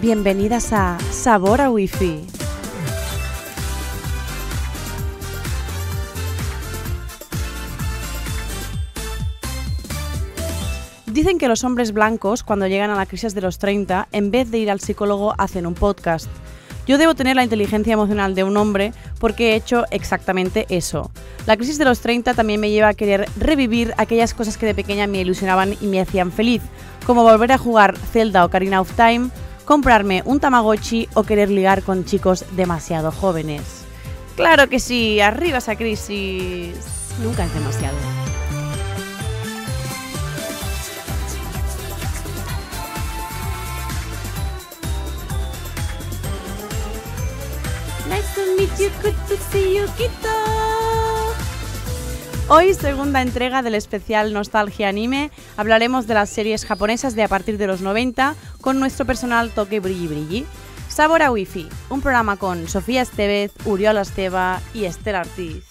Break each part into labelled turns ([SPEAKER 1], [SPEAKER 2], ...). [SPEAKER 1] Bienvenidas a Sabor a Wi-Fi. Dicen que los hombres blancos, cuando llegan a la crisis de los 30, en vez de ir al psicólogo, hacen un podcast. Yo debo tener la inteligencia emocional de un hombre porque he hecho exactamente eso. La crisis de los 30 también me lleva a querer revivir aquellas cosas que de pequeña me ilusionaban y me hacían feliz, como volver a jugar Zelda o Karina of Time, comprarme un Tamagotchi o querer ligar con chicos demasiado jóvenes. Claro que sí, arriba esa crisis. Nunca es demasiado. Nice to meet you, good to see you, Kito. Hoy, segunda entrega del especial Nostalgia Anime, hablaremos de las series japonesas de a partir de los 90 con nuestro personal toque brilli brilli. Sabor a Wi-Fi, un programa con Sofía Estevez, Uriola Esteva y Esther Ortiz.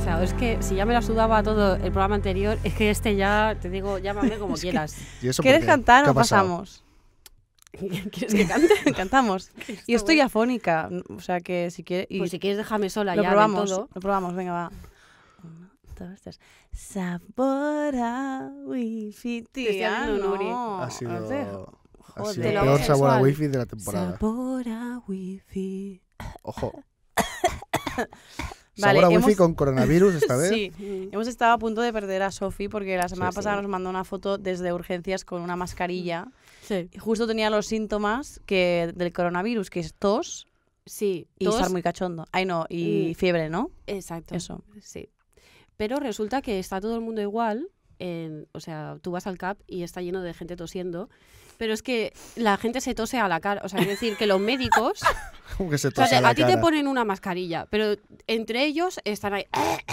[SPEAKER 2] O sea, es que si ya me la sudaba todo el programa anterior, es que este ya, te digo, llámame como quieras.
[SPEAKER 3] ¿Y eso por
[SPEAKER 1] ¿Quieres
[SPEAKER 3] qué?
[SPEAKER 1] cantar
[SPEAKER 3] ¿Qué ha
[SPEAKER 1] o
[SPEAKER 3] pasado?
[SPEAKER 1] pasamos?
[SPEAKER 2] ¿Quieres que cante?
[SPEAKER 1] Cantamos. Y estoy afónica, o sea que si quieres... y
[SPEAKER 2] Pues si quieres déjame sola
[SPEAKER 1] lo
[SPEAKER 2] ya
[SPEAKER 1] probamos,
[SPEAKER 2] del todo.
[SPEAKER 1] lo probamos, venga, va. Uno, dos, tres. Sabor a wifi,
[SPEAKER 2] estoy
[SPEAKER 1] tía,
[SPEAKER 2] haciendo un Uri.
[SPEAKER 1] no.
[SPEAKER 3] Ha sido,
[SPEAKER 1] os dejo.
[SPEAKER 3] ha
[SPEAKER 1] Joder.
[SPEAKER 3] sido
[SPEAKER 2] Te
[SPEAKER 3] el
[SPEAKER 2] lo
[SPEAKER 3] peor
[SPEAKER 2] hago
[SPEAKER 3] sabor a
[SPEAKER 2] sensual.
[SPEAKER 3] wifi de la temporada.
[SPEAKER 1] Sabor a wifi.
[SPEAKER 3] Ojo.
[SPEAKER 1] Vale,
[SPEAKER 3] sabor a wifi
[SPEAKER 1] hemos-
[SPEAKER 3] con coronavirus esta vez.
[SPEAKER 1] Sí,
[SPEAKER 2] Mm.
[SPEAKER 1] hemos estado a punto de perder a Sofi porque la semana
[SPEAKER 3] sí.
[SPEAKER 1] pasada nos mandó una foto desde urgencias con una mascarilla.
[SPEAKER 2] Sí,
[SPEAKER 1] Y justo tenía los síntomas que del coronavirus, que es tos
[SPEAKER 2] sí.
[SPEAKER 1] y
[SPEAKER 2] tos,
[SPEAKER 1] estar muy cachondo. Ay, no, y
[SPEAKER 2] Mm.
[SPEAKER 1] fiebre, ¿no?
[SPEAKER 2] Exacto.
[SPEAKER 1] Eso.
[SPEAKER 2] Sí. Pero resulta que está todo el mundo igual. en- o sea, tú vas al CAP y está lleno de gente tosiendo. Pero es que la gente se tose a la cara. O sea, es decir, que los médicos.
[SPEAKER 3] Como que se
[SPEAKER 2] O sea,
[SPEAKER 3] tose a
[SPEAKER 2] a,
[SPEAKER 3] la
[SPEAKER 2] ti
[SPEAKER 3] cara.
[SPEAKER 2] te ponen una mascarilla, pero entre ellos están ahí.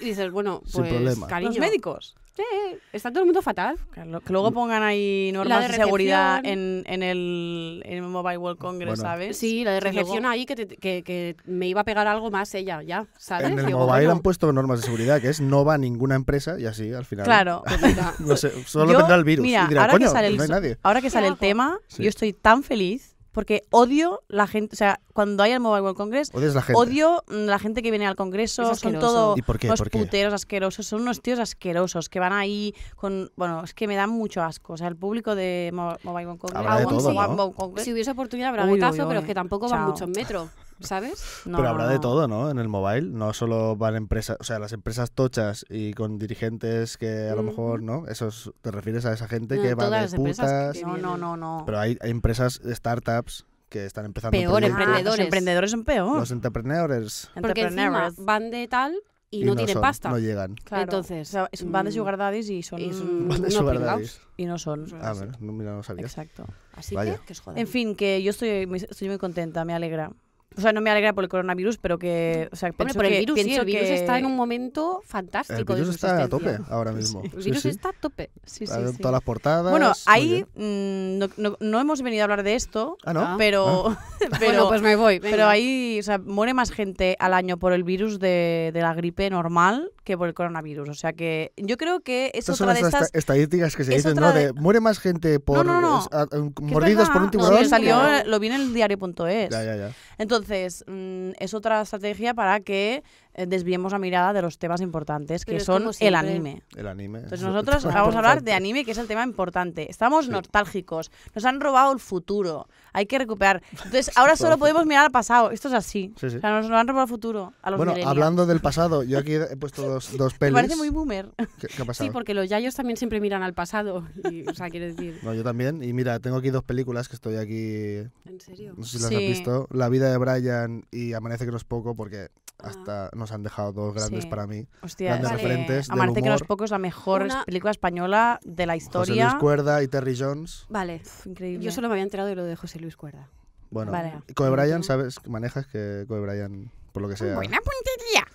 [SPEAKER 2] y dices, bueno, pues.
[SPEAKER 3] Sin problema.
[SPEAKER 2] Cariño,
[SPEAKER 1] Los médicos.
[SPEAKER 2] eh, está todo el mundo fatal.
[SPEAKER 1] Que lo- que luego pongan ahí normas de,
[SPEAKER 2] de
[SPEAKER 1] seguridad en,
[SPEAKER 2] recepción.
[SPEAKER 1] en el, en el Mobile World Congress,
[SPEAKER 3] Bueno.
[SPEAKER 1] ¿sabes?
[SPEAKER 2] Sí, la de
[SPEAKER 1] luego-
[SPEAKER 2] recepción ahí que, te- que- que me iba a pegar algo más ella, ya, ¿sabes?
[SPEAKER 1] eh?
[SPEAKER 3] En el
[SPEAKER 2] Digo,
[SPEAKER 3] mobile
[SPEAKER 2] bueno,
[SPEAKER 3] han puesto normas de seguridad, que es no va ninguna empresa y así al final.
[SPEAKER 1] Claro.
[SPEAKER 2] pues mira,
[SPEAKER 3] No sé, solo
[SPEAKER 1] Yo-
[SPEAKER 3] vendrá el virus.
[SPEAKER 1] mira,
[SPEAKER 3] y dirá,
[SPEAKER 1] ahora que
[SPEAKER 3] coño,
[SPEAKER 1] sale el
[SPEAKER 3] no hay
[SPEAKER 1] so-
[SPEAKER 3] nadie.
[SPEAKER 1] Ahora que sale el
[SPEAKER 2] hago?
[SPEAKER 1] tema,
[SPEAKER 3] Sí.
[SPEAKER 1] yo estoy tan feliz porque odio la gente, o sea, cuando hay el Mobile World Congress,
[SPEAKER 3] Odias la gente.
[SPEAKER 1] odio mm, la gente que viene al Congreso,
[SPEAKER 2] Es
[SPEAKER 1] son
[SPEAKER 2] asqueroso.
[SPEAKER 1] todo
[SPEAKER 3] ¿Y por qué?
[SPEAKER 1] unos
[SPEAKER 3] ¿Por qué?
[SPEAKER 1] puteros asquerosos, son unos tíos asquerosos que van ahí con, bueno, es que me dan mucho asco, o sea, el público de Mo- Mobile World Congress,
[SPEAKER 3] Habrá
[SPEAKER 2] de
[SPEAKER 1] Aún
[SPEAKER 2] todo,
[SPEAKER 1] sí.
[SPEAKER 3] ¿no?
[SPEAKER 1] Mobile World Congress.
[SPEAKER 2] pues si hubiese oportunidad habrá
[SPEAKER 1] Uy, uy,
[SPEAKER 2] guetazo, pero
[SPEAKER 1] uy.
[SPEAKER 2] es que tampoco van
[SPEAKER 1] Chao.
[SPEAKER 2] mucho en metro, ¿sabes?
[SPEAKER 1] No,
[SPEAKER 3] Pero habrá
[SPEAKER 1] no,
[SPEAKER 3] de
[SPEAKER 1] no.
[SPEAKER 3] todo, ¿no? En el mobile. No solo van empresas, o sea, las empresas tochas y con dirigentes que a lo
[SPEAKER 2] Ujú.
[SPEAKER 3] mejor, ¿no? Esos, te refieres a esa gente
[SPEAKER 2] No,
[SPEAKER 3] que va
[SPEAKER 2] todas las
[SPEAKER 3] de
[SPEAKER 2] empresas que
[SPEAKER 3] putas.
[SPEAKER 2] tienen-
[SPEAKER 1] No, no, no, no.
[SPEAKER 3] Pero hay, hay empresas, startups, que están empezando
[SPEAKER 2] Peor,
[SPEAKER 1] Ah,
[SPEAKER 3] proyectos.
[SPEAKER 1] Los
[SPEAKER 2] emprendedores.
[SPEAKER 1] emprendedores son peor.
[SPEAKER 3] Los entrepreneurs.
[SPEAKER 2] Porque encima
[SPEAKER 1] Entrepreneurs.
[SPEAKER 2] van de tal y, no, tienen
[SPEAKER 3] son,
[SPEAKER 2] pasta.
[SPEAKER 3] No llegan.
[SPEAKER 1] Claro.
[SPEAKER 2] Entonces,
[SPEAKER 1] O sea, es- van de
[SPEAKER 2] mm,
[SPEAKER 1] sugar daddies y son
[SPEAKER 2] y
[SPEAKER 1] son-
[SPEAKER 2] mm,
[SPEAKER 3] Van de
[SPEAKER 2] no
[SPEAKER 3] sugar
[SPEAKER 2] pringaos.
[SPEAKER 3] daddies.
[SPEAKER 1] y no son.
[SPEAKER 3] Ah, bueno, no, mira, no sabía.
[SPEAKER 1] Exacto.
[SPEAKER 2] Así
[SPEAKER 3] Vaya.
[SPEAKER 2] que, que os jodan.
[SPEAKER 1] En fin, que yo estoy, muy- estoy muy contenta, me alegra. O sea, no me alegra por el coronavirus, pero que. O sea,
[SPEAKER 2] Hombre,
[SPEAKER 1] pienso
[SPEAKER 2] por el
[SPEAKER 1] que-
[SPEAKER 2] virus, sí,
[SPEAKER 1] pienso
[SPEAKER 2] el virus
[SPEAKER 1] que-
[SPEAKER 2] está en un momento
[SPEAKER 3] El
[SPEAKER 2] fantástico. de
[SPEAKER 3] virus
[SPEAKER 2] su
[SPEAKER 3] está a tope
[SPEAKER 2] existencia.
[SPEAKER 3] ahora mismo.
[SPEAKER 2] El
[SPEAKER 3] Sí,
[SPEAKER 2] virus
[SPEAKER 3] sí.
[SPEAKER 2] está a tope.
[SPEAKER 1] Sí, sí,
[SPEAKER 3] A ver,
[SPEAKER 1] sí.
[SPEAKER 3] Todas las portadas.
[SPEAKER 1] Bueno,
[SPEAKER 3] muy
[SPEAKER 2] Pues,
[SPEAKER 1] ahí
[SPEAKER 3] bien.
[SPEAKER 1] mm, no, no- no hemos venido a hablar de esto,
[SPEAKER 3] Ah, ¿no?
[SPEAKER 2] Ah.
[SPEAKER 1] pero. pero
[SPEAKER 2] bueno, pues me voy.
[SPEAKER 1] pero
[SPEAKER 2] venga.
[SPEAKER 1] ahí, o sea, muere más gente al año por el virus de, de la gripe normal que por el coronavirus. O sea que yo creo que es
[SPEAKER 3] Estas son
[SPEAKER 1] otra
[SPEAKER 3] las
[SPEAKER 1] de estas.
[SPEAKER 3] esta- estadíticas que se
[SPEAKER 1] es
[SPEAKER 3] dicen,
[SPEAKER 1] otra
[SPEAKER 3] ¿no?
[SPEAKER 1] de-
[SPEAKER 3] De, muere más gente por
[SPEAKER 1] no, no.
[SPEAKER 3] es- a- um,
[SPEAKER 1] que es
[SPEAKER 3] mordidos
[SPEAKER 1] verdad.
[SPEAKER 3] por un
[SPEAKER 1] No,
[SPEAKER 3] tiburón.
[SPEAKER 1] sí, salió,
[SPEAKER 2] que-
[SPEAKER 1] lo vi en el diario.es.
[SPEAKER 3] Ya, ya, ya.
[SPEAKER 1] Entonces, mm, es otra estrategia para que eh, desviemos la mirada de los temas importantes, que
[SPEAKER 2] Pero es
[SPEAKER 1] son
[SPEAKER 2] como
[SPEAKER 1] el
[SPEAKER 2] siempre.
[SPEAKER 1] anime.
[SPEAKER 3] El anime.
[SPEAKER 1] Entonces, Pues nosotros vamos a hablar de anime, que es el tema importante. Estamos
[SPEAKER 3] Sí.
[SPEAKER 1] nostálgicos, nos han robado el futuro, hay que recuperar. Entonces, ahora solo podemos mirar al pasado, esto es así.
[SPEAKER 3] Sí, sí.
[SPEAKER 1] O sea, nos lo han robado el futuro, a los
[SPEAKER 3] Bueno,
[SPEAKER 1] millennials.
[SPEAKER 3] hablando del pasado, yo aquí he puesto dos, dos
[SPEAKER 1] Me
[SPEAKER 3] pelis.
[SPEAKER 1] parece muy boomer.
[SPEAKER 3] ¿Qué, qué ha pasado?
[SPEAKER 2] Sí, porque los yayos también siempre miran al pasado. y, o sea, quiero decir,
[SPEAKER 3] No, yo también. Y mira, tengo aquí dos películas que estoy aquí.
[SPEAKER 2] en serio.
[SPEAKER 3] No sé si las
[SPEAKER 1] Sí.
[SPEAKER 3] has visto. La vida de Brian y Amanece que no es poco, porque hasta nos han dejado dos grandes
[SPEAKER 1] Ah. Sí.
[SPEAKER 3] para mí.
[SPEAKER 1] Hostia, es
[SPEAKER 3] Grandes
[SPEAKER 1] que
[SPEAKER 3] referentes del
[SPEAKER 1] Amanece que no es
[SPEAKER 3] humor.
[SPEAKER 1] poco es la mejor
[SPEAKER 2] Una-
[SPEAKER 1] película española de la
[SPEAKER 3] José Luis
[SPEAKER 1] historia.
[SPEAKER 3] Cuerda y Terry Jones.
[SPEAKER 2] Vale.
[SPEAKER 1] Uf, increíble.
[SPEAKER 2] Yo solo me había enterado de lo de José Luis Cuerda.
[SPEAKER 3] Bueno,
[SPEAKER 1] Vale.
[SPEAKER 3] y Kobe Bryant,
[SPEAKER 2] Ujú.
[SPEAKER 3] ¿sabes? Manejas que Kobe Bryant, por lo que sea.
[SPEAKER 1] Buena puntería.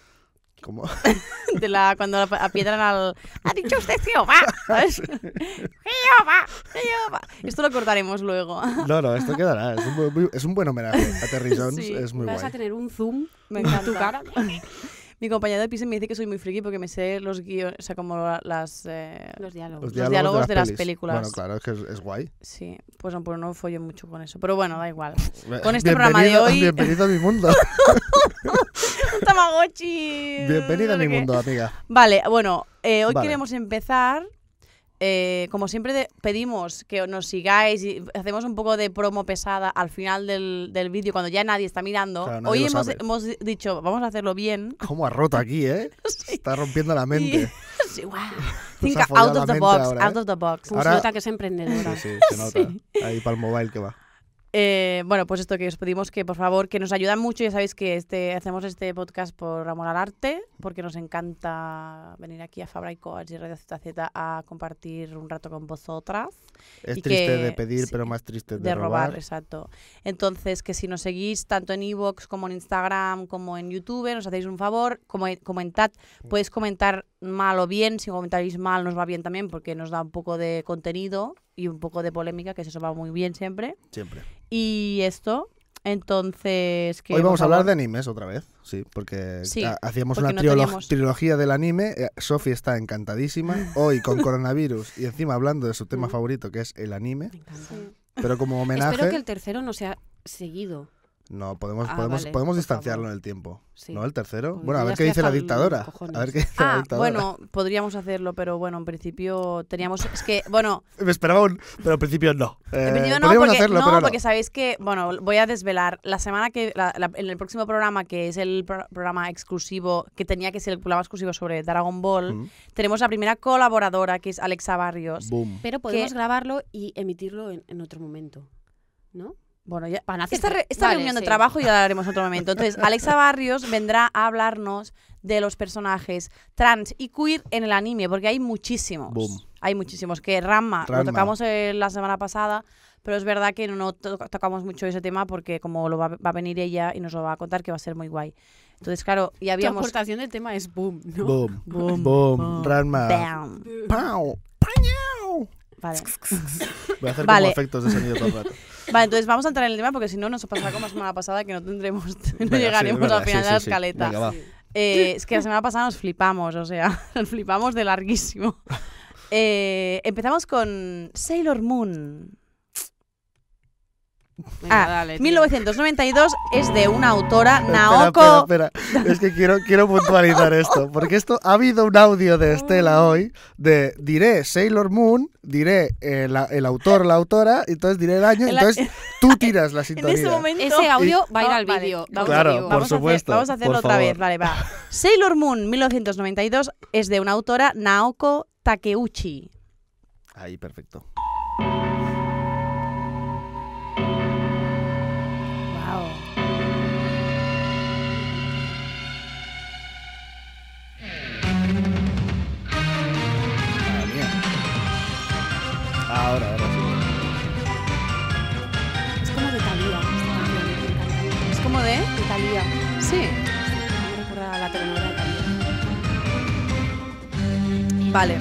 [SPEAKER 3] Como...
[SPEAKER 1] de la cuando la apiedran al ha dicho usted Jehová ¿sabes? Jehová Jehová esto lo cortaremos luego
[SPEAKER 3] No, no, esto quedará. Es un, bu- bu- es un buen homenaje a Terry Jones.
[SPEAKER 1] Sí,
[SPEAKER 3] es muy
[SPEAKER 2] Vas
[SPEAKER 3] guay.
[SPEAKER 2] a tener un zoom
[SPEAKER 1] me
[SPEAKER 2] en tu cara.
[SPEAKER 1] Mi compañera de piso me dice que soy muy friki porque me sé los guiones, o sea, como la- las... eh,
[SPEAKER 2] Los diálogos.
[SPEAKER 1] Los diálogos de las
[SPEAKER 3] pelis.
[SPEAKER 1] películas.
[SPEAKER 3] Bueno, claro, es que es, es guay.
[SPEAKER 1] Sí, pues no, pues no follo mucho con eso. Pero bueno, da igual. Con este programa de
[SPEAKER 3] Bienvenido-
[SPEAKER 1] hoy-
[SPEAKER 3] Bienvenido a mi mundo.
[SPEAKER 1] ¡Un Tamagotchi!
[SPEAKER 3] Bienvenida a mi
[SPEAKER 1] ¿Qué?
[SPEAKER 3] mundo, amiga.
[SPEAKER 1] Vale, bueno, eh, hoy
[SPEAKER 3] Vale.
[SPEAKER 1] queremos empezar. eh, como siempre, de- pedimos que nos sigáis y hacemos un poco de promo pesada al final del, del vídeo, cuando ya nadie está mirando.
[SPEAKER 3] Claro, nadie
[SPEAKER 1] hoy
[SPEAKER 3] lo
[SPEAKER 1] hemos,
[SPEAKER 3] sabe.
[SPEAKER 1] hemos dicho, vamos a hacerlo bien.
[SPEAKER 3] ¿Cómo ha roto aquí, eh? Está rompiendo la mente.
[SPEAKER 1] Sí, guau. Think
[SPEAKER 3] ha follado
[SPEAKER 1] out of
[SPEAKER 3] la
[SPEAKER 1] the
[SPEAKER 3] mente
[SPEAKER 1] box,
[SPEAKER 3] ahora, ¿eh?
[SPEAKER 1] out of the box.
[SPEAKER 2] Como
[SPEAKER 3] Ahora-
[SPEAKER 2] se nota que es emprendedora.
[SPEAKER 3] Sí, sí, se nota. Ahí para el mobile que va.
[SPEAKER 1] Eh, bueno, pues esto que os pedimos que por favor, que nos ayudan mucho. Ya sabéis que este, hacemos este podcast por amor al arte, porque nos encanta venir aquí a Fabra y Coats y Radio ZZ a compartir un rato con vosotras.
[SPEAKER 3] Es
[SPEAKER 1] Y
[SPEAKER 3] triste
[SPEAKER 1] que-
[SPEAKER 3] de pedir,
[SPEAKER 1] sí,
[SPEAKER 3] pero más triste de,
[SPEAKER 1] de robar,
[SPEAKER 3] robar.
[SPEAKER 1] exacto. Entonces, que si nos seguís tanto en Evox como en Instagram, como en YouTube, nos hacéis un favor, como comentad,
[SPEAKER 3] Mm.
[SPEAKER 1] podéis comentar mal o bien, si comentaréis mal nos va bien también porque nos da un poco de contenido y un poco de polémica, que eso va muy bien siempre.
[SPEAKER 3] Siempre.
[SPEAKER 1] Y esto, entonces... Que,
[SPEAKER 3] Hoy
[SPEAKER 1] por
[SPEAKER 3] vamos a hablar
[SPEAKER 1] favor-
[SPEAKER 3] de animes otra vez, sí, porque
[SPEAKER 1] Sí,
[SPEAKER 3] ha- hacíamos
[SPEAKER 1] porque
[SPEAKER 3] una
[SPEAKER 1] no
[SPEAKER 3] triolo-
[SPEAKER 1] teníamos-
[SPEAKER 3] trilogía del anime. eh, Sofi está encantadísima. Hoy con coronavirus y encima hablando de su tema
[SPEAKER 2] Ujú.
[SPEAKER 3] favorito, que es el anime.
[SPEAKER 2] Me encanta.
[SPEAKER 1] Sí.
[SPEAKER 3] Pero como
[SPEAKER 2] Espero
[SPEAKER 3] homenaje,
[SPEAKER 2] que el tercero no sea seguido.
[SPEAKER 3] no podemos
[SPEAKER 2] Ah,
[SPEAKER 3] podemos
[SPEAKER 2] vale,
[SPEAKER 3] podemos
[SPEAKER 2] por
[SPEAKER 3] distanciarlo
[SPEAKER 2] favor.
[SPEAKER 3] en el tiempo.
[SPEAKER 2] Sí.
[SPEAKER 3] ¿No? El tercero.
[SPEAKER 2] Porque
[SPEAKER 3] bueno, a
[SPEAKER 2] yo ya
[SPEAKER 3] ver qué
[SPEAKER 2] estoy
[SPEAKER 3] dice la
[SPEAKER 2] hasta los
[SPEAKER 3] dictadora.
[SPEAKER 2] cojones.
[SPEAKER 3] A ver qué dice la
[SPEAKER 1] Ah,
[SPEAKER 3] dictadora.
[SPEAKER 1] bueno, podríamos hacerlo, pero bueno, en principio teníamos... Es que, bueno,
[SPEAKER 3] Me esperaba un, pero al principio no. Eh,
[SPEAKER 1] En principio Pues no,
[SPEAKER 3] podríamos
[SPEAKER 1] porque,
[SPEAKER 3] hacerlo,
[SPEAKER 1] no,
[SPEAKER 3] pero no.
[SPEAKER 1] porque sabéis que, bueno, voy a desvelar. La semana que, la- la- en el próximo programa, que es el pro- programa exclusivo, que tenía que ser el programa exclusivo sobre Dragon Ball,
[SPEAKER 3] Mm,
[SPEAKER 1] tenemos la primera colaboradora, que es Alexa Barrios.
[SPEAKER 3] Boom.
[SPEAKER 2] Pero podemos grabarlo y emitirlo en, en otro momento. ¿No?
[SPEAKER 1] Bueno, ya,
[SPEAKER 2] Van a hacer-
[SPEAKER 1] esta, re- esta
[SPEAKER 2] Vale,
[SPEAKER 1] reunión de
[SPEAKER 2] sí.
[SPEAKER 1] trabajo ya la haremos en otro momento. Entonces, Alexa Barrios vendrá a hablarnos de los personajes trans y queer en el anime, porque hay muchísimos.
[SPEAKER 3] Boom.
[SPEAKER 1] Hay muchísimos. Que Rama, lo
[SPEAKER 3] Ranma.
[SPEAKER 1] tocamos eh, la semana pasada, pero es verdad que no to- tocamos mucho ese tema porque como lo va, va a venir ella y nos lo va a contar, que va a ser muy guay. Entonces, claro, ya
[SPEAKER 2] Tu
[SPEAKER 1] habíamos...
[SPEAKER 2] aportación del tema es boom, ¿no?
[SPEAKER 3] Boom.
[SPEAKER 1] Boom,
[SPEAKER 3] Boom. Ranma.
[SPEAKER 1] Bam.
[SPEAKER 3] Pow. Pañao.
[SPEAKER 1] Vale.
[SPEAKER 3] Voy a hacer
[SPEAKER 1] Vale.
[SPEAKER 3] como efectos de sonido todo el rato.
[SPEAKER 1] Vale, entonces vamos a entrar en el tema porque si no nos pasará como la semana pasada que no tendremos, no
[SPEAKER 3] Venga, sí,
[SPEAKER 1] llegaremos
[SPEAKER 3] verdad,
[SPEAKER 1] al final
[SPEAKER 3] sí,
[SPEAKER 1] de la
[SPEAKER 3] sí, sí.
[SPEAKER 1] escaleta.
[SPEAKER 3] Venga, va.
[SPEAKER 1] Eh, es que la semana pasada nos flipamos, o sea, nos flipamos de larguísimo. Eh, empezamos con Sailor Moon.
[SPEAKER 2] Venga,
[SPEAKER 1] Ah,
[SPEAKER 2] dale, Eh, tío.
[SPEAKER 1] 1992 es de una autora,
[SPEAKER 3] Espera,
[SPEAKER 1] Naoko.
[SPEAKER 3] Espera, espera. Es que quiero, quiero puntualizar esto, porque esto ha habido un audio de
[SPEAKER 1] Mm.
[SPEAKER 3] Estela hoy de diré Sailor Moon, diré eh, la- el autor, la autora, y entonces diré el año,
[SPEAKER 1] El a-
[SPEAKER 3] entonces tú tiras la
[SPEAKER 1] En
[SPEAKER 3] sintonía.
[SPEAKER 1] ese momento.
[SPEAKER 2] Ese audio va a ir
[SPEAKER 1] Ah,
[SPEAKER 2] al
[SPEAKER 1] vale,
[SPEAKER 2] vídeo.
[SPEAKER 1] vamos
[SPEAKER 3] Claro,
[SPEAKER 2] al vídeo.
[SPEAKER 3] por
[SPEAKER 1] vamos a hacer-
[SPEAKER 3] supuesto,
[SPEAKER 1] vamos a hacerlo
[SPEAKER 3] por
[SPEAKER 1] otra vez,
[SPEAKER 3] favor.
[SPEAKER 1] vale, va. Sailor Moon 1992 es de una autora, Naoko Takeuchi.
[SPEAKER 3] Ahí, perfecto.
[SPEAKER 1] Wow.
[SPEAKER 3] Madre mía. Ahora, ahora sí.
[SPEAKER 2] Es como de Talía.
[SPEAKER 1] Es como de.
[SPEAKER 2] De Talía.
[SPEAKER 1] Sí.
[SPEAKER 2] Me recuerda a la telenovela de Thalía.
[SPEAKER 1] Vale.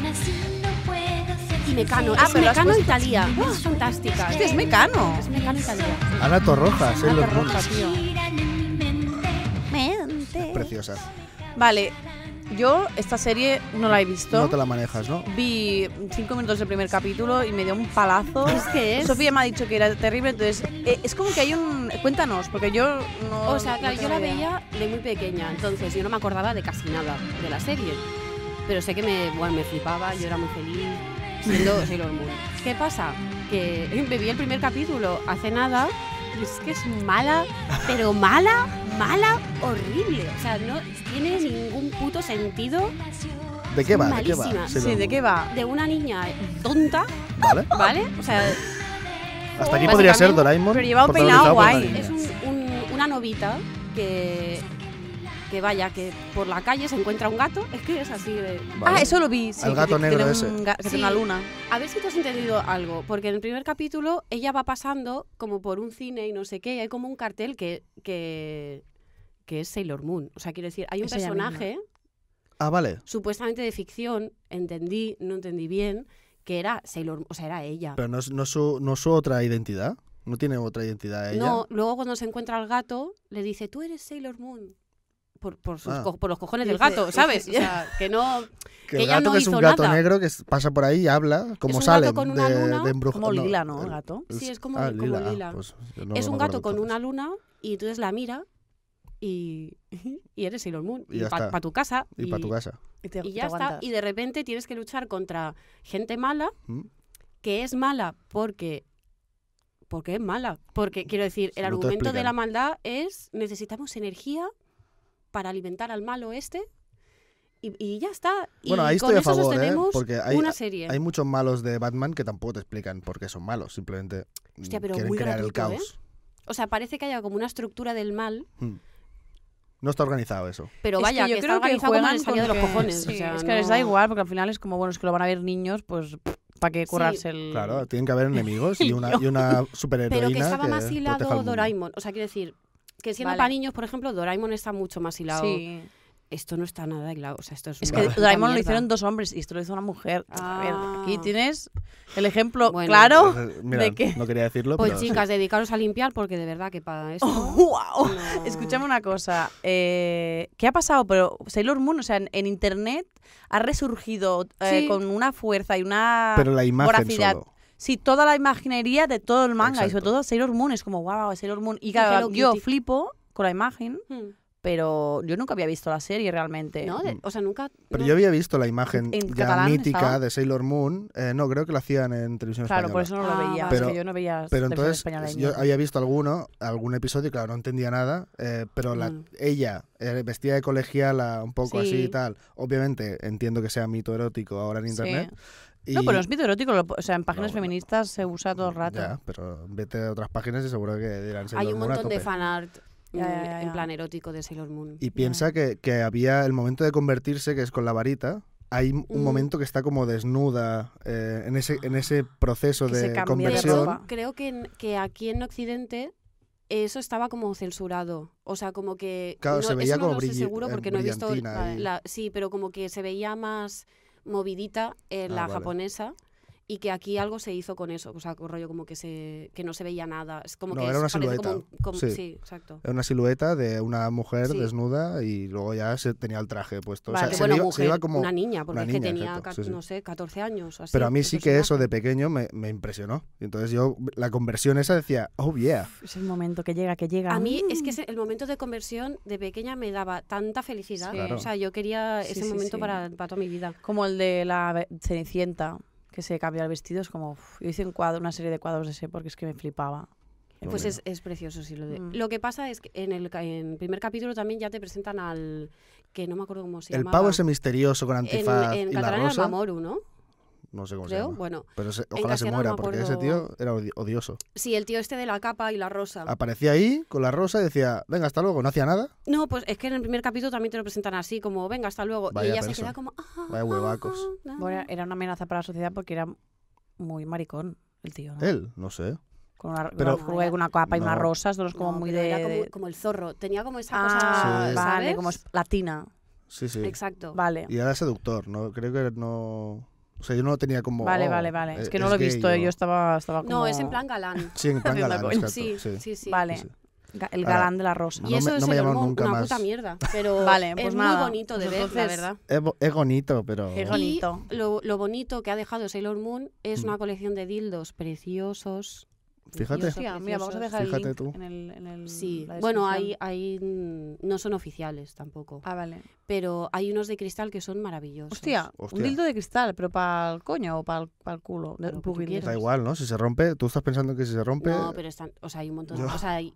[SPEAKER 2] Y Mecano.
[SPEAKER 1] Ah,
[SPEAKER 2] es
[SPEAKER 1] pero lo has
[SPEAKER 2] Mecano y
[SPEAKER 1] puesto.
[SPEAKER 2] Talía. Es fantástica.
[SPEAKER 1] Este es mecano.
[SPEAKER 2] Es Mecano y Talía.
[SPEAKER 3] Ana ¿eh? Torroja, Sailor Moon.
[SPEAKER 1] Torroja, tío.
[SPEAKER 3] Preciosa.
[SPEAKER 1] Vale, yo esta serie no la he visto.
[SPEAKER 3] No te la manejas, ¿no?
[SPEAKER 1] Vi cinco minutos del primer capítulo y me dio un palazo.
[SPEAKER 2] Es que es-
[SPEAKER 1] Sofía me ha dicho que era terrible, entonces eh, es como que hay un... Cuéntanos, porque yo no...
[SPEAKER 2] O sea, claro,
[SPEAKER 1] no
[SPEAKER 2] yo
[SPEAKER 1] tengo
[SPEAKER 2] la
[SPEAKER 1] idea.
[SPEAKER 2] veía de muy pequeña, entonces yo no me acordaba de casi nada de la serie. Pero sé que me, bueno, me flipaba, yo era muy feliz siendo Sailor Moon. ¿Qué pasa? Que me vi el primer capítulo hace nada y es que es mala, pero mala, mala, horrible. O sea, no tiene ningún puto sentido
[SPEAKER 3] ¿De qué va? ¿De qué
[SPEAKER 2] Malísima.
[SPEAKER 3] va?
[SPEAKER 2] Sí,
[SPEAKER 1] Sí, ¿de qué
[SPEAKER 3] Moon?
[SPEAKER 1] va?
[SPEAKER 2] de una niña tonta,
[SPEAKER 3] ¿Vale?
[SPEAKER 2] ¿vale? O sea,
[SPEAKER 3] Hasta aquí podría ser
[SPEAKER 2] Básicamente,
[SPEAKER 3] Doraemon.
[SPEAKER 1] pero lleva un peinado
[SPEAKER 3] protagonizado por una
[SPEAKER 1] guay.
[SPEAKER 3] niña.
[SPEAKER 2] es un- un- una novita que, que vaya, que por la calle se encuentra un gato. Es que es así de...
[SPEAKER 3] Vale.
[SPEAKER 1] Ah, eso lo vi, sí.
[SPEAKER 3] Al
[SPEAKER 1] que
[SPEAKER 3] gato
[SPEAKER 1] tiene
[SPEAKER 3] negro
[SPEAKER 1] un
[SPEAKER 3] ese.
[SPEAKER 1] ga- que tiene
[SPEAKER 2] Sí.
[SPEAKER 1] una luna.
[SPEAKER 2] A ver si te has entendido algo, porque en el primer capítulo ella va pasando como por un cine y no sé qué, y hay como un cartel que, que, que es Sailor Moon. O sea, quiero decir, hay un
[SPEAKER 1] Es ella
[SPEAKER 2] personaje
[SPEAKER 3] Ah, vale.
[SPEAKER 2] supuestamente de ficción, entendí, no entendí bien, que era Sailor Moon, o sea, era ella.
[SPEAKER 3] Pero no es, no es su, no es su otra identidad. No tiene otra identidad ella.
[SPEAKER 2] No, luego cuando se encuentra al gato, le dice, tú eres Sailor Moon. por, por, sus
[SPEAKER 3] Ah.
[SPEAKER 2] co- por los cojones del
[SPEAKER 4] Dice-
[SPEAKER 2] gato, ¿sabes? O sea, que no...
[SPEAKER 3] Que,
[SPEAKER 2] que
[SPEAKER 3] el
[SPEAKER 2] ella
[SPEAKER 3] gato
[SPEAKER 2] no
[SPEAKER 3] que es
[SPEAKER 2] hizo
[SPEAKER 3] un gato
[SPEAKER 2] nada.
[SPEAKER 3] negro que s- pasa por ahí y habla, como
[SPEAKER 2] un gato
[SPEAKER 3] sale
[SPEAKER 2] con una
[SPEAKER 3] de,
[SPEAKER 2] luna,
[SPEAKER 3] de embruja-
[SPEAKER 1] Como
[SPEAKER 3] no,
[SPEAKER 1] lila, ¿no?
[SPEAKER 3] el-
[SPEAKER 1] El gato.
[SPEAKER 2] Sí, es como- como lila.
[SPEAKER 3] pues yo no
[SPEAKER 2] es
[SPEAKER 3] me
[SPEAKER 2] un
[SPEAKER 3] acuerdo
[SPEAKER 2] gato con
[SPEAKER 3] entonces.
[SPEAKER 2] una luna y entonces la mira y, y eres Sailor Moon.
[SPEAKER 3] Y ya
[SPEAKER 2] para
[SPEAKER 3] está.
[SPEAKER 2] tu casa.
[SPEAKER 3] Y para tu casa.
[SPEAKER 1] Y, te-
[SPEAKER 2] y
[SPEAKER 1] te
[SPEAKER 2] ya está.
[SPEAKER 1] aguantas.
[SPEAKER 2] Y de repente tienes que luchar contra gente mala
[SPEAKER 3] ¿Mm?
[SPEAKER 2] que es mala porque porque es mala porque quiero decir el
[SPEAKER 3] No te
[SPEAKER 2] argumento de
[SPEAKER 3] explican.
[SPEAKER 2] la maldad es necesitamos energía para alimentar al malo este y, y ya está Y
[SPEAKER 3] Bueno, ahí
[SPEAKER 2] con
[SPEAKER 3] estoy a
[SPEAKER 2] eso
[SPEAKER 3] favor, ¿eh?
[SPEAKER 2] sostenemos
[SPEAKER 3] Porque hay,
[SPEAKER 2] una serie
[SPEAKER 3] hay muchos malos de Batman que tampoco te explican por qué son malos, simplemente mm,
[SPEAKER 2] Hostia, pero
[SPEAKER 3] quieren
[SPEAKER 2] muy
[SPEAKER 3] crear el
[SPEAKER 2] gratuito, ¿eh?
[SPEAKER 3] caos.
[SPEAKER 2] o sea parece que haya como una estructura del mal
[SPEAKER 3] Mm. No está organizado eso.
[SPEAKER 2] pero
[SPEAKER 4] Es
[SPEAKER 2] vaya
[SPEAKER 4] que
[SPEAKER 2] que,
[SPEAKER 4] yo creo
[SPEAKER 2] está
[SPEAKER 4] que
[SPEAKER 2] organizado como
[SPEAKER 4] juegan
[SPEAKER 2] el salido de los
[SPEAKER 4] con que-
[SPEAKER 2] cojones
[SPEAKER 4] sí,
[SPEAKER 2] o sea,
[SPEAKER 1] es que les da
[SPEAKER 2] no-
[SPEAKER 1] igual, porque al final es como, bueno, es que lo van a ver niños, pues para qué currarse el...
[SPEAKER 3] Claro, tienen que haber enemigos y una, y una superheroína
[SPEAKER 2] pero que estaba más
[SPEAKER 3] proteja eh, al
[SPEAKER 2] hilado
[SPEAKER 3] mundo.
[SPEAKER 2] Doraemon o sea quiero decir que siendo
[SPEAKER 1] Vale.
[SPEAKER 2] para niños por ejemplo Doraemon está mucho más hilado
[SPEAKER 1] Sí.
[SPEAKER 2] esto no está nada hilado o sea esto es,
[SPEAKER 1] Es
[SPEAKER 2] una
[SPEAKER 1] que
[SPEAKER 2] puta
[SPEAKER 1] Doraemon lo
[SPEAKER 2] mierda.
[SPEAKER 1] hicieron dos hombres y esto lo hizo una mujer. A
[SPEAKER 2] Ah.
[SPEAKER 1] ver, aquí tienes el ejemplo
[SPEAKER 2] Bueno.
[SPEAKER 1] claro
[SPEAKER 3] Entonces, Mira,
[SPEAKER 1] ¿De qué?
[SPEAKER 3] no quería decirlo,
[SPEAKER 2] Pues
[SPEAKER 3] pero sí.
[SPEAKER 2] chicas, Oh, dedicaros a limpiar porque de verdad que para
[SPEAKER 1] Oh,
[SPEAKER 2] esto.
[SPEAKER 1] ¡Wow!
[SPEAKER 2] no.
[SPEAKER 1] Escúchame una cosa. eh, ¿Qué ha pasado? Pero Sailor Moon, o sea, en, en internet ha resurgido eh,
[SPEAKER 2] Sí.
[SPEAKER 1] con una fuerza y una.
[SPEAKER 3] Pero la imagen
[SPEAKER 1] voracidad.
[SPEAKER 3] solo.
[SPEAKER 1] Sí, toda la imaginería de todo el manga y sobre
[SPEAKER 3] Exacto.
[SPEAKER 1] todo Sailor Moon. Es como, wow, Sailor Moon. Y
[SPEAKER 2] Y
[SPEAKER 1] claro,
[SPEAKER 2] Hello
[SPEAKER 1] yo
[SPEAKER 2] Kitty.
[SPEAKER 1] flipo con la imagen,
[SPEAKER 2] Hmm.
[SPEAKER 1] pero yo nunca había visto la serie realmente.
[SPEAKER 2] No, de- o sea, nunca.
[SPEAKER 3] Mm. Pero
[SPEAKER 2] no-
[SPEAKER 3] yo había visto la imagen
[SPEAKER 1] ¿En
[SPEAKER 3] ya
[SPEAKER 1] catalán
[SPEAKER 3] mítica
[SPEAKER 1] estaba?
[SPEAKER 3] de Sailor Moon. Eh, no, creo que la hacían en televisión
[SPEAKER 1] Claro, por
[SPEAKER 3] española.
[SPEAKER 1] eso no lo
[SPEAKER 2] Ah,
[SPEAKER 1] veía.
[SPEAKER 2] vale.
[SPEAKER 1] es que
[SPEAKER 3] Pero-
[SPEAKER 1] yo no veía
[SPEAKER 3] Pero
[SPEAKER 1] televisión
[SPEAKER 3] entonces
[SPEAKER 1] española de
[SPEAKER 3] yo
[SPEAKER 1] niños.
[SPEAKER 3] había visto alguno, algún episodio y claro, no entendía nada, eh, pero la,
[SPEAKER 2] Mm.
[SPEAKER 3] ella eh, vestida de colegiala un poco así
[SPEAKER 2] Sí.
[SPEAKER 3] y tal. Obviamente entiendo que sea mito erótico ahora en
[SPEAKER 1] Sí.
[SPEAKER 3] internet. Y,
[SPEAKER 1] No, pero es mito erótico. lo- O sea, en páginas
[SPEAKER 3] No, no.
[SPEAKER 1] feministas se usa todo el rato.
[SPEAKER 3] Ya, pero vete a otras páginas y seguro que dirán Sailor
[SPEAKER 2] Hay un
[SPEAKER 3] Moon a
[SPEAKER 2] montón de
[SPEAKER 3] tope.
[SPEAKER 2] fanart mm,
[SPEAKER 1] Ya, ya, ya.
[SPEAKER 2] en plan erótico de Sailor Moon.
[SPEAKER 3] Y piensa que, que había el momento de convertirse, que es con la varita. Hay un
[SPEAKER 2] Mm. Ah.
[SPEAKER 3] momento que está como desnuda eh, en, ese, en ese proceso
[SPEAKER 1] Que se
[SPEAKER 3] de
[SPEAKER 1] cambia de
[SPEAKER 3] conversión.
[SPEAKER 1] ropa.
[SPEAKER 2] Creo que, en- que aquí en Occidente eso estaba como censurado. O sea, como que.
[SPEAKER 3] Claro,
[SPEAKER 2] no,
[SPEAKER 3] se veía
[SPEAKER 2] eso no
[SPEAKER 3] como
[SPEAKER 2] lo sé
[SPEAKER 3] brilli-
[SPEAKER 2] seguro
[SPEAKER 3] eh,
[SPEAKER 2] porque no he visto.
[SPEAKER 3] brillantina y-
[SPEAKER 2] la- sí, pero como que se veía más movidita en
[SPEAKER 3] Ah,
[SPEAKER 2] la
[SPEAKER 3] vale.
[SPEAKER 2] japonesa. Y que aquí algo se hizo con eso, o sea, con rollo como que se que no se veía nada, es como
[SPEAKER 3] No,
[SPEAKER 2] que
[SPEAKER 3] era
[SPEAKER 2] es-
[SPEAKER 3] una
[SPEAKER 2] parece como
[SPEAKER 3] silueta.
[SPEAKER 2] un- como-
[SPEAKER 3] Sí.
[SPEAKER 2] sí, exacto.
[SPEAKER 3] Era una silueta de una mujer
[SPEAKER 2] Sí.
[SPEAKER 3] desnuda y luego ya se tenía el traje puesto.
[SPEAKER 1] Vale.
[SPEAKER 3] o sea,
[SPEAKER 2] Que
[SPEAKER 3] se,
[SPEAKER 2] bueno,
[SPEAKER 3] le iba, se
[SPEAKER 2] mujer,
[SPEAKER 3] iba como...
[SPEAKER 2] una niña, porque
[SPEAKER 3] una
[SPEAKER 2] es que
[SPEAKER 3] niña,
[SPEAKER 2] tenía,
[SPEAKER 3] exacto,
[SPEAKER 2] ca-
[SPEAKER 3] sí, sí.
[SPEAKER 2] no sé, 14 años o así.
[SPEAKER 3] Pero a mí
[SPEAKER 2] el
[SPEAKER 3] sí que eso
[SPEAKER 2] personaje.
[SPEAKER 3] de pequeño me, me impresionó. Y Entonces yo, la conversión esa decía, oh yeah.
[SPEAKER 1] Es el momento que llega, que llega.
[SPEAKER 2] A mí es
[SPEAKER 1] Mm.
[SPEAKER 2] que
[SPEAKER 3] Ah.
[SPEAKER 2] ese- el momento de conversión de pequeña me daba tanta felicidad.
[SPEAKER 1] Sí.
[SPEAKER 3] Claro.
[SPEAKER 2] O sea, yo quería
[SPEAKER 1] Sí,
[SPEAKER 2] ese
[SPEAKER 1] sí,
[SPEAKER 2] momento
[SPEAKER 1] sí.
[SPEAKER 2] Para, para toda mi vida.
[SPEAKER 1] Como el de la ve- Cenicienta, que se cambia el vestido, es como. uf, yo hice un cuadro, una serie de cuadros de ese porque es que me flipaba.
[SPEAKER 3] No,
[SPEAKER 2] Pues
[SPEAKER 3] mira.
[SPEAKER 2] es, es precioso, sí. Lo, de.
[SPEAKER 1] Mm.
[SPEAKER 2] lo que pasa es que en el ca- en primer capítulo también ya te presentan al... que no me acuerdo cómo se
[SPEAKER 3] El
[SPEAKER 2] llamaba.
[SPEAKER 3] pavo ese misterioso con
[SPEAKER 2] En,
[SPEAKER 3] antifaz
[SPEAKER 2] en
[SPEAKER 3] y la
[SPEAKER 2] catalán era el
[SPEAKER 3] rosa,
[SPEAKER 2] Mamoru, ¿no?
[SPEAKER 3] no sé cómo se
[SPEAKER 2] Creo,
[SPEAKER 3] llama.
[SPEAKER 2] bueno.
[SPEAKER 3] Pero se- ojalá se
[SPEAKER 2] castellano
[SPEAKER 3] muera,
[SPEAKER 2] no me
[SPEAKER 3] porque ese
[SPEAKER 2] acuerdo.
[SPEAKER 3] tío era odi- odioso.
[SPEAKER 2] Sí, el tío este de la capa y la rosa.
[SPEAKER 3] Aparecía ahí con la rosa y decía, venga, hasta luego. No hacía nada.
[SPEAKER 2] No, pues es que en el primer capítulo también te lo presentan así, como, venga, hasta luego. y
[SPEAKER 3] Vaya
[SPEAKER 2] ella se
[SPEAKER 3] perso.
[SPEAKER 2] queda como... "Ah,
[SPEAKER 3] Vaya huevacos.
[SPEAKER 2] ah, ah".
[SPEAKER 1] Bueno, era una amenaza para la sociedad porque era muy maricón el tío, ¿no?
[SPEAKER 3] Él, no sé.
[SPEAKER 1] Con una,
[SPEAKER 3] Pero-
[SPEAKER 1] con una fuga y con una capa y
[SPEAKER 3] No.
[SPEAKER 1] unas rosas, todos como
[SPEAKER 2] No,
[SPEAKER 1] muy
[SPEAKER 2] pero
[SPEAKER 1] de.
[SPEAKER 2] era como,
[SPEAKER 1] de-
[SPEAKER 2] como el zorro. Tenía como esa
[SPEAKER 1] Ah,
[SPEAKER 2] cosa.
[SPEAKER 1] vale,
[SPEAKER 3] Sí.
[SPEAKER 2] ¿sabes?
[SPEAKER 1] como es latina.
[SPEAKER 3] Sí, sí.
[SPEAKER 2] Exacto.
[SPEAKER 1] Vale.
[SPEAKER 3] Y era seductor, ¿no? Creo que no... O sea, yo no lo tenía como...
[SPEAKER 1] Vale,
[SPEAKER 3] "Oh,
[SPEAKER 1] vale, vale. Es que no
[SPEAKER 3] es
[SPEAKER 1] lo he
[SPEAKER 3] gay",
[SPEAKER 1] visto,
[SPEAKER 3] o-
[SPEAKER 1] yo estaba, estaba como...
[SPEAKER 2] No, es en plan galán.
[SPEAKER 3] Sí, en plan
[SPEAKER 1] Haciendo
[SPEAKER 3] galán,
[SPEAKER 1] coño.
[SPEAKER 3] exacto,
[SPEAKER 2] Sí,
[SPEAKER 3] sí.
[SPEAKER 2] sí, sí.
[SPEAKER 1] Vale.
[SPEAKER 3] Sí,
[SPEAKER 1] Ga- El
[SPEAKER 3] Ahora,
[SPEAKER 1] galán de la rosa.
[SPEAKER 3] No
[SPEAKER 2] Y eso
[SPEAKER 3] me-
[SPEAKER 2] es
[SPEAKER 3] no me
[SPEAKER 2] Sailor
[SPEAKER 3] llamaron
[SPEAKER 2] Moon,
[SPEAKER 3] nunca
[SPEAKER 2] una
[SPEAKER 3] más.
[SPEAKER 2] puta mierda. Pero
[SPEAKER 1] Vale, pues
[SPEAKER 2] es
[SPEAKER 1] nada.
[SPEAKER 2] muy bonito de
[SPEAKER 1] Pues
[SPEAKER 2] ver, la
[SPEAKER 1] entonces,
[SPEAKER 2] verdad.
[SPEAKER 3] Es, bo- es bonito, pero...
[SPEAKER 1] Qué bonito.
[SPEAKER 2] Y lo, lo bonito que ha dejado Sailor Moon es
[SPEAKER 3] Mm.
[SPEAKER 2] una colección de dildos preciosos.
[SPEAKER 3] Fíjate.
[SPEAKER 2] preciosos,
[SPEAKER 1] Hostia, mira, vamos a dejar el
[SPEAKER 3] Fíjate
[SPEAKER 1] link
[SPEAKER 3] tú.
[SPEAKER 1] en el... en el-
[SPEAKER 2] Sí,
[SPEAKER 1] la
[SPEAKER 2] bueno, hay,
[SPEAKER 1] descripción.
[SPEAKER 2] hay, mm, no son oficiales tampoco,
[SPEAKER 1] Ah, vale.
[SPEAKER 2] pero hay unos de cristal que son maravillosos.
[SPEAKER 1] Hostia, un
[SPEAKER 3] Hostia.
[SPEAKER 1] dildo de cristal, pero para el coño o para el culo. De-
[SPEAKER 2] Lo que tú
[SPEAKER 1] pugil.
[SPEAKER 2] quieras.
[SPEAKER 3] Da igual, ¿no? Si se rompe, tú estás pensando que si se rompe
[SPEAKER 2] No, pero están, o sea, hay un montón,
[SPEAKER 3] Yo-
[SPEAKER 2] o sea, hay,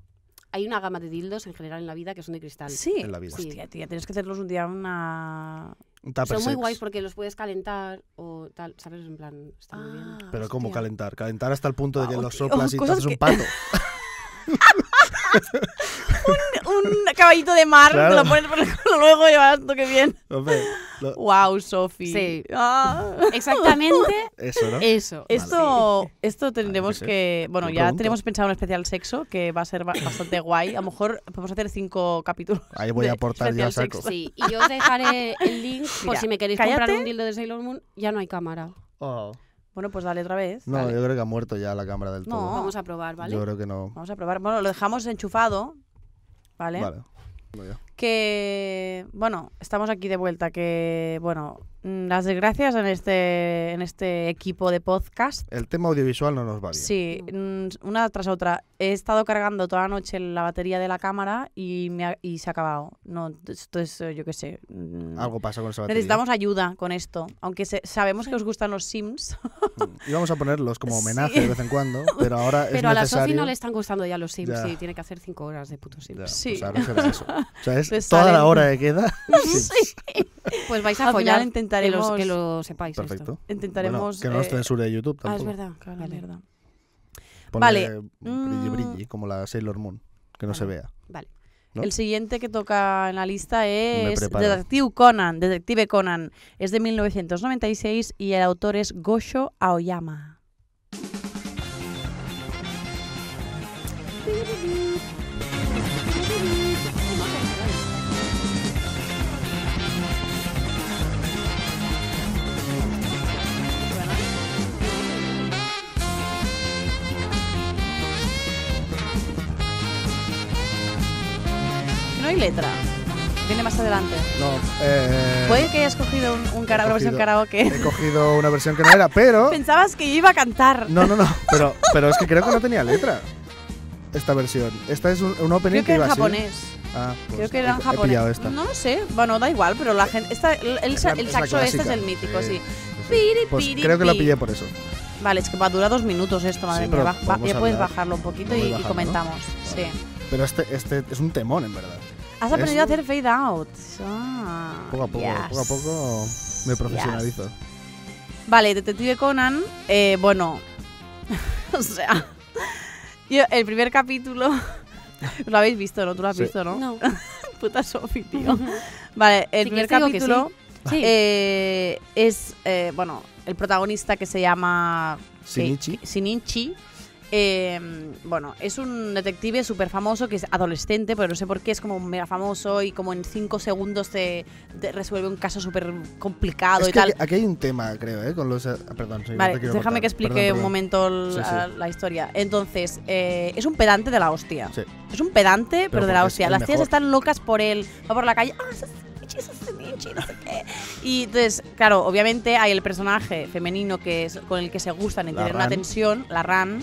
[SPEAKER 2] hay una gama de dildos en general en la vida que son de cristal.
[SPEAKER 1] Sí.
[SPEAKER 3] en la vida.
[SPEAKER 2] Sí.
[SPEAKER 1] Hostia, tía, tienes que hacerlos un día una...
[SPEAKER 3] Un tupper
[SPEAKER 2] Son muy
[SPEAKER 3] sex.
[SPEAKER 2] guays porque los puedes calentar o tal, ¿sabes? En plan, está muy bien.
[SPEAKER 1] Ah,
[SPEAKER 3] Pero ¿cómo
[SPEAKER 1] hostia.
[SPEAKER 3] calentar? Calentar hasta el punto de que
[SPEAKER 1] Ah,
[SPEAKER 3] lo
[SPEAKER 1] hostia,
[SPEAKER 3] soplas y te
[SPEAKER 1] cosas
[SPEAKER 3] haces
[SPEAKER 1] que-
[SPEAKER 3] un pato.
[SPEAKER 1] Un caballito de mar,
[SPEAKER 3] Claro.
[SPEAKER 1] te lo pones por el culo luego y vas, tú qué bien.
[SPEAKER 3] Hombre, lo-
[SPEAKER 1] Wow, Sofi.
[SPEAKER 2] Sí.
[SPEAKER 1] Ah.
[SPEAKER 2] Exactamente
[SPEAKER 3] Eso,
[SPEAKER 1] Eh,
[SPEAKER 3] ¿no?
[SPEAKER 2] eso.
[SPEAKER 1] Esto, esto
[SPEAKER 3] que
[SPEAKER 1] tendremos
[SPEAKER 3] ser.
[SPEAKER 1] que. Bueno,
[SPEAKER 3] Yo
[SPEAKER 1] ya
[SPEAKER 3] pregunto.
[SPEAKER 1] tenemos pensado un especial sexo que va a ser ba- bastante guay. A lo mejor podemos hacer cinco capítulos.
[SPEAKER 3] Ahí voy
[SPEAKER 1] de
[SPEAKER 3] a aportar yo a
[SPEAKER 1] especial
[SPEAKER 3] saco.
[SPEAKER 2] Sí, y yo os dejaré el link por
[SPEAKER 1] Mira,
[SPEAKER 2] si me queréis
[SPEAKER 1] cállate.
[SPEAKER 2] comprar un dildo de Sailor Moon, ya no hay cámara.
[SPEAKER 3] Oh.
[SPEAKER 1] Bueno, pues dale otra vez.
[SPEAKER 3] No, eh.
[SPEAKER 1] Dale.
[SPEAKER 3] yo creo que ha muerto ya la cámara del
[SPEAKER 1] No,
[SPEAKER 3] todo.
[SPEAKER 2] Vamos a probar, ¿vale?
[SPEAKER 3] Yo creo que no.
[SPEAKER 1] Vamos a probar. Bueno, lo dejamos enchufado. ¿Vale?
[SPEAKER 3] Vale.
[SPEAKER 1] que bueno, estamos aquí de vuelta, que bueno, mm, las desgracias en este en este equipo de podcast.
[SPEAKER 3] El tema audiovisual no nos va bien.
[SPEAKER 1] Sí, mm, una tras otra. He estado cargando toda la noche la batería de la cámara y, me ha- y se ha acabado. No, entonces eh, yo qué sé. mm,
[SPEAKER 3] Algo pasa con esa batería.
[SPEAKER 1] Necesitamos ayuda con esto, aunque se- sabemos que os gustan los Sims,
[SPEAKER 3] Íbamos a ponerlos como homenaje
[SPEAKER 1] Sí.
[SPEAKER 3] de vez en cuando, pero ahora
[SPEAKER 2] Pero a
[SPEAKER 3] es
[SPEAKER 2] la Sofi
[SPEAKER 3] necesario.
[SPEAKER 2] no le están gustando ya los Sims,
[SPEAKER 3] Ya.
[SPEAKER 2] sí, tiene que hacer cinco horas de puto Sims.
[SPEAKER 3] Ya,
[SPEAKER 1] Sí.
[SPEAKER 3] pues ahora será eso. O sea, es
[SPEAKER 1] Pues
[SPEAKER 3] toda
[SPEAKER 1] salen-
[SPEAKER 3] la hora que queda. Sí,
[SPEAKER 2] Pues vais a
[SPEAKER 1] Al
[SPEAKER 2] follar,
[SPEAKER 1] final intentaremos-
[SPEAKER 2] que, los- que lo sepáis. esto. Ah,
[SPEAKER 3] Perfecto.
[SPEAKER 1] intentaremos...
[SPEAKER 3] Bueno, que no nos
[SPEAKER 1] eh,
[SPEAKER 3] censure YouTube
[SPEAKER 1] Ah, es
[SPEAKER 3] tampoco.
[SPEAKER 1] verdad, claro, es
[SPEAKER 2] Vale.
[SPEAKER 1] verdad.
[SPEAKER 3] Ponle
[SPEAKER 1] Vale.
[SPEAKER 3] Brilli
[SPEAKER 1] Mm.
[SPEAKER 3] brilli, como la Sailor Moon, que no se vea.
[SPEAKER 2] Vale.
[SPEAKER 3] ¿no?
[SPEAKER 1] El siguiente que toca en la lista es
[SPEAKER 3] preparo.
[SPEAKER 1] Detective Conan. Detective Conan es de 1996 y el autor es Gosho Aoyama. No hay letra. Viene más adelante.
[SPEAKER 3] No, eh,
[SPEAKER 1] Puede que hayas cogido un, un cara-
[SPEAKER 3] he
[SPEAKER 1] una versión
[SPEAKER 3] cogido-
[SPEAKER 1] karaoke.
[SPEAKER 3] he cogido una versión que no era, pero.
[SPEAKER 1] Pensabas que yo iba a cantar.
[SPEAKER 3] No, no, no. Pero, pero es que creo que no tenía letra. Esta versión. Esta es un, un opening
[SPEAKER 1] Creo que
[SPEAKER 3] iba
[SPEAKER 1] era
[SPEAKER 3] así.
[SPEAKER 1] japonés.
[SPEAKER 3] Ah, pues
[SPEAKER 1] Creo que
[SPEAKER 3] he-
[SPEAKER 1] era en
[SPEAKER 3] he
[SPEAKER 1] japonés.
[SPEAKER 3] pillado esta.
[SPEAKER 1] No lo sé. Bueno, da igual, pero la gente. esta- el, el
[SPEAKER 3] Es
[SPEAKER 1] sa-
[SPEAKER 3] la-
[SPEAKER 1] el
[SPEAKER 3] es la
[SPEAKER 1] saxo este es
[SPEAKER 3] clásica.
[SPEAKER 1] el mítico, sí.
[SPEAKER 3] Sí.
[SPEAKER 1] Piri,
[SPEAKER 3] Pues
[SPEAKER 1] piri,
[SPEAKER 3] creo que la
[SPEAKER 1] pi.
[SPEAKER 3] pillé por eso.
[SPEAKER 1] Vale, es que va a durar dos minutos esto, madre mía.
[SPEAKER 3] Sí, pero
[SPEAKER 1] va- va-
[SPEAKER 3] podemos
[SPEAKER 1] ya puedes
[SPEAKER 3] hablar.
[SPEAKER 1] bajarlo un poquito
[SPEAKER 3] Lo
[SPEAKER 1] y,
[SPEAKER 3] voy
[SPEAKER 1] y
[SPEAKER 3] bajando, ¿no?
[SPEAKER 1] comentamos. Sí.
[SPEAKER 3] Vale. Pero este, este es un temón, en verdad.
[SPEAKER 1] Has
[SPEAKER 3] Es-
[SPEAKER 1] aprendido a hacer fade out. Ah,
[SPEAKER 3] Poco a poco, poco a poco me
[SPEAKER 1] yes.
[SPEAKER 3] profesionalizo.
[SPEAKER 1] Vale, Detective Conan, eh, bueno, o sea, yo- el primer capítulo, lo habéis visto, ¿no? Tú lo has
[SPEAKER 3] Sí.
[SPEAKER 1] visto, ¿no?
[SPEAKER 2] No.
[SPEAKER 1] Puta Sofi, tío. Vale, el
[SPEAKER 2] Sí, que
[SPEAKER 1] primer
[SPEAKER 2] te digo que
[SPEAKER 1] capítulo
[SPEAKER 2] Sí.
[SPEAKER 1] eh, es, eh, bueno, el protagonista que se llama
[SPEAKER 3] Shinichi.
[SPEAKER 1] eh, Shinichi. eh, bueno, es un detective súper famoso que es adolescente, pero no sé por qué es como mega famoso y como en cinco segundos te, te resuelve un caso súper complicado
[SPEAKER 3] Es
[SPEAKER 1] y
[SPEAKER 3] que
[SPEAKER 1] tal.
[SPEAKER 3] aquí, aquí hay un tema, creo, ¿eh? Con los... ah, Perdón, sí, no
[SPEAKER 1] Vale,
[SPEAKER 3] te quiero
[SPEAKER 1] déjame
[SPEAKER 3] cortar.
[SPEAKER 1] que explique
[SPEAKER 3] Perdón,
[SPEAKER 1] un
[SPEAKER 3] perdón.
[SPEAKER 1] momento la,
[SPEAKER 3] Sí, sí.
[SPEAKER 1] la historia. Entonces, eh, es un pedante de la hostia.
[SPEAKER 3] Sí.
[SPEAKER 1] Es un pedante, pero, de la
[SPEAKER 3] porque es
[SPEAKER 1] hostia.
[SPEAKER 3] el
[SPEAKER 1] Las tías
[SPEAKER 3] mejor.
[SPEAKER 1] están locas por él. Va por la calle. "Ah, ese es Nietzsche, ese es Nietzsche", no sé qué. Y entonces, claro, obviamente hay el personaje femenino que es con el que se gustan y
[SPEAKER 3] La
[SPEAKER 1] tienen una
[SPEAKER 3] Ran.
[SPEAKER 1] tensión, la Ran,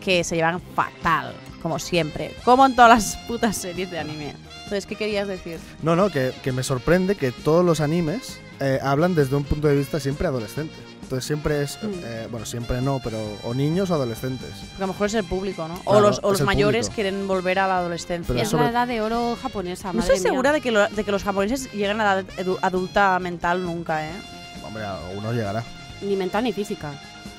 [SPEAKER 1] que se llevan fatal, como siempre. Como en todas las putas series de anime. Entonces, ¿qué querías decir?
[SPEAKER 3] No, no, que, que me sorprende que todos los animes eh, hablan desde un punto de vista siempre adolescente. Entonces siempre es...
[SPEAKER 2] Mm.
[SPEAKER 3] eh, bueno, siempre no, pero o niños o adolescentes.
[SPEAKER 1] Porque a lo mejor es el público, ¿no? o
[SPEAKER 3] Claro,
[SPEAKER 1] los, o
[SPEAKER 3] es
[SPEAKER 1] los
[SPEAKER 3] el
[SPEAKER 1] mayores
[SPEAKER 3] público.
[SPEAKER 1] quieren volver a la adolescencia.
[SPEAKER 3] Pero
[SPEAKER 2] es
[SPEAKER 3] sobre-
[SPEAKER 2] la edad de oro japonesa,
[SPEAKER 1] No
[SPEAKER 2] Ah, madre
[SPEAKER 1] estoy segura
[SPEAKER 2] mía.
[SPEAKER 1] de que, lo- de que los japoneses lleguen a la edad edu- adulta mental nunca, ¿eh?
[SPEAKER 3] Hombre, a uno llegará.
[SPEAKER 2] Ni mental ni física.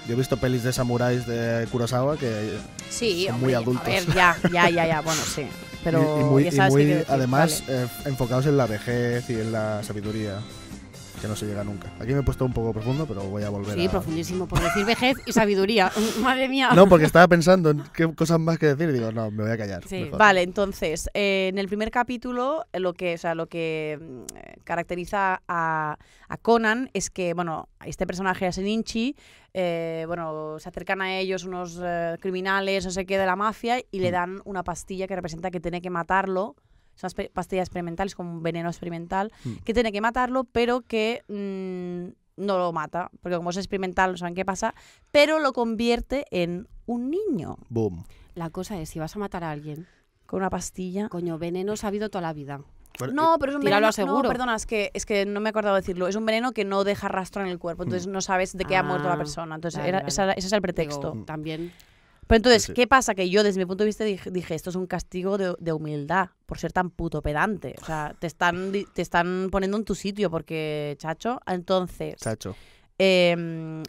[SPEAKER 3] Yo he visto pelis de samuráis de Kurosawa que...
[SPEAKER 1] Sí,
[SPEAKER 3] Son muy adultos.
[SPEAKER 1] A ver, ya, ya, ya, ya, bueno, sí. Pero
[SPEAKER 3] y, y muy,
[SPEAKER 1] ya
[SPEAKER 3] y
[SPEAKER 1] sabes qué
[SPEAKER 3] muy,
[SPEAKER 1] quiero decir,
[SPEAKER 3] además,
[SPEAKER 1] vale.
[SPEAKER 3] eh, enfocados en la vejez y en la sabiduría, que no se llega nunca. Aquí me he puesto un poco profundo, pero voy a volver
[SPEAKER 2] Sí,
[SPEAKER 3] a...
[SPEAKER 2] profundísimo, por decir vejez y sabiduría. madre mía.
[SPEAKER 3] No, porque estaba pensando en qué cosas más que decir y digo, no, me voy a callar.
[SPEAKER 2] Sí.
[SPEAKER 3] mejor.
[SPEAKER 1] Vale, entonces, eh, en el primer capítulo, eh, lo que, o sea, lo que mm, eh, caracteriza a, a Conan es que, bueno, a este personaje, a Seninchi, eh, bueno, se acercan a ellos unos eh, criminales, no sé qué, de la mafia, y le
[SPEAKER 3] Mm.
[SPEAKER 1] dan una pastilla que representa que tiene que matarlo. Es una espe- pastilla experimental, es como un veneno experimental,
[SPEAKER 3] Mm.
[SPEAKER 1] que tiene que matarlo, pero que mm, no lo mata, porque como es experimental, no saben qué pasa, pero lo convierte en un niño
[SPEAKER 3] Boom.
[SPEAKER 2] La cosa es, si vas a matar a alguien,
[SPEAKER 1] con una pastilla.
[SPEAKER 2] coño, veneno sabido toda la vida.
[SPEAKER 3] Bueno,
[SPEAKER 1] No, pero es un
[SPEAKER 2] Tíralo
[SPEAKER 1] veneno.
[SPEAKER 2] a seguro.
[SPEAKER 1] No, perdona, es que, es que no me he acordado de decirlo. Es un veneno que no deja rastro en el
[SPEAKER 3] Mm.
[SPEAKER 1] cuerpo, entonces no sabes de qué ha muerto la
[SPEAKER 2] Ah,
[SPEAKER 1] persona. Entonces,
[SPEAKER 2] vale,
[SPEAKER 1] era-
[SPEAKER 2] vale.
[SPEAKER 1] esa- ese es el pretexto.
[SPEAKER 2] Digo, también.
[SPEAKER 1] Pero entonces,
[SPEAKER 3] Sí, sí.
[SPEAKER 1] ¿qué pasa? Que yo, desde mi punto de vista, dije, dije, esto es un castigo de, de humildad por ser tan puto pedante. O sea, te están, di- te están poniendo en tu sitio porque, chacho. Entonces,
[SPEAKER 3] chacho.
[SPEAKER 1] em,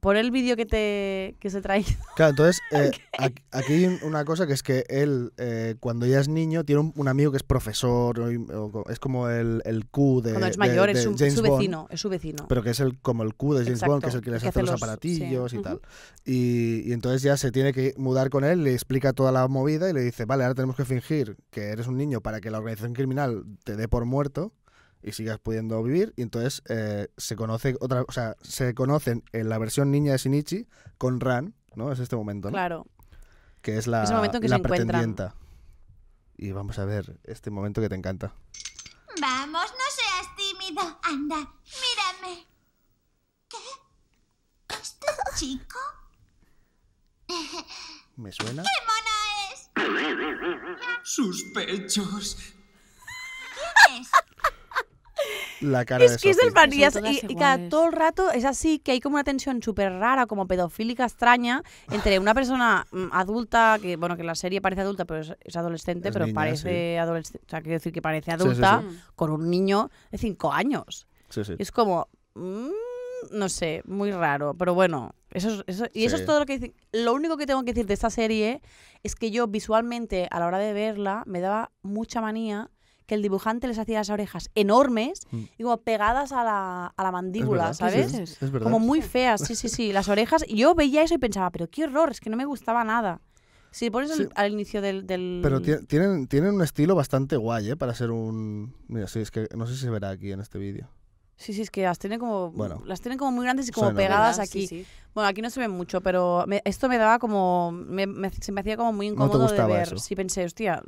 [SPEAKER 1] por el vídeo que te que se trae.
[SPEAKER 3] Claro, entonces, eh, ac- aquí hay un- una cosa que es que él, eh, cuando ya es niño, tiene un, un amigo que es profesor, o, o co- es como el, el Q de,
[SPEAKER 1] Cuando es
[SPEAKER 3] de-
[SPEAKER 1] mayor,
[SPEAKER 3] Eh, de
[SPEAKER 1] es su,
[SPEAKER 3] James
[SPEAKER 1] su
[SPEAKER 3] Bond,
[SPEAKER 1] vecino. Es su vecino.
[SPEAKER 3] pero que es el como el Q de James
[SPEAKER 1] Exacto,
[SPEAKER 3] Bond, que es el que les
[SPEAKER 1] que
[SPEAKER 3] hace
[SPEAKER 1] hace
[SPEAKER 3] los
[SPEAKER 1] los-
[SPEAKER 3] aparatillos
[SPEAKER 2] sí.
[SPEAKER 3] y tal.
[SPEAKER 2] Ujú.
[SPEAKER 3] Y, y entonces ya se tiene que mudar con él, le explica toda la movida y le dice, vale, ahora tenemos que fingir que eres un niño para que la organización criminal te dé por muerto y sigas pudiendo vivir. Y entonces eh, se conoce otra, o sea, se conocen en la versión niña de Shinichi con Ran, ¿no? Es este momento, ¿no?
[SPEAKER 1] Claro.
[SPEAKER 3] Que es la,
[SPEAKER 1] Ese momento en que
[SPEAKER 3] la
[SPEAKER 1] se encuentran.
[SPEAKER 3] pretendienta. Y vamos a ver este momento que te encanta.
[SPEAKER 4] Vamos, no seas tímido. Anda, mírame. ¿Qué? ¿Este chico?
[SPEAKER 3] ¿Me suena?
[SPEAKER 4] ¡Qué mona es!
[SPEAKER 5] Sus pechos.
[SPEAKER 4] ¿Quién es?
[SPEAKER 3] La cara
[SPEAKER 1] Es
[SPEAKER 3] de
[SPEAKER 1] que es del
[SPEAKER 3] Sophie.
[SPEAKER 1] Manías
[SPEAKER 2] Son
[SPEAKER 1] y,
[SPEAKER 2] todas
[SPEAKER 1] y cada
[SPEAKER 2] iguales.
[SPEAKER 1] todo el rato es así, que hay como una tensión súper rara, como pedofílica extraña, entre una persona mm, adulta, que bueno, que en la serie parece adulta, pero es, es adolescente,
[SPEAKER 3] Es
[SPEAKER 1] pero
[SPEAKER 3] niña,
[SPEAKER 1] parece adolescente, o sea, quiero decir que parece
[SPEAKER 3] sí, sí.
[SPEAKER 1] adulta con un niño de 5 años.
[SPEAKER 3] Sí, sí.
[SPEAKER 1] Y es como, mm, no sé, muy raro, pero bueno, eso, es- eso- y eso
[SPEAKER 3] Sí.
[SPEAKER 1] es todo lo que dice- Lo único que tengo que decir de esta serie es que yo visualmente a la hora de verla me daba mucha manía que el dibujante les hacía las orejas enormes
[SPEAKER 3] Mm.
[SPEAKER 1] y como pegadas a la, a la
[SPEAKER 3] Es
[SPEAKER 1] mandíbula,
[SPEAKER 3] verdad, sí,
[SPEAKER 1] ¿sabes?
[SPEAKER 3] sí, es- es verdad.
[SPEAKER 1] Como muy feas, sí, sí, sí, las orejas. Y yo veía eso y pensaba, pero qué horror, es que no me gustaba nada. Si pones el-
[SPEAKER 3] Sí.
[SPEAKER 1] al inicio del... del-
[SPEAKER 3] Pero ti- tienen, tienen un estilo bastante guay, ¿eh? Para ser un... Mira, sí, es que no sé si se verá aquí en este vídeo.
[SPEAKER 1] Sí, sí, es que las tienen como,
[SPEAKER 3] Bueno.
[SPEAKER 1] las tienen como muy grandes y
[SPEAKER 3] Son
[SPEAKER 1] como
[SPEAKER 3] enormes.
[SPEAKER 1] pegadas
[SPEAKER 2] ¿Verdad? Sí,
[SPEAKER 1] aquí.
[SPEAKER 2] sí.
[SPEAKER 1] Bueno, aquí no se ve mucho, pero me- esto me daba como. me- me- se me hacía como muy
[SPEAKER 3] te
[SPEAKER 1] incómodo de
[SPEAKER 3] gustaba
[SPEAKER 1] ver.
[SPEAKER 3] eso.
[SPEAKER 1] Si pensé, hostia,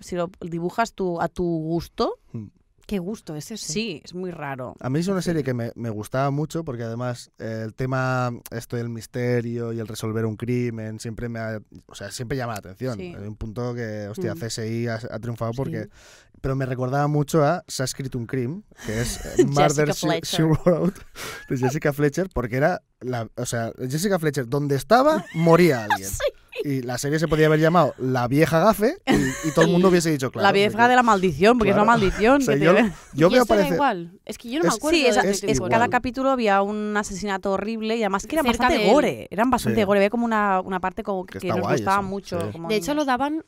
[SPEAKER 1] si lo dibujas tú a tu gusto,
[SPEAKER 3] Hmm.
[SPEAKER 2] Qué gusto es ese.
[SPEAKER 1] sí, es muy raro.
[SPEAKER 3] A mí es una serie que me, me gustaba mucho porque además eh, el tema, esto del misterio y el resolver un crimen, siempre me ha- o sea, siempre llama la atención.
[SPEAKER 1] Sí.
[SPEAKER 3] Hay un punto que, hostia,
[SPEAKER 1] Mm.
[SPEAKER 3] CSI ha, ha triunfado porque...
[SPEAKER 1] Sí.
[SPEAKER 3] Pero me recordaba mucho a Se ha escrito un crimen, que es eh, Murder She,
[SPEAKER 1] Fletcher.
[SPEAKER 3] She Wrote, de Jessica Fletcher, porque era, la, o sea, Jessica Fletcher, donde estaba, moría alguien. Y la serie se podía haber llamado La vieja gafe y, y todo el mundo hubiese dicho, claro.
[SPEAKER 1] la vieja de la maldición, porque es
[SPEAKER 3] claro.
[SPEAKER 1] una maldición.
[SPEAKER 3] O sea,
[SPEAKER 1] que te-
[SPEAKER 3] yo, yo
[SPEAKER 2] ¿Y
[SPEAKER 3] veo
[SPEAKER 2] esto era
[SPEAKER 3] aparecer...
[SPEAKER 2] igual. Es que yo no
[SPEAKER 3] Es-
[SPEAKER 2] me acuerdo.
[SPEAKER 1] Sí, es,
[SPEAKER 2] de
[SPEAKER 1] es-
[SPEAKER 2] este
[SPEAKER 1] es-
[SPEAKER 2] tipo de
[SPEAKER 1] cada
[SPEAKER 3] igual.
[SPEAKER 1] capítulo había un asesinato horrible y además que era
[SPEAKER 2] Cerca de
[SPEAKER 1] bastante
[SPEAKER 2] él.
[SPEAKER 1] gore. Eran bastante
[SPEAKER 3] Sí.
[SPEAKER 1] gore. Había como una, una parte como que,
[SPEAKER 3] Que
[SPEAKER 1] que
[SPEAKER 3] está
[SPEAKER 1] nos
[SPEAKER 3] guay
[SPEAKER 1] gustaba
[SPEAKER 3] eso,
[SPEAKER 1] mucho.
[SPEAKER 3] sí.
[SPEAKER 1] como
[SPEAKER 2] De
[SPEAKER 1] un-
[SPEAKER 2] hecho, lo daban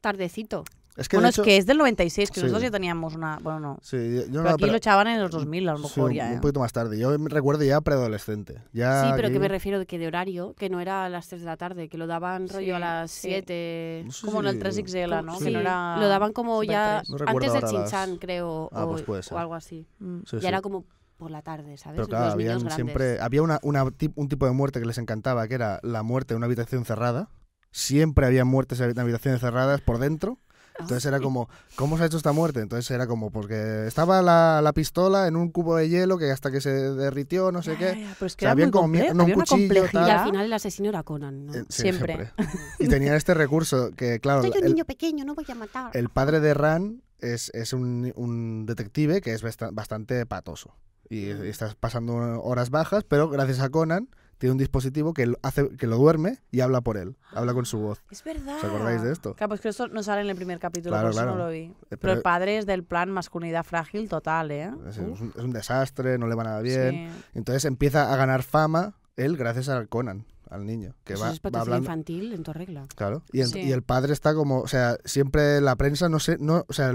[SPEAKER 2] tardecito.
[SPEAKER 3] Es que, de
[SPEAKER 1] bueno,
[SPEAKER 3] hecho-
[SPEAKER 1] es que es del 96, que
[SPEAKER 3] Sí.
[SPEAKER 1] nosotros ya teníamos una. Bueno, no.
[SPEAKER 3] Sí, yo- yo no
[SPEAKER 1] Pero
[SPEAKER 3] la-
[SPEAKER 1] aquí
[SPEAKER 3] pero-
[SPEAKER 1] lo echaban en los 2000, a lo
[SPEAKER 3] Sí,
[SPEAKER 1] mejor
[SPEAKER 3] un,
[SPEAKER 1] ya.
[SPEAKER 3] un
[SPEAKER 1] ¿eh?
[SPEAKER 3] poquito más tarde. Yo me recuerdo ya preadolescente. Ya
[SPEAKER 2] sí, pero que
[SPEAKER 3] aquí-
[SPEAKER 2] me refiero de que de horario, que no era a las 3 de la tarde, que lo daban
[SPEAKER 1] Sí,
[SPEAKER 2] rollo a las
[SPEAKER 1] sí.
[SPEAKER 2] 7.
[SPEAKER 3] No sé
[SPEAKER 1] Como en
[SPEAKER 3] si-
[SPEAKER 1] el 3XL, ¿no?
[SPEAKER 2] Sí,
[SPEAKER 1] Que no era...
[SPEAKER 2] Lo daban como
[SPEAKER 1] Super
[SPEAKER 2] ya
[SPEAKER 1] tres.
[SPEAKER 3] No recuerdo
[SPEAKER 2] antes del
[SPEAKER 3] ahora las-
[SPEAKER 2] Chinchan, creo,
[SPEAKER 3] Ah,
[SPEAKER 2] o,
[SPEAKER 3] pues puede
[SPEAKER 2] o
[SPEAKER 3] ser.
[SPEAKER 2] algo así.
[SPEAKER 1] Mm.
[SPEAKER 3] Sí,
[SPEAKER 2] ya
[SPEAKER 3] sí.
[SPEAKER 2] era como por la tarde, ¿sabes?
[SPEAKER 3] Pero claro,
[SPEAKER 2] Los
[SPEAKER 3] habían
[SPEAKER 2] niños grandes.
[SPEAKER 3] siempre, había una, una tip- un tipo de muerte que les encantaba, que era la muerte en una habitación cerrada. Siempre había muertes en habitaciones cerradas por dentro. Entonces era como, ¿cómo se ha hecho esta muerte? Entonces era como, porque estaba la, la pistola en un cubo de hielo que hasta que se derritió, no sé qué.
[SPEAKER 1] Ay, Pero es
[SPEAKER 3] O
[SPEAKER 1] que
[SPEAKER 3] sea,
[SPEAKER 1] era
[SPEAKER 3] habían
[SPEAKER 1] muy
[SPEAKER 3] como
[SPEAKER 1] comple-
[SPEAKER 3] mierda, no, un
[SPEAKER 1] había una
[SPEAKER 3] cuchillo, tal.
[SPEAKER 2] Y
[SPEAKER 1] complejidad.
[SPEAKER 2] al final el asesino era Conan, ¿no?
[SPEAKER 3] Ah. Eh, sí,
[SPEAKER 1] Siempre.
[SPEAKER 3] Y tenía este recurso que, claro,
[SPEAKER 2] Soy un
[SPEAKER 3] el-
[SPEAKER 2] niño pequeño, no voy a matar.
[SPEAKER 3] El padre de Ran es, es un, un detective que es basta- bastante patoso. Y,
[SPEAKER 1] Mm.
[SPEAKER 3] y estás pasando horas bajas, pero gracias a Conan tiene un dispositivo que lo, hace, que lo duerme y habla por él. Habla con su voz.
[SPEAKER 1] Es verdad.
[SPEAKER 3] ¿Os acordáis de esto?
[SPEAKER 1] Claro, pues que esto no sale en el primer capítulo,
[SPEAKER 3] Claro,
[SPEAKER 1] por eso
[SPEAKER 3] claro.
[SPEAKER 1] no lo vi. Pero,
[SPEAKER 3] Eh, pero-
[SPEAKER 1] el padre es del plan masculinidad frágil total, ¿eh?
[SPEAKER 3] Es,
[SPEAKER 1] Uf,
[SPEAKER 3] es un, es un desastre, no le va nada bien.
[SPEAKER 1] sí.
[SPEAKER 3] Entonces empieza a ganar fama él gracias a Conan, al niño,
[SPEAKER 2] Pues
[SPEAKER 3] que
[SPEAKER 2] Eso
[SPEAKER 3] va,
[SPEAKER 2] es
[SPEAKER 3] va
[SPEAKER 2] protección
[SPEAKER 3] hablando.
[SPEAKER 2] infantil en tu regla.
[SPEAKER 3] Claro. Y, en-
[SPEAKER 1] Sí.
[SPEAKER 3] y el padre está como, o sea, siempre la prensa no sé, no, o sea,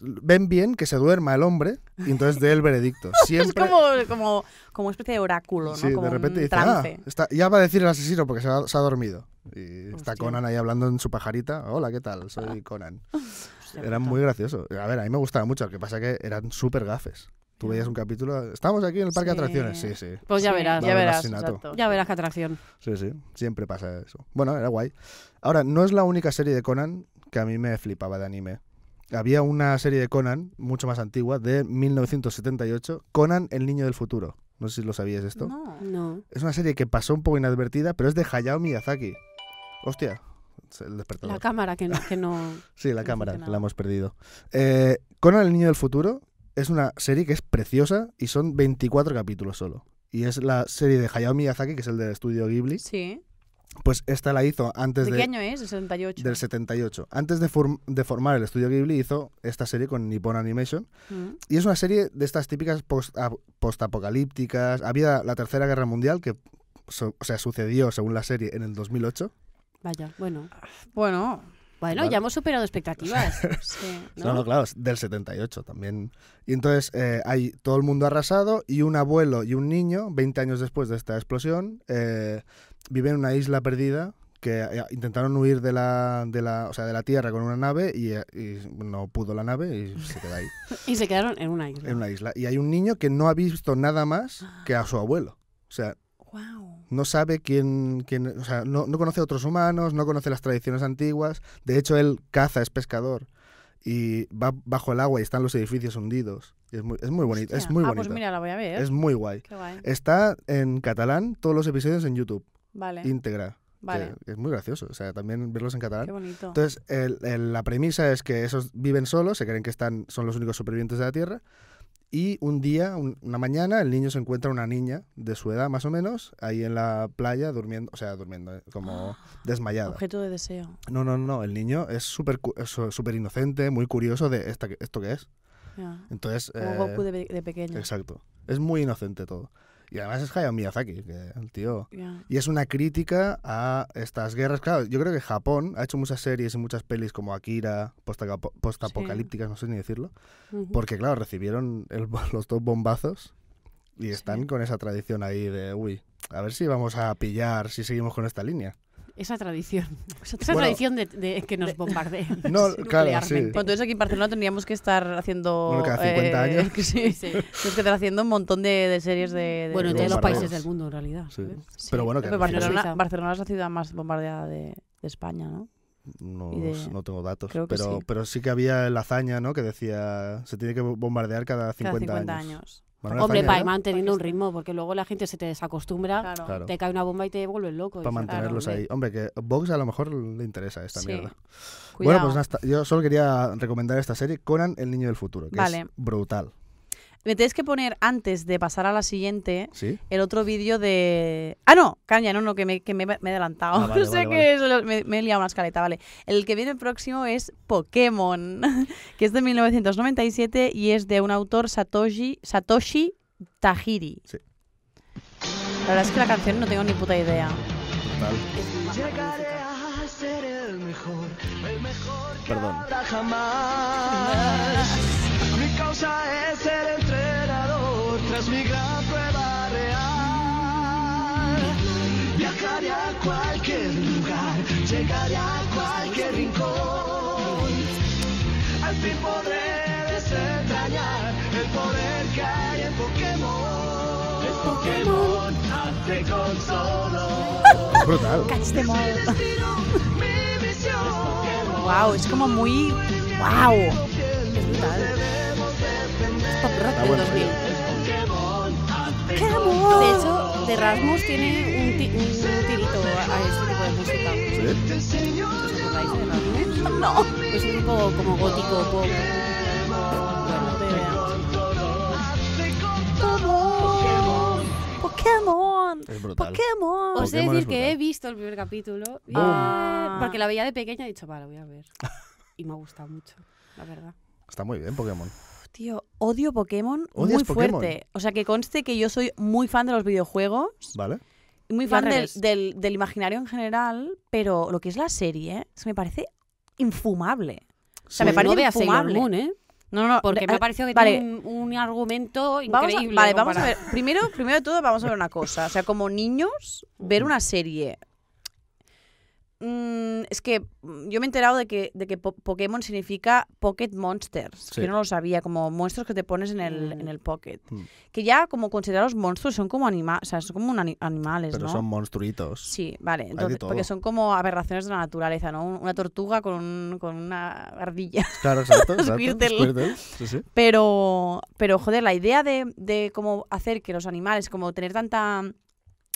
[SPEAKER 3] ven bien que se duerma el hombre y entonces dé el veredicto.
[SPEAKER 1] Es
[SPEAKER 3] Siempre,
[SPEAKER 1] como, como, como una especie de oráculo, ¿no?
[SPEAKER 3] Sí,
[SPEAKER 1] como
[SPEAKER 3] de repente
[SPEAKER 1] un
[SPEAKER 3] dice, "Ah,
[SPEAKER 1] trance.
[SPEAKER 3] está- ya va a decir el asesino porque se ha, se ha dormido. Y está
[SPEAKER 2] Hostia.
[SPEAKER 3] Conan ahí hablando en su pajarita. Hola, ¿qué tal? Soy
[SPEAKER 1] Ah.
[SPEAKER 3] Conan.
[SPEAKER 2] Hostia
[SPEAKER 3] Era
[SPEAKER 2] puta.
[SPEAKER 3] muy gracioso. A ver, a mí me gustaba mucho. Lo que pasa que eran súper gafes. Tú veías un capítulo. Estamos aquí en el parque
[SPEAKER 1] Sí.
[SPEAKER 3] de atracciones. Sí, sí.
[SPEAKER 2] Pues ya
[SPEAKER 1] Sí,
[SPEAKER 2] verás.
[SPEAKER 1] Ya
[SPEAKER 3] Va a haber
[SPEAKER 1] verás,
[SPEAKER 3] asesinato.
[SPEAKER 1] exacto.
[SPEAKER 2] Ya verás qué atracción.
[SPEAKER 3] Sí, sí. Siempre pasa eso. Bueno, era guay. Ahora, no es la única serie de Conan que a mí me flipaba de anime. Había una serie de Conan, mucho más antigua, de 1978, Conan el Niño del Futuro. No sé si lo sabías esto.
[SPEAKER 1] No.
[SPEAKER 2] No.
[SPEAKER 3] Es una serie que pasó un poco inadvertida, pero es de Hayao Miyazaki. Hostia, es el
[SPEAKER 2] La
[SPEAKER 3] despertador.
[SPEAKER 2] cámara que no. Que no...
[SPEAKER 3] sí, la
[SPEAKER 1] no
[SPEAKER 3] cámara,
[SPEAKER 1] funciona.
[SPEAKER 3] la hemos perdido. Eh, Conan el Niño del Futuro es una serie que es preciosa y son 24 capítulos solo. Y es la serie de Hayao Miyazaki, que es el del estudio Ghibli.
[SPEAKER 1] Sí.
[SPEAKER 3] Pues esta la hizo antes
[SPEAKER 1] ¿De qué
[SPEAKER 3] de,
[SPEAKER 1] año es? ¿El 78?
[SPEAKER 3] del 78. Antes de, form- de formar el estudio Ghibli hizo esta serie con Nippon Animation.
[SPEAKER 1] Mm.
[SPEAKER 3] Y es una serie de estas típicas post- ap- postapocalípticas. Había la Tercera Guerra Mundial, que so- o sea, sucedió, según la serie, en el 2008.
[SPEAKER 2] Vaya, bueno.
[SPEAKER 1] Bueno,
[SPEAKER 2] Bueno,
[SPEAKER 3] Vale.
[SPEAKER 2] ya hemos superado expectativas.
[SPEAKER 1] sí.
[SPEAKER 3] No, no, claro, es del 78 también. Y entonces eh, hay todo el mundo arrasado y un abuelo y un niño, 20 años después de esta explosión, eh, viven en una isla perdida que eh, intentaron huir de la, de la, o sea, de la Tierra con una nave y, eh, y no pudo la nave y se queda ahí,
[SPEAKER 2] Y se quedaron en una isla.
[SPEAKER 3] en una isla. Y hay un niño que no ha visto nada más que a su abuelo. O sea,
[SPEAKER 1] Wow.
[SPEAKER 3] no sabe quién, quién o sea, no, no conoce a otros humanos, no conoce las tradiciones antiguas. De hecho, él caza, es pescador y va bajo el agua y están los edificios hundidos. Y es muy, es muy bonito, es
[SPEAKER 1] Hostia.
[SPEAKER 3] muy
[SPEAKER 1] ah,
[SPEAKER 3] bonito.
[SPEAKER 1] pues mira, la voy a ver.
[SPEAKER 3] es eh, muy guay.
[SPEAKER 1] Qué guay.
[SPEAKER 3] Está en catalán todos los episodios en YouTube,
[SPEAKER 1] Vale,
[SPEAKER 3] íntegra. que
[SPEAKER 1] vale.
[SPEAKER 3] es muy gracioso, o sea, también verlos en
[SPEAKER 1] Qué
[SPEAKER 3] catalán.
[SPEAKER 1] bonito.
[SPEAKER 3] Entonces, el- el- la premisa es que esos viven solos, se creen que están, son los únicos supervivientes de la Tierra, y un día, un- una mañana, el niño se encuentra una niña de su edad más o menos, ahí en la playa, durmiendo, o sea, durmiendo, eh,
[SPEAKER 1] Ah,
[SPEAKER 3] como desmayada.
[SPEAKER 1] Objeto de deseo.
[SPEAKER 3] No, no, no, el niño es súper cu- es súper inocente, muy curioso de esta, que- esto que es.
[SPEAKER 1] Ya.
[SPEAKER 3] Entonces,
[SPEAKER 1] Como
[SPEAKER 3] eh,
[SPEAKER 1] Goku de, pe- de pequeño.
[SPEAKER 3] exacto, es muy inocente todo. Y además es Hayao Miyazaki, que el tío...
[SPEAKER 1] Ya.
[SPEAKER 3] Y es una crítica a estas guerras. Claro, yo creo que Japón ha hecho muchas series y muchas pelis como Akira, postacapo- postapocalípticas, no sé ni decirlo,
[SPEAKER 1] Ujú.
[SPEAKER 3] porque claro, recibieron el- los dos bombazos y están
[SPEAKER 1] Sí.
[SPEAKER 3] con esa tradición ahí de, uy, a ver si vamos a pillar, si seguimos con esta línea.
[SPEAKER 2] Esa tradición.
[SPEAKER 1] Esa
[SPEAKER 2] Esa
[SPEAKER 3] Bueno.
[SPEAKER 2] tradición de, de que nos bombardean.
[SPEAKER 3] No, claro, sí.
[SPEAKER 1] Bueno, entonces aquí en Barcelona tendríamos que estar haciendo. eh,
[SPEAKER 3] Bueno, cada 50 años.
[SPEAKER 1] que sí, tendríamos que estar haciendo un montón de, de series de. de-
[SPEAKER 2] Bueno,
[SPEAKER 3] de
[SPEAKER 2] de los
[SPEAKER 3] bombardeos.
[SPEAKER 2] países del mundo, en realidad.
[SPEAKER 3] Sí.
[SPEAKER 2] ¿sabes?
[SPEAKER 1] Sí.
[SPEAKER 3] Pero bueno, que
[SPEAKER 1] Pero
[SPEAKER 3] al final-
[SPEAKER 1] Barcelona,
[SPEAKER 2] Suiza.
[SPEAKER 1] Barcelona es la ciudad más bombardeada de, de España, ¿no?
[SPEAKER 3] No,
[SPEAKER 1] Y de-
[SPEAKER 3] s- no tengo datos,
[SPEAKER 1] creo que
[SPEAKER 3] pero
[SPEAKER 1] sí.
[SPEAKER 3] pero sí que había la hazaña, ¿no? Que decía, se tiene que bo- bombardear cada 50,
[SPEAKER 1] cada 50
[SPEAKER 3] años.
[SPEAKER 1] años.
[SPEAKER 3] Manuel
[SPEAKER 2] Hombre,
[SPEAKER 3] Azaña,
[SPEAKER 2] para ir
[SPEAKER 3] ¿no?
[SPEAKER 2] manteniendo un ritmo, porque luego la gente se te desacostumbra,
[SPEAKER 1] Claro.
[SPEAKER 3] Claro.
[SPEAKER 2] te cae una bomba y te vuelves loco.
[SPEAKER 3] Para
[SPEAKER 2] dices,
[SPEAKER 3] mantenerlos
[SPEAKER 2] pues, claro,
[SPEAKER 3] ahí. Hombre, que Vox a lo mejor le interesa esta
[SPEAKER 1] Sí.
[SPEAKER 3] mierda.
[SPEAKER 1] Cuidado.
[SPEAKER 3] Bueno, pues hasta- yo solo quería recomendar esta serie, Conan, el niño del futuro, que es
[SPEAKER 1] Vale.
[SPEAKER 3] brutal,
[SPEAKER 1] Me tenéis que poner antes de pasar a la siguiente
[SPEAKER 3] ¿sí?
[SPEAKER 1] el otro vídeo de. Ah, no, caña, no, no, que me, que me, me he adelantado.
[SPEAKER 3] Ah, vale,
[SPEAKER 1] o sea
[SPEAKER 3] vale,
[SPEAKER 1] que se lo- me, me he liado una escaleta, vale. El que viene próximo es Pokémon, que es de 1997 y es de un autor Satoshi, Satoshi Tajiri.
[SPEAKER 3] Sí.
[SPEAKER 1] La verdad es que la canción no tengo ni puta idea.
[SPEAKER 3] Brutal.
[SPEAKER 2] Es
[SPEAKER 6] Llegaré
[SPEAKER 2] magnífica.
[SPEAKER 6] a ser el mejor, el mejor que
[SPEAKER 3] Perdón.
[SPEAKER 6] habrá jamás. Mi causa es ser entrenador tras mi gran prueba real. Viajaré a cualquier lugar, llegaré a cualquier rincón. Al fin podré desentrañar el poder que hay en Pokémon. El Pokémon hace con solo.
[SPEAKER 3] Es brutal.
[SPEAKER 1] Wow, es como muy. Wow.
[SPEAKER 2] Pop rock del
[SPEAKER 3] Ah, bueno,
[SPEAKER 2] 2000. De
[SPEAKER 1] Ah.
[SPEAKER 2] hecho, de Rasmus tiene un, ti- un tirito a, a este tipo de música.
[SPEAKER 3] ¿Sí?
[SPEAKER 2] ¿Os acordáis de Rasmus? No. Es un grupo como gótico, pop.
[SPEAKER 1] No tengo idea.
[SPEAKER 3] Es brutal.
[SPEAKER 1] Pokémon.
[SPEAKER 2] Os he de
[SPEAKER 3] Pokémon
[SPEAKER 2] decir
[SPEAKER 3] es
[SPEAKER 2] que
[SPEAKER 3] brutal.
[SPEAKER 2] he visto el primer capítulo. y-
[SPEAKER 1] Ah.
[SPEAKER 2] Porque la veía de pequeña y he dicho, vale, voy a ver. Y me ha gustado mucho, la verdad.
[SPEAKER 3] Está muy bien Pokémon.
[SPEAKER 1] Tío, odio Pokémon
[SPEAKER 3] ¿Odias
[SPEAKER 1] muy
[SPEAKER 3] Pokémon?
[SPEAKER 1] fuerte. O sea, que conste que yo soy muy fan de los videojuegos,
[SPEAKER 3] ¿Vale?
[SPEAKER 1] muy
[SPEAKER 2] Yo
[SPEAKER 1] fan
[SPEAKER 2] al
[SPEAKER 1] del,
[SPEAKER 2] revés.
[SPEAKER 1] del- del imaginario en general, pero lo que es la serie se me parece infumable. O sea, me
[SPEAKER 2] Pues
[SPEAKER 1] parece
[SPEAKER 2] no veas Sailor
[SPEAKER 1] infumable.
[SPEAKER 2] Moon, ¿eh?
[SPEAKER 1] no, no, no,
[SPEAKER 2] Porque me
[SPEAKER 1] eh,
[SPEAKER 2] ha parecido que
[SPEAKER 1] vale.
[SPEAKER 2] tiene un, un argumento
[SPEAKER 1] Vamos a,
[SPEAKER 2] increíble.
[SPEAKER 1] vale, vamos a
[SPEAKER 2] comparado.
[SPEAKER 1] ver. Primero, primero de todo, vamos a ver una cosa. O sea, como niños, ver una serie. Mm, es que mm, yo me he enterado de que, de que po- Pokémon significa Pocket Monsters.
[SPEAKER 3] Sí.
[SPEAKER 1] Que yo no lo sabía, como monstruos que te pones en el, en el pocket.
[SPEAKER 3] Mm.
[SPEAKER 1] Que ya, como considerados monstruos, son como, anima o sea, son como un ani- animales,
[SPEAKER 3] Pero
[SPEAKER 1] ¿no?
[SPEAKER 3] son monstruitos.
[SPEAKER 1] Sí, vale. Entonces,
[SPEAKER 3] todo.
[SPEAKER 1] porque son como aberraciones de la naturaleza, ¿no? Un- Una tortuga con, un- con una ardilla.
[SPEAKER 3] Claro, exacto, exacto.
[SPEAKER 1] Squirtle.
[SPEAKER 3] Squirtle. Sí, sí.
[SPEAKER 1] Pero, pero joder, la idea de, de cómo hacer que los animales, como tener tanta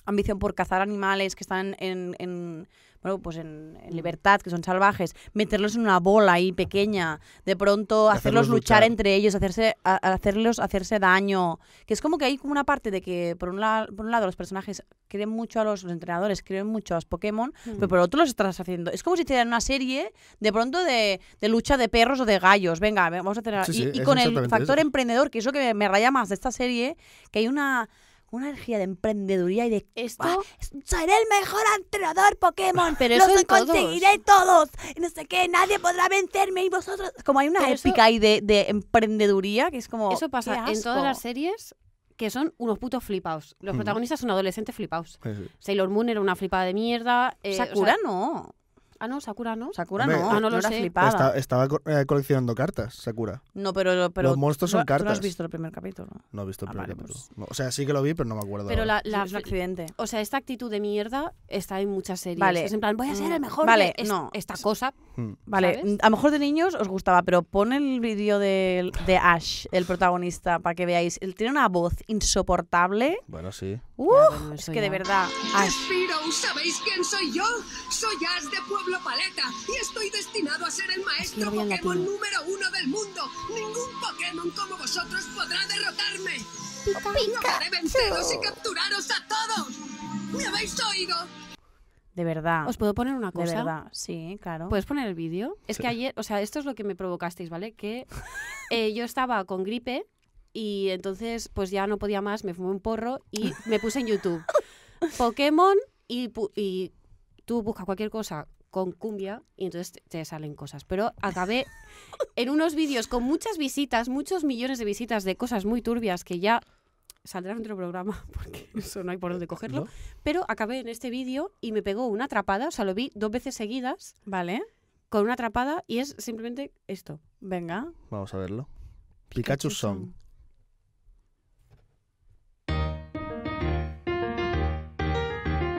[SPEAKER 1] ambición por cazar animales que están en, en- bueno, pues en,
[SPEAKER 3] Mm.
[SPEAKER 1] en libertad, que son salvajes, meterlos en una bola ahí pequeña, de pronto hacerlos,
[SPEAKER 3] Hacerlos
[SPEAKER 1] luchar,
[SPEAKER 3] luchar.
[SPEAKER 1] entre ellos, hacerse, a- a- hacerlos hacerse daño, que es como que hay como una parte de que por un, la- por un lado los personajes creen mucho a los, los entrenadores, creen mucho a los Pokémon,
[SPEAKER 2] Mm.
[SPEAKER 1] pero por otro los estás haciendo. Es como si hicieran una serie de pronto de, de lucha de perros o de gallos. Venga, ve- vamos a hacer
[SPEAKER 3] Sí,
[SPEAKER 1] y-
[SPEAKER 3] sí,
[SPEAKER 1] y,
[SPEAKER 3] es
[SPEAKER 1] con el
[SPEAKER 3] exactamente
[SPEAKER 1] factor
[SPEAKER 3] eso.
[SPEAKER 1] emprendedor, que es lo que me, me raya más de esta serie, que hay una, una energía de emprendeduría y de...
[SPEAKER 2] Esto,
[SPEAKER 1] "Ah, seré el mejor entrenador Pokémon,
[SPEAKER 2] Pero
[SPEAKER 1] los
[SPEAKER 2] eso en todos.
[SPEAKER 1] conseguiré todos, y no sé qué, nadie podrá vencerme y vosotros... Como hay una
[SPEAKER 2] Pero eso-
[SPEAKER 1] épica ahí de, de emprendeduría, que es como...
[SPEAKER 2] eso pasa
[SPEAKER 1] "Qué
[SPEAKER 2] en todas
[SPEAKER 1] asco".
[SPEAKER 2] las series que son unos putos flipaos. Los
[SPEAKER 3] Mm.
[SPEAKER 2] protagonistas son adolescentes flipaos.
[SPEAKER 3] Sí, sí.
[SPEAKER 2] Sailor Moon era una flipada de mierda. eh, o sea,
[SPEAKER 1] Sakura no.
[SPEAKER 2] Ah, no, Sakura no.
[SPEAKER 1] Sakura
[SPEAKER 3] Hombre,
[SPEAKER 1] no,
[SPEAKER 2] ah, no
[SPEAKER 1] no
[SPEAKER 2] lo
[SPEAKER 1] lo
[SPEAKER 2] sé.
[SPEAKER 1] flipaba.
[SPEAKER 3] Esta- estaba co- eh, coleccionando cartas, Sakura.
[SPEAKER 1] No, pero, pero
[SPEAKER 3] Los monstruos son
[SPEAKER 1] tú- tú no has
[SPEAKER 3] cartas.
[SPEAKER 1] visto el primer capítulo.
[SPEAKER 3] No he visto el
[SPEAKER 1] Ah,
[SPEAKER 3] primer
[SPEAKER 1] vale,
[SPEAKER 3] capítulo.
[SPEAKER 1] pues.
[SPEAKER 3] No, o sea, sí que lo vi, pero no me acuerdo.
[SPEAKER 2] Pero
[SPEAKER 3] ahora.
[SPEAKER 2] la, la-
[SPEAKER 1] Sí, es un accidente.
[SPEAKER 2] o sea, esta actitud de mierda está en muchas series.
[SPEAKER 1] Vale.
[SPEAKER 2] Es en plan, voy a ser el
[SPEAKER 1] Mm,
[SPEAKER 2] mejor.
[SPEAKER 1] vale,
[SPEAKER 2] de es-
[SPEAKER 1] no.
[SPEAKER 2] Esta cosa.
[SPEAKER 3] Hmm.
[SPEAKER 1] Vale,
[SPEAKER 2] ¿Sabes?
[SPEAKER 1] a lo mejor de niños os gustaba, pero pon el vídeo de, de Ash, el protagonista, para que veáis. Él tiene una voz insoportable.
[SPEAKER 3] Bueno, sí.
[SPEAKER 1] ¡Uf!
[SPEAKER 2] bueno,
[SPEAKER 1] es
[SPEAKER 2] eso
[SPEAKER 1] que de
[SPEAKER 2] ya.
[SPEAKER 1] verdad, Ash.
[SPEAKER 7] Respiro, ¿sabéis quién soy yo? Soy Ash de Pueblo Paleta y estoy destinado a ser el maestro
[SPEAKER 2] lo vi en
[SPEAKER 7] Pokémon
[SPEAKER 2] latino.
[SPEAKER 7] número uno del mundo. Ningún Pokémon como vosotros podrá derrotarme. Pintaré venceros y capturaros a todos. ¿Me habéis oído?
[SPEAKER 1] De verdad.
[SPEAKER 2] ¿Os Pues, puedo poner una
[SPEAKER 1] De
[SPEAKER 2] cosa?
[SPEAKER 1] verdad, sí, claro.
[SPEAKER 2] ¿Puedes poner el vídeo? Es que ayer, o sea, esto es lo que me provocasteis, ¿vale? Que eh, yo estaba con gripe y entonces pues ya no podía más, me fumé un porro y me puse en YouTube. Pokémon y, pu- y tú buscas cualquier cosa con cumbia y entonces te- te salen cosas. Pero acabé en unos vídeos con muchas visitas, muchos millones de visitas de cosas muy turbias que ya saldrán en otro programa porque eso no hay por dónde cogerlo.
[SPEAKER 3] ¿No?
[SPEAKER 2] Pero acabé en este vídeo y me pegó una atrapada, o sea, lo vi dos veces seguidas
[SPEAKER 1] Vale,
[SPEAKER 2] con una atrapada y es simplemente esto.
[SPEAKER 1] venga.
[SPEAKER 3] Vamos a verlo. Pikachu Song.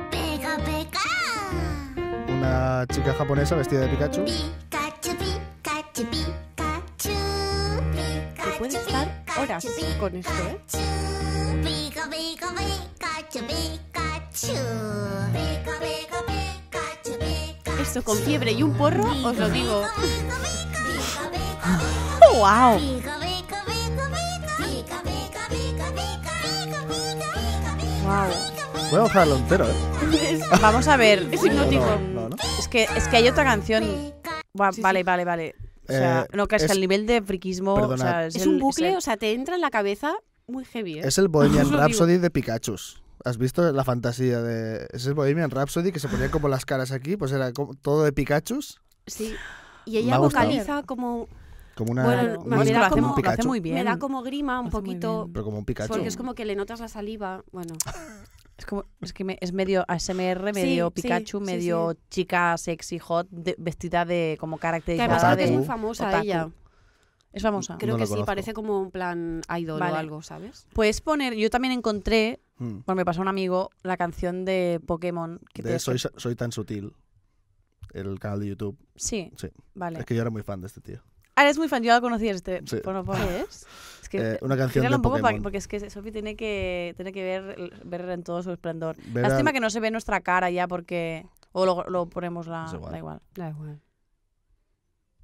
[SPEAKER 4] Pega, pega.
[SPEAKER 3] Una chica japonesa vestida de Pikachu.
[SPEAKER 4] Pikachu, Pikachu, Pikachu.
[SPEAKER 2] Que puede estar horas con esto, ¿eh?
[SPEAKER 4] Pikachu, Pikachu, Pikachu, Pikachu. Pika, pika, Pikachu, Pikachu.
[SPEAKER 2] Esto con fiebre y un porro, os lo digo.
[SPEAKER 4] Pika, pika, pika, pika, pika.
[SPEAKER 2] ¡Oh,
[SPEAKER 1] ¡Wow! Wow.
[SPEAKER 3] Voy a bajarlo entero, ¿eh?
[SPEAKER 1] Vamos a ver. Es
[SPEAKER 3] hipnótico. No, no, no.
[SPEAKER 1] Es que, es que hay otra canción. Buah, vale, vale, vale. O sea,
[SPEAKER 3] Eh,
[SPEAKER 1] no, que es,
[SPEAKER 3] es-
[SPEAKER 1] que el nivel de friquismo.
[SPEAKER 3] Perdona.
[SPEAKER 1] o sea,
[SPEAKER 2] Es un
[SPEAKER 1] el-
[SPEAKER 2] bucle,
[SPEAKER 1] el-
[SPEAKER 2] o sea, te entra en la cabeza muy heavy, ¿eh?
[SPEAKER 3] Es el Bohemian
[SPEAKER 2] Os lo
[SPEAKER 3] Rhapsody de Pikachu. ¿Has visto la fantasía de.? Es el Bohemian Rhapsody que se ponía como las caras aquí, pues era como- todo de Pikachu.
[SPEAKER 2] Sí. Y
[SPEAKER 3] Me
[SPEAKER 2] ella
[SPEAKER 3] ha gustado.
[SPEAKER 2] vocaliza como...
[SPEAKER 3] Como una.
[SPEAKER 2] Bueno,
[SPEAKER 3] un
[SPEAKER 2] me
[SPEAKER 3] disco
[SPEAKER 2] da
[SPEAKER 3] como
[SPEAKER 2] como-
[SPEAKER 3] un
[SPEAKER 2] lo hace
[SPEAKER 3] Pikachu.
[SPEAKER 1] muy bien.
[SPEAKER 2] Me da como grima un
[SPEAKER 1] Lo hace muy
[SPEAKER 2] poquito...
[SPEAKER 1] bien.
[SPEAKER 3] Pero como un Pikachu.
[SPEAKER 2] Porque es como que le notas la saliva. Bueno,
[SPEAKER 1] Es como, es que me- es medio ASMR, medio
[SPEAKER 2] sí,
[SPEAKER 1] Pikachu,
[SPEAKER 2] sí,
[SPEAKER 1] medio chica sexy hot, de- vestida de como
[SPEAKER 2] que
[SPEAKER 1] caracterizada
[SPEAKER 2] además creo
[SPEAKER 3] Otaku.
[SPEAKER 2] que es muy
[SPEAKER 1] de.
[SPEAKER 2] famosa
[SPEAKER 1] Otaku.
[SPEAKER 2] ella.
[SPEAKER 1] Es famosa.
[SPEAKER 2] Creo
[SPEAKER 3] No
[SPEAKER 2] que
[SPEAKER 3] la
[SPEAKER 2] sí,
[SPEAKER 3] conozco.
[SPEAKER 2] parece como un plan idol
[SPEAKER 1] Vale.
[SPEAKER 2] o algo, ¿sabes?
[SPEAKER 1] Puedes poner, yo también encontré,
[SPEAKER 3] Mm.
[SPEAKER 1] bueno, me pasó un amigo, la canción de Pokémon. Que
[SPEAKER 3] De
[SPEAKER 1] tienes
[SPEAKER 3] soy,
[SPEAKER 1] que-
[SPEAKER 3] soy tan sutil. El canal de YouTube.
[SPEAKER 1] Sí,
[SPEAKER 3] Sí.
[SPEAKER 1] vale.
[SPEAKER 3] Es que yo era muy fan de este tío.
[SPEAKER 1] Ah, eres muy fan, yo la conocí este.
[SPEAKER 3] Sí.
[SPEAKER 1] Bueno, pues,
[SPEAKER 2] ¿Qué es?
[SPEAKER 1] es que
[SPEAKER 3] Eh, una canción
[SPEAKER 1] gírala
[SPEAKER 3] de
[SPEAKER 1] un poco pa-
[SPEAKER 3] Pokémon.
[SPEAKER 1] porque es que Sophie tiene que, tiene que ver, ver en todo su esplendor.
[SPEAKER 3] Ver al-
[SPEAKER 1] Lástima que no se ve nuestra cara ya porque... O lo, lo ponemos la...
[SPEAKER 3] Es igual.
[SPEAKER 1] Da igual.
[SPEAKER 2] Da igual.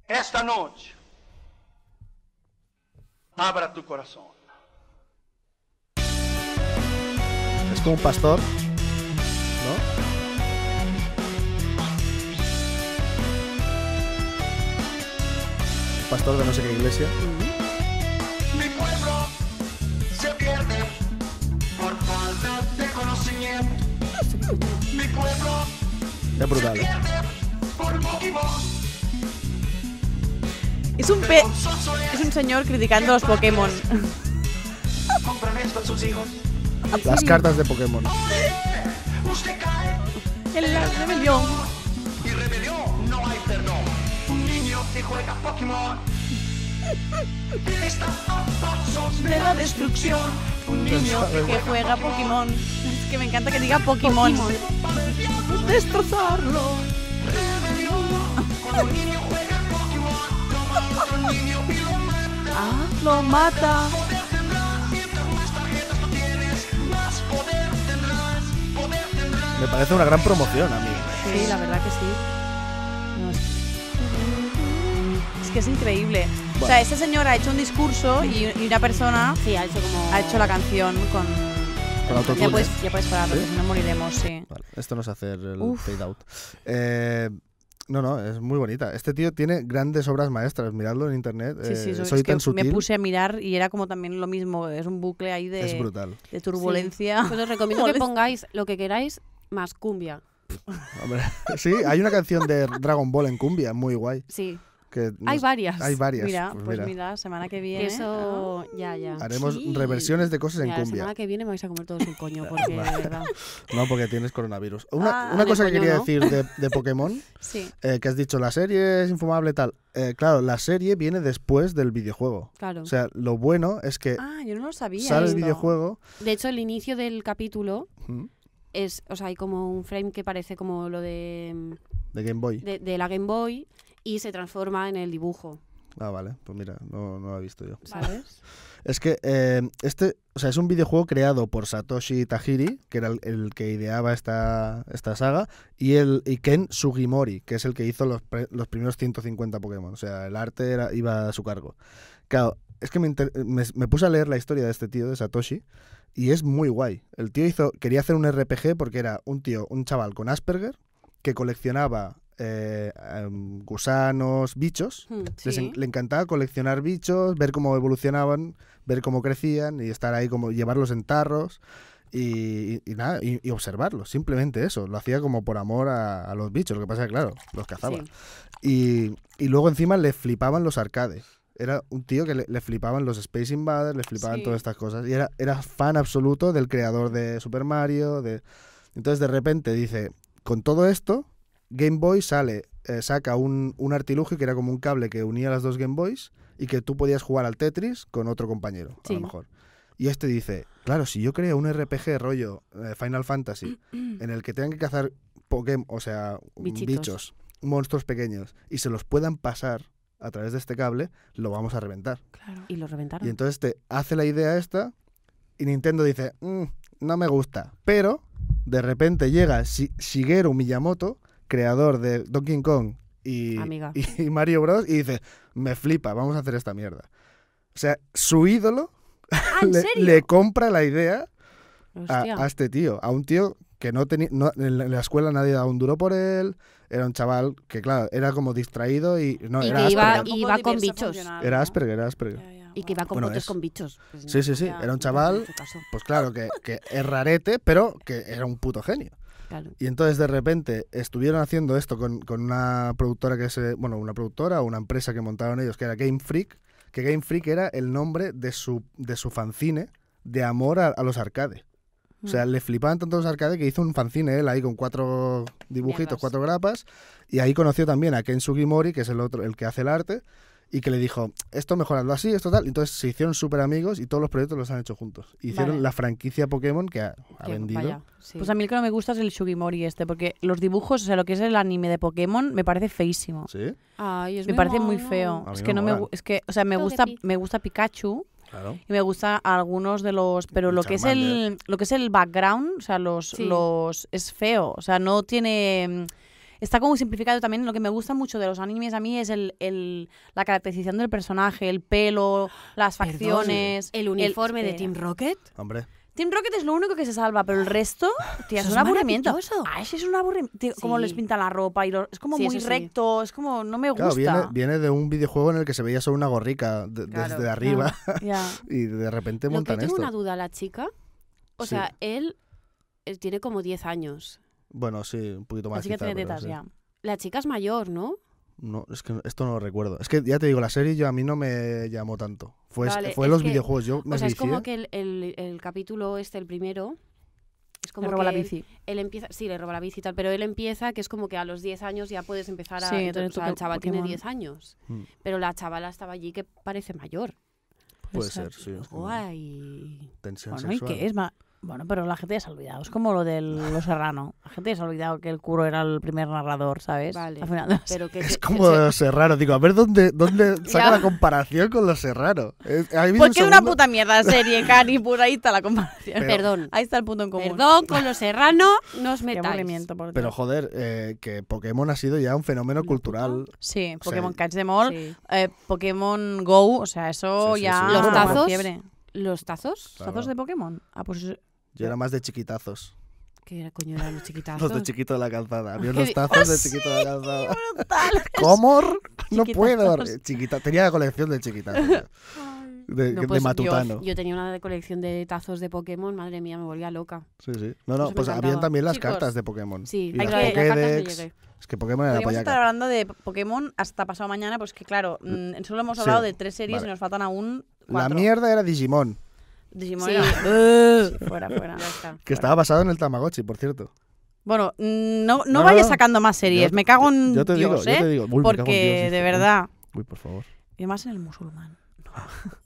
[SPEAKER 8] Esta noche, abra tu corazón.
[SPEAKER 3] Es como un pastor. ¿No? Pastor de no sé qué iglesia.
[SPEAKER 8] Mi pueblo se pierde por falta de conocimiento. Mi pueblo
[SPEAKER 3] Es brutal. ¿eh?
[SPEAKER 8] pierde por Pokémon.
[SPEAKER 1] Es un pe...
[SPEAKER 8] Soso
[SPEAKER 1] Es un señor criticando los Pokémon.
[SPEAKER 8] compran esto a sus hijos.
[SPEAKER 3] Las cartas de Pokémon.
[SPEAKER 8] Usted cae
[SPEAKER 1] En la rebelión.
[SPEAKER 8] y rebelión. No hay perdón. Un niño que juega Pokémon. Está a pasos de la destrucción. Un niño
[SPEAKER 1] Que juega Pokémon. Es que me encanta que diga Pokémon. Destrozarlo.
[SPEAKER 8] Cuando un niño juega Pokémon, toma a otro niño y lo mata.
[SPEAKER 1] Lo mata.
[SPEAKER 8] Poder tendrás, mientras más tarjetas tú tienes, más poder tendrás. Poder tendrás.
[SPEAKER 3] Me parece una gran promoción a mí.
[SPEAKER 2] Sí, la verdad que sí.
[SPEAKER 1] No, es... es que es increíble. O
[SPEAKER 3] Bueno.
[SPEAKER 1] sea, este señor ha hecho un discurso y, y una persona
[SPEAKER 2] Sí, ha hecho como...
[SPEAKER 1] ha hecho la canción con...
[SPEAKER 3] Con autotune.
[SPEAKER 1] Ya pues. puedes, ya puedes pararlo,
[SPEAKER 3] ¿Sí?
[SPEAKER 1] que si no moriremos, sí.
[SPEAKER 3] Vale, esto no es hacer el
[SPEAKER 1] Uf.
[SPEAKER 3] fade out. Eh, no, no, es muy bonita. Este tío tiene grandes obras maestras. Miradlo en internet.
[SPEAKER 1] Sí, sí,
[SPEAKER 3] eh,
[SPEAKER 1] eso-
[SPEAKER 3] soy
[SPEAKER 1] es que
[SPEAKER 3] tan sutil.
[SPEAKER 1] me puse a mirar y era como también lo mismo, es un bucle ahí
[SPEAKER 3] Es
[SPEAKER 1] de,
[SPEAKER 3] brutal.
[SPEAKER 1] de turbulencia.
[SPEAKER 2] Pues os recomiendo que
[SPEAKER 1] Molest-
[SPEAKER 2] pongáis lo que queráis más cumbia.
[SPEAKER 3] Hombre, Sí, hay una canción de Dragon Ball en cumbia, muy guay.
[SPEAKER 2] Sí.
[SPEAKER 3] Que no
[SPEAKER 2] Hay
[SPEAKER 3] es-
[SPEAKER 2] varias.
[SPEAKER 3] Hay varias.
[SPEAKER 1] Mira,
[SPEAKER 3] pues
[SPEAKER 1] pues,
[SPEAKER 3] mira.
[SPEAKER 1] mira. semana que viene.
[SPEAKER 2] Que eso. Ya, ya.
[SPEAKER 3] Haremos
[SPEAKER 2] Sí.
[SPEAKER 3] reversiones de cosas en
[SPEAKER 2] Ya, La
[SPEAKER 3] cumbia.
[SPEAKER 2] semana que viene me vais a comer todos un coño, porque de verdad.
[SPEAKER 3] No, porque tienes coronavirus. Una,
[SPEAKER 1] Ah,
[SPEAKER 3] una
[SPEAKER 2] en el
[SPEAKER 3] cosa que
[SPEAKER 2] coño
[SPEAKER 3] quería
[SPEAKER 2] no.
[SPEAKER 3] decir de, de Pokémon,
[SPEAKER 1] Sí,
[SPEAKER 3] eh, que has dicho, la serie es infumable tal. Eh, claro, la serie viene después del videojuego.
[SPEAKER 2] Claro.
[SPEAKER 3] O sea, lo bueno es que
[SPEAKER 1] Ah, yo no lo sabía.
[SPEAKER 3] sale el
[SPEAKER 1] esto.
[SPEAKER 3] videojuego.
[SPEAKER 2] De hecho, el inicio del capítulo
[SPEAKER 3] mm,
[SPEAKER 2] es. O sea, hay como un frame que parece como lo de, mm,
[SPEAKER 3] De Game Boy.
[SPEAKER 2] de, de la Game Boy y se transforma en el dibujo.
[SPEAKER 3] Ah, vale. Pues mira, no, no lo he visto yo.
[SPEAKER 2] ¿Sabes?
[SPEAKER 3] Es que eh, este, o sea, es un videojuego creado por Satoshi Tajiri, que era el, el que ideaba esta, esta saga, y, el, y Ken Sugimori, que es el que hizo los, pre- los primeros 150 Pokémon. O sea, el arte era, iba a su cargo. Claro, es que me, inter- me, me puse a leer la historia de este tío, de Satoshi, y es muy guay. El tío hizo, quería hacer un RPG porque era un tío, un chaval con Asperger, que coleccionaba eh, em, gusanos, bichos,
[SPEAKER 2] Hmm,
[SPEAKER 3] les
[SPEAKER 2] sí.
[SPEAKER 3] en- le encantaba coleccionar bichos, ver cómo evolucionaban, ver cómo crecían y estar ahí como llevarlos en tarros y, y- y nada, y, y observarlos, simplemente eso. Lo hacía como por amor a, a los bichos, lo que pasa es que claro, los cazaba.
[SPEAKER 2] Sí.
[SPEAKER 3] Y, y luego encima le flipaban los arcades. Era un tío que le, le flipaban los Space Invaders, le flipaban
[SPEAKER 2] Sí.
[SPEAKER 3] todas estas cosas. Y era, era fan absoluto del creador de Super Mario. De... Entonces de repente dice, con todo esto, Game Boy sale, eh, saca un, un artilugio que era como un cable que unía las dos Game Boys y que tú podías jugar al Tetris con otro compañero, a
[SPEAKER 2] Sí.
[SPEAKER 3] lo mejor. Y este dice, claro, si yo creo un RPG rollo eh, Final Fantasy en el que tengan que cazar Pokémon, o sea,
[SPEAKER 2] Bichitos.
[SPEAKER 3] bichos, monstruos pequeños, y se los puedan pasar a través de este cable, lo vamos a reventar.
[SPEAKER 2] Y lo
[SPEAKER 3] Y
[SPEAKER 2] reventaron.
[SPEAKER 3] entonces te hace la idea esta y Nintendo dice, "Mm, no me gusta. Pero de repente llega Shi- Shigeru Miyamoto, creador de Donkey Kong y,
[SPEAKER 2] Amiga.
[SPEAKER 3] y- y Mario Bros. Y dice, me flipa, vamos a hacer esta mierda. O sea, su ídolo
[SPEAKER 2] Ah, ¿en
[SPEAKER 3] le,
[SPEAKER 2] serio?
[SPEAKER 3] le compra la idea a,
[SPEAKER 2] Hostia.
[SPEAKER 3] a este tío, a un tío que no tenía, no- en la en la escuela nadie daba un duro por él, era un chaval que claro, era como distraído y no,
[SPEAKER 2] Y
[SPEAKER 3] era,
[SPEAKER 2] que iba-
[SPEAKER 3] Asperger.
[SPEAKER 2] y va con bichos.
[SPEAKER 3] era Asperger, era Asperger.
[SPEAKER 2] Y que va con
[SPEAKER 3] Bueno,
[SPEAKER 2] botes
[SPEAKER 3] es-
[SPEAKER 2] con bichos. Pues
[SPEAKER 3] Sí,
[SPEAKER 2] no,
[SPEAKER 3] sí, sí,
[SPEAKER 2] ya,
[SPEAKER 3] era
[SPEAKER 2] no
[SPEAKER 3] un chaval-
[SPEAKER 2] me hizo caso,
[SPEAKER 3] Pues claro, que, que es rarete, pero que era un puto genio.
[SPEAKER 2] claro.
[SPEAKER 3] Y entonces de repente estuvieron haciendo esto con, con una productora que se. Bueno, una productora o una empresa que montaron ellos, que era Game Freak, que Game Freak era el nombre de su, de su fanzine de amor a, a los arcades. O
[SPEAKER 2] Mm.
[SPEAKER 3] sea, le flipaban tanto los arcades que hizo un fanzine él ahí con cuatro dibujitos,
[SPEAKER 2] Mierdas.
[SPEAKER 3] cuatro grapas, y ahí conoció también a Ken Sugimori, que es el otro, el que hace el arte, y que le dijo, esto mejorando así, esto tal. Entonces se hicieron súper amigos y todos los proyectos los han hecho juntos. Hicieron
[SPEAKER 2] Vale.
[SPEAKER 3] la franquicia Pokémon que ha, ha
[SPEAKER 2] Que
[SPEAKER 3] vendido.
[SPEAKER 2] vaya, sí.
[SPEAKER 1] Pues a mí el que no me gusta es el Shugimori este, porque los dibujos, o sea, lo que es el anime de Pokémon, me parece feísimo.
[SPEAKER 3] Sí,
[SPEAKER 2] Ay, es
[SPEAKER 1] Me parece muy
[SPEAKER 2] mono.
[SPEAKER 1] feo.
[SPEAKER 3] A
[SPEAKER 1] Es
[SPEAKER 3] mí
[SPEAKER 1] que
[SPEAKER 3] me
[SPEAKER 1] no me
[SPEAKER 3] molan.
[SPEAKER 1] gu- es que, o sea, me
[SPEAKER 2] Todo de
[SPEAKER 1] gusta
[SPEAKER 2] pi.
[SPEAKER 1] me gusta Pikachu
[SPEAKER 3] claro.
[SPEAKER 1] y me gusta algunos de los, pero
[SPEAKER 3] El
[SPEAKER 1] lo que es el lo que es el background, o sea, los
[SPEAKER 2] Sí.
[SPEAKER 1] los es feo, o sea, no tiene mm, Está como simplificado también. Lo que me gusta mucho de los animes a mí es el, el- la caracterización del personaje, el pelo, las
[SPEAKER 2] Perdón,
[SPEAKER 1] facciones.
[SPEAKER 2] El uniforme de
[SPEAKER 1] espera.
[SPEAKER 2] Team Rocket.
[SPEAKER 3] Hombre,
[SPEAKER 1] Team Rocket es lo único que se salva, pero el resto, tía, es
[SPEAKER 2] Eso
[SPEAKER 1] un
[SPEAKER 2] es
[SPEAKER 1] aburrimiento.
[SPEAKER 2] maravilloso.
[SPEAKER 1] Ah, sí, es un aburrimiento. Tío, Como
[SPEAKER 2] Sí.
[SPEAKER 1] les pinta la ropa y lo- es como
[SPEAKER 2] Sí,
[SPEAKER 1] muy
[SPEAKER 2] eso sí.
[SPEAKER 1] recto, es como no me gusta.
[SPEAKER 3] claro, viene, viene de un videojuego en el que se veía solo una gorrica de- desde arriba
[SPEAKER 1] Ya.
[SPEAKER 3] y de repente
[SPEAKER 2] Lo que
[SPEAKER 3] montan
[SPEAKER 2] tengo
[SPEAKER 3] esto.
[SPEAKER 2] una duda, la chica. O
[SPEAKER 3] Sí.
[SPEAKER 2] sea, él, él tiene como 10 años.
[SPEAKER 3] Bueno, sí, un poquito más.
[SPEAKER 1] Así que
[SPEAKER 3] quizá,
[SPEAKER 1] tiene
[SPEAKER 3] pero
[SPEAKER 1] tetas
[SPEAKER 3] sí.
[SPEAKER 1] ya.
[SPEAKER 2] La chica es mayor, ¿no?
[SPEAKER 3] No, es que esto no lo recuerdo. Es que ya te digo, la serie yo a mí no me llamó tanto. Fue,
[SPEAKER 2] Vale,
[SPEAKER 3] fue
[SPEAKER 2] es
[SPEAKER 3] los
[SPEAKER 2] que-
[SPEAKER 3] videojuegos, yo me
[SPEAKER 2] O sea, es
[SPEAKER 3] vicié.
[SPEAKER 2] como que el, el- el capítulo este, el primero, es como
[SPEAKER 1] Le roba
[SPEAKER 2] que
[SPEAKER 1] la
[SPEAKER 2] él-
[SPEAKER 1] bici.
[SPEAKER 2] Él, empieza, sí, le roba la bici y tal, pero él empieza que es como que a los 10 años ya puedes empezar a...
[SPEAKER 1] Sí,
[SPEAKER 2] entonces,
[SPEAKER 1] tener
[SPEAKER 2] o sea,
[SPEAKER 1] tu
[SPEAKER 2] el chaval
[SPEAKER 1] Pokémon.
[SPEAKER 2] tiene 10 años,
[SPEAKER 3] Mm.
[SPEAKER 2] pero la chavala estaba allí que parece mayor.
[SPEAKER 3] Puede ser, sí. es como
[SPEAKER 2] Guay.
[SPEAKER 3] Tensión
[SPEAKER 1] Bueno, ¿y
[SPEAKER 3] sexual.
[SPEAKER 1] qué es? Ma- Bueno, pero la gente ya se ha olvidado. Es como lo del Lo Serrano. La gente ya se ha olvidado que el curo era el primer narrador, ¿sabes?
[SPEAKER 2] Vale.
[SPEAKER 1] Al final-
[SPEAKER 2] Pero que
[SPEAKER 3] Es
[SPEAKER 2] se-
[SPEAKER 3] como
[SPEAKER 2] se-
[SPEAKER 3] los Serrano. Digo, a ver dónde, dónde saca
[SPEAKER 2] Ya.
[SPEAKER 3] la comparación con los Serrano. Es- ha habido
[SPEAKER 1] ¿Por
[SPEAKER 3] un
[SPEAKER 1] qué Pues una
[SPEAKER 3] segundo-
[SPEAKER 1] puta mierda de serie, Cari? Pues ahí está la comparación.
[SPEAKER 3] Pero-
[SPEAKER 2] Perdón.
[SPEAKER 1] Ahí está el punto en común.
[SPEAKER 2] Perdón, con los serrano nos
[SPEAKER 1] Qué
[SPEAKER 2] metáis.
[SPEAKER 1] aburrimiento, por Dios.
[SPEAKER 3] Pero joder, eh, que Pokémon ha sido ya un fenómeno cultural.
[SPEAKER 1] Sí,
[SPEAKER 3] O sea,
[SPEAKER 1] Pokémon Catch them all,
[SPEAKER 2] Sí.
[SPEAKER 1] eh, Pokémon Go, o sea, eso
[SPEAKER 3] Sí, sí,
[SPEAKER 1] ya...
[SPEAKER 3] sí.
[SPEAKER 2] Los
[SPEAKER 1] una
[SPEAKER 2] tazos.
[SPEAKER 1] Fiebre.
[SPEAKER 2] ¿Los tazos?
[SPEAKER 3] Claro.
[SPEAKER 1] ¿Tazos de Pokémon? Ah, pues...
[SPEAKER 3] Yo era más de chiquitazos.
[SPEAKER 2] ¿Qué era, coño eran los chiquitazos?
[SPEAKER 3] Los de chiquito de la calzada. Había
[SPEAKER 2] ¿Qué
[SPEAKER 3] unos
[SPEAKER 2] di-
[SPEAKER 3] tazos de chiquito de la calzada. ¿Cómo? No puedo.
[SPEAKER 1] Chiquitazos.
[SPEAKER 3] Chiquita... Tenía la colección de chiquitazos. de,
[SPEAKER 2] No,
[SPEAKER 3] de
[SPEAKER 2] pues, yo-
[SPEAKER 3] matutano.
[SPEAKER 2] Yo, tenía una de colección de tazos de Pokémon, madre mía, me volvía loca.
[SPEAKER 3] Sí, sí. No, no,
[SPEAKER 2] Eso me
[SPEAKER 3] pues habían
[SPEAKER 2] encantaba.
[SPEAKER 3] también las
[SPEAKER 1] Chicos,
[SPEAKER 3] cartas de Pokémon.
[SPEAKER 1] hay
[SPEAKER 2] Sí,
[SPEAKER 3] Y las
[SPEAKER 1] que-
[SPEAKER 2] las cartas no
[SPEAKER 3] Pokédex.
[SPEAKER 2] llegué.
[SPEAKER 3] es pues que Pokémon era
[SPEAKER 1] Podríamos
[SPEAKER 3] payaca.
[SPEAKER 1] estar hablando de Pokémon hasta pasado mañana, pues que claro, mm, solo hemos
[SPEAKER 3] Sí,
[SPEAKER 1] hablado de tres series
[SPEAKER 3] vale.
[SPEAKER 1] y nos faltan aún
[SPEAKER 3] La
[SPEAKER 1] cuatro.
[SPEAKER 3] mierda era Digimon,
[SPEAKER 1] Digimon
[SPEAKER 2] Sí.
[SPEAKER 1] era- Sí, fuera, fuera.
[SPEAKER 2] Ya está.
[SPEAKER 3] que estaba basado en el Tamagotchi, por cierto.
[SPEAKER 1] Bueno, mm, no, no,
[SPEAKER 3] No,
[SPEAKER 1] vayas
[SPEAKER 3] no.
[SPEAKER 1] sacando más series.
[SPEAKER 3] Yo-
[SPEAKER 1] me cago en
[SPEAKER 3] yo te digo,
[SPEAKER 1] Dios,
[SPEAKER 3] yo
[SPEAKER 1] ¿eh?
[SPEAKER 3] te digo. Uy, me cago en Dios,
[SPEAKER 1] Porque,
[SPEAKER 3] este.
[SPEAKER 1] de verdad.
[SPEAKER 3] Uy, por favor.
[SPEAKER 1] Y además en el musulmán.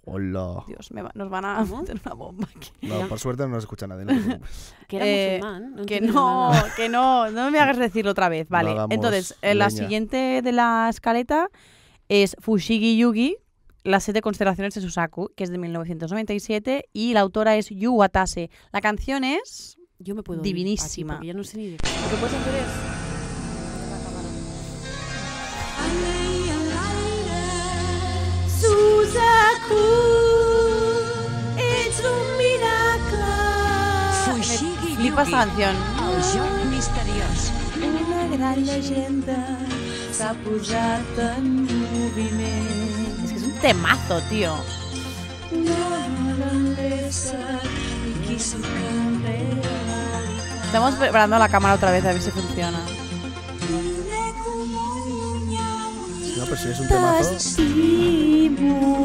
[SPEAKER 3] Hola.
[SPEAKER 1] Dios, me va- nos van a
[SPEAKER 2] ¿Cómo?
[SPEAKER 1] meter una bomba aquí.
[SPEAKER 3] No, por suerte no nos escucha nadie. no te preocupes.
[SPEAKER 2] Que era
[SPEAKER 1] Eh,
[SPEAKER 2] musulmán.
[SPEAKER 1] Que
[SPEAKER 2] entiendo
[SPEAKER 1] no,
[SPEAKER 2] nada.
[SPEAKER 1] que no, no me hagas decirlo otra vez. Vale,
[SPEAKER 3] hagamos
[SPEAKER 1] entonces, eh, la
[SPEAKER 3] leña.
[SPEAKER 1] siguiente de la escaleta es Fushigi Yugi, las siete constelaciones de Susaku, que es de 1997, y la autora es Yu Watase. La canción es...
[SPEAKER 2] Yo me puedo. ir
[SPEAKER 1] Divinísima.
[SPEAKER 2] así, porque ya no sé ni de
[SPEAKER 7] Lo que puedes hacer es.
[SPEAKER 1] Me flipa esta canción. Es que es un temazo, tío. Estamos preparando la cámara otra vez a ver si funciona.
[SPEAKER 3] No, pero si es un temazo.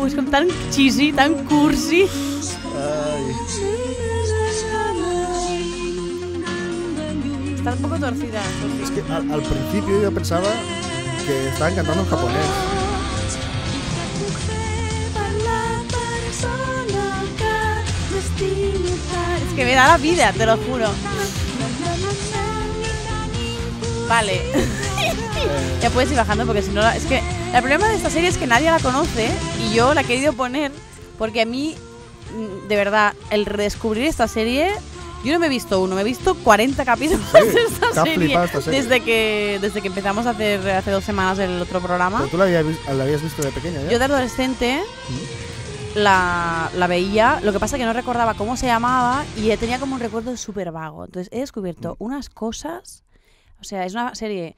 [SPEAKER 1] Es como tan cheesy, tan cursi.
[SPEAKER 3] Ay.
[SPEAKER 1] Está un poco torcida.
[SPEAKER 3] Es que al, al principio yo pensaba que estaban cantando en japonés.
[SPEAKER 1] Es que me da la vida, te lo juro. Vale. ya puedes ir bajando porque si no... la- Es que el problema de esta serie es que nadie la conoce y yo la he querido poner porque a mí, mm, de verdad, el redescubrir esta serie... Yo no me he visto uno, me he visto 40 capítulos de esta
[SPEAKER 3] está
[SPEAKER 1] serie,
[SPEAKER 3] flipada esta serie.
[SPEAKER 1] Desde, que, desde que empezamos a hacer hace dos semanas el otro programa.
[SPEAKER 3] Pero tú la habías, vis- la habías visto de pequeña, ¿ya?
[SPEAKER 1] Yo de adolescente la, la veía, lo que pasa que no recordaba cómo se llamaba y eh, tenía como un recuerdo súper vago. Entonces he descubierto unas cosas, o sea, es una serie...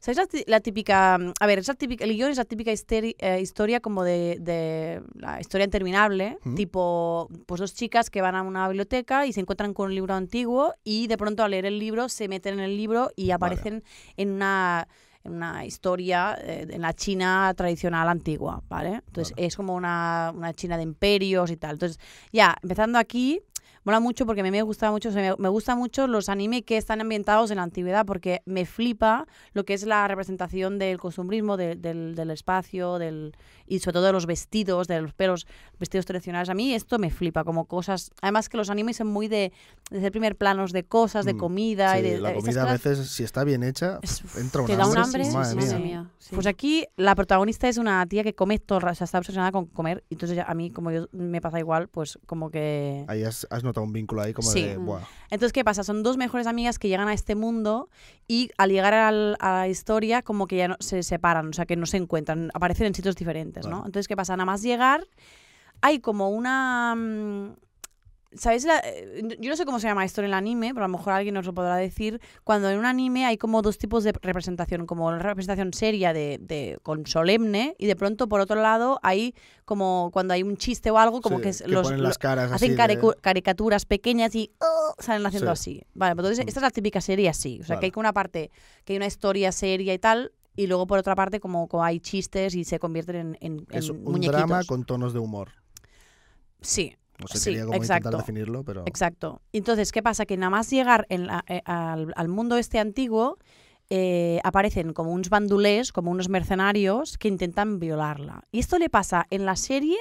[SPEAKER 1] ¿Sabéis la, ti- la típica... mm, A ver, es la típica, el guión es la típica histeri- eh, historia como de, de la historia interminable,
[SPEAKER 3] ¿Mm?
[SPEAKER 1] tipo, pues dos chicas que van a una biblioteca y se encuentran con un libro antiguo y de pronto al leer el libro se meten en el libro y aparecen en una en una historia eh, en la China tradicional antigua, ¿vale? Entonces es como una, una China de imperios y tal. Entonces, ya, empezando aquí, mola mucho porque a mí me gusta mucho, o sea, me, me gusta mucho los anime que están ambientados en la antigüedad porque me flipa lo que es la representación del costumbrismo, de- del, del espacio, del y sobre todo de los vestidos, de los pelos, vestidos tradicionales. A mí esto me flipa como cosas. Además que los animes son muy de, de hacer primer planos de cosas, de
[SPEAKER 3] Mm,
[SPEAKER 1] comida
[SPEAKER 3] Sí,
[SPEAKER 1] y de,
[SPEAKER 3] la
[SPEAKER 1] de- estas
[SPEAKER 3] comida a
[SPEAKER 1] cosas-
[SPEAKER 3] veces, si está bien hecha,
[SPEAKER 1] Es-
[SPEAKER 3] entra un
[SPEAKER 2] Te
[SPEAKER 3] hambre.
[SPEAKER 2] da un hambre.
[SPEAKER 3] madre
[SPEAKER 2] sí,
[SPEAKER 3] mía.
[SPEAKER 2] madre mía, sí.
[SPEAKER 1] Pues aquí la protagonista es una tía que come todo, el ra- o sea, está obsesionada con comer. y Entonces ya a mí, como yo me pasa igual, pues como que...
[SPEAKER 3] Ahí has, has notado un vínculo ahí como
[SPEAKER 1] Sí.
[SPEAKER 3] de,
[SPEAKER 2] Mm.
[SPEAKER 3] buah,
[SPEAKER 1] Entonces, ¿qué pasa? Son dos mejores amigas que llegan a este mundo y al llegar al- a la historia como que ya no, se separan, o sea, que no se encuentran, aparecen en sitios diferentes, ¿no?
[SPEAKER 3] Vale.
[SPEAKER 1] Entonces, ¿qué pasa? Nada más llegar hay como una... mm, ¿Sabéis? la- eh, yo no sé cómo se llama esto en el anime, pero a lo mejor alguien nos lo podrá decir. Cuando en un anime hay como dos tipos de representación, como la representación seria de, de- con solemne y de pronto por otro lado hay como cuando hay un chiste o algo como
[SPEAKER 3] sí,
[SPEAKER 1] que, es los,
[SPEAKER 3] ponen
[SPEAKER 1] lo-
[SPEAKER 3] las caras
[SPEAKER 1] Hacen
[SPEAKER 3] así
[SPEAKER 1] caricu-
[SPEAKER 3] de-
[SPEAKER 1] caricaturas pequeñas y oh, salen haciendo así. Vale, pues entonces
[SPEAKER 3] Mm.
[SPEAKER 1] esta es la típica serie así. O sea, que
[SPEAKER 3] Vale.
[SPEAKER 1] hay como una parte, que hay una historia seria y tal, y luego por otra parte como, como hay chistes y se convierten en, en, en
[SPEAKER 3] es un
[SPEAKER 1] muñequitos.
[SPEAKER 3] drama con tonos de humor.
[SPEAKER 1] Sí,
[SPEAKER 3] No sé,
[SPEAKER 1] Sí,
[SPEAKER 3] quería como
[SPEAKER 1] exacto.
[SPEAKER 3] intentar definirlo, pero...
[SPEAKER 1] exacto. Entonces, ¿qué pasa? Que nada más llegar en la- eh, al, al mundo este antiguo, eh, aparecen como unos bandulés, como unos mercenarios que intentan violarla. Y esto le pasa en la serie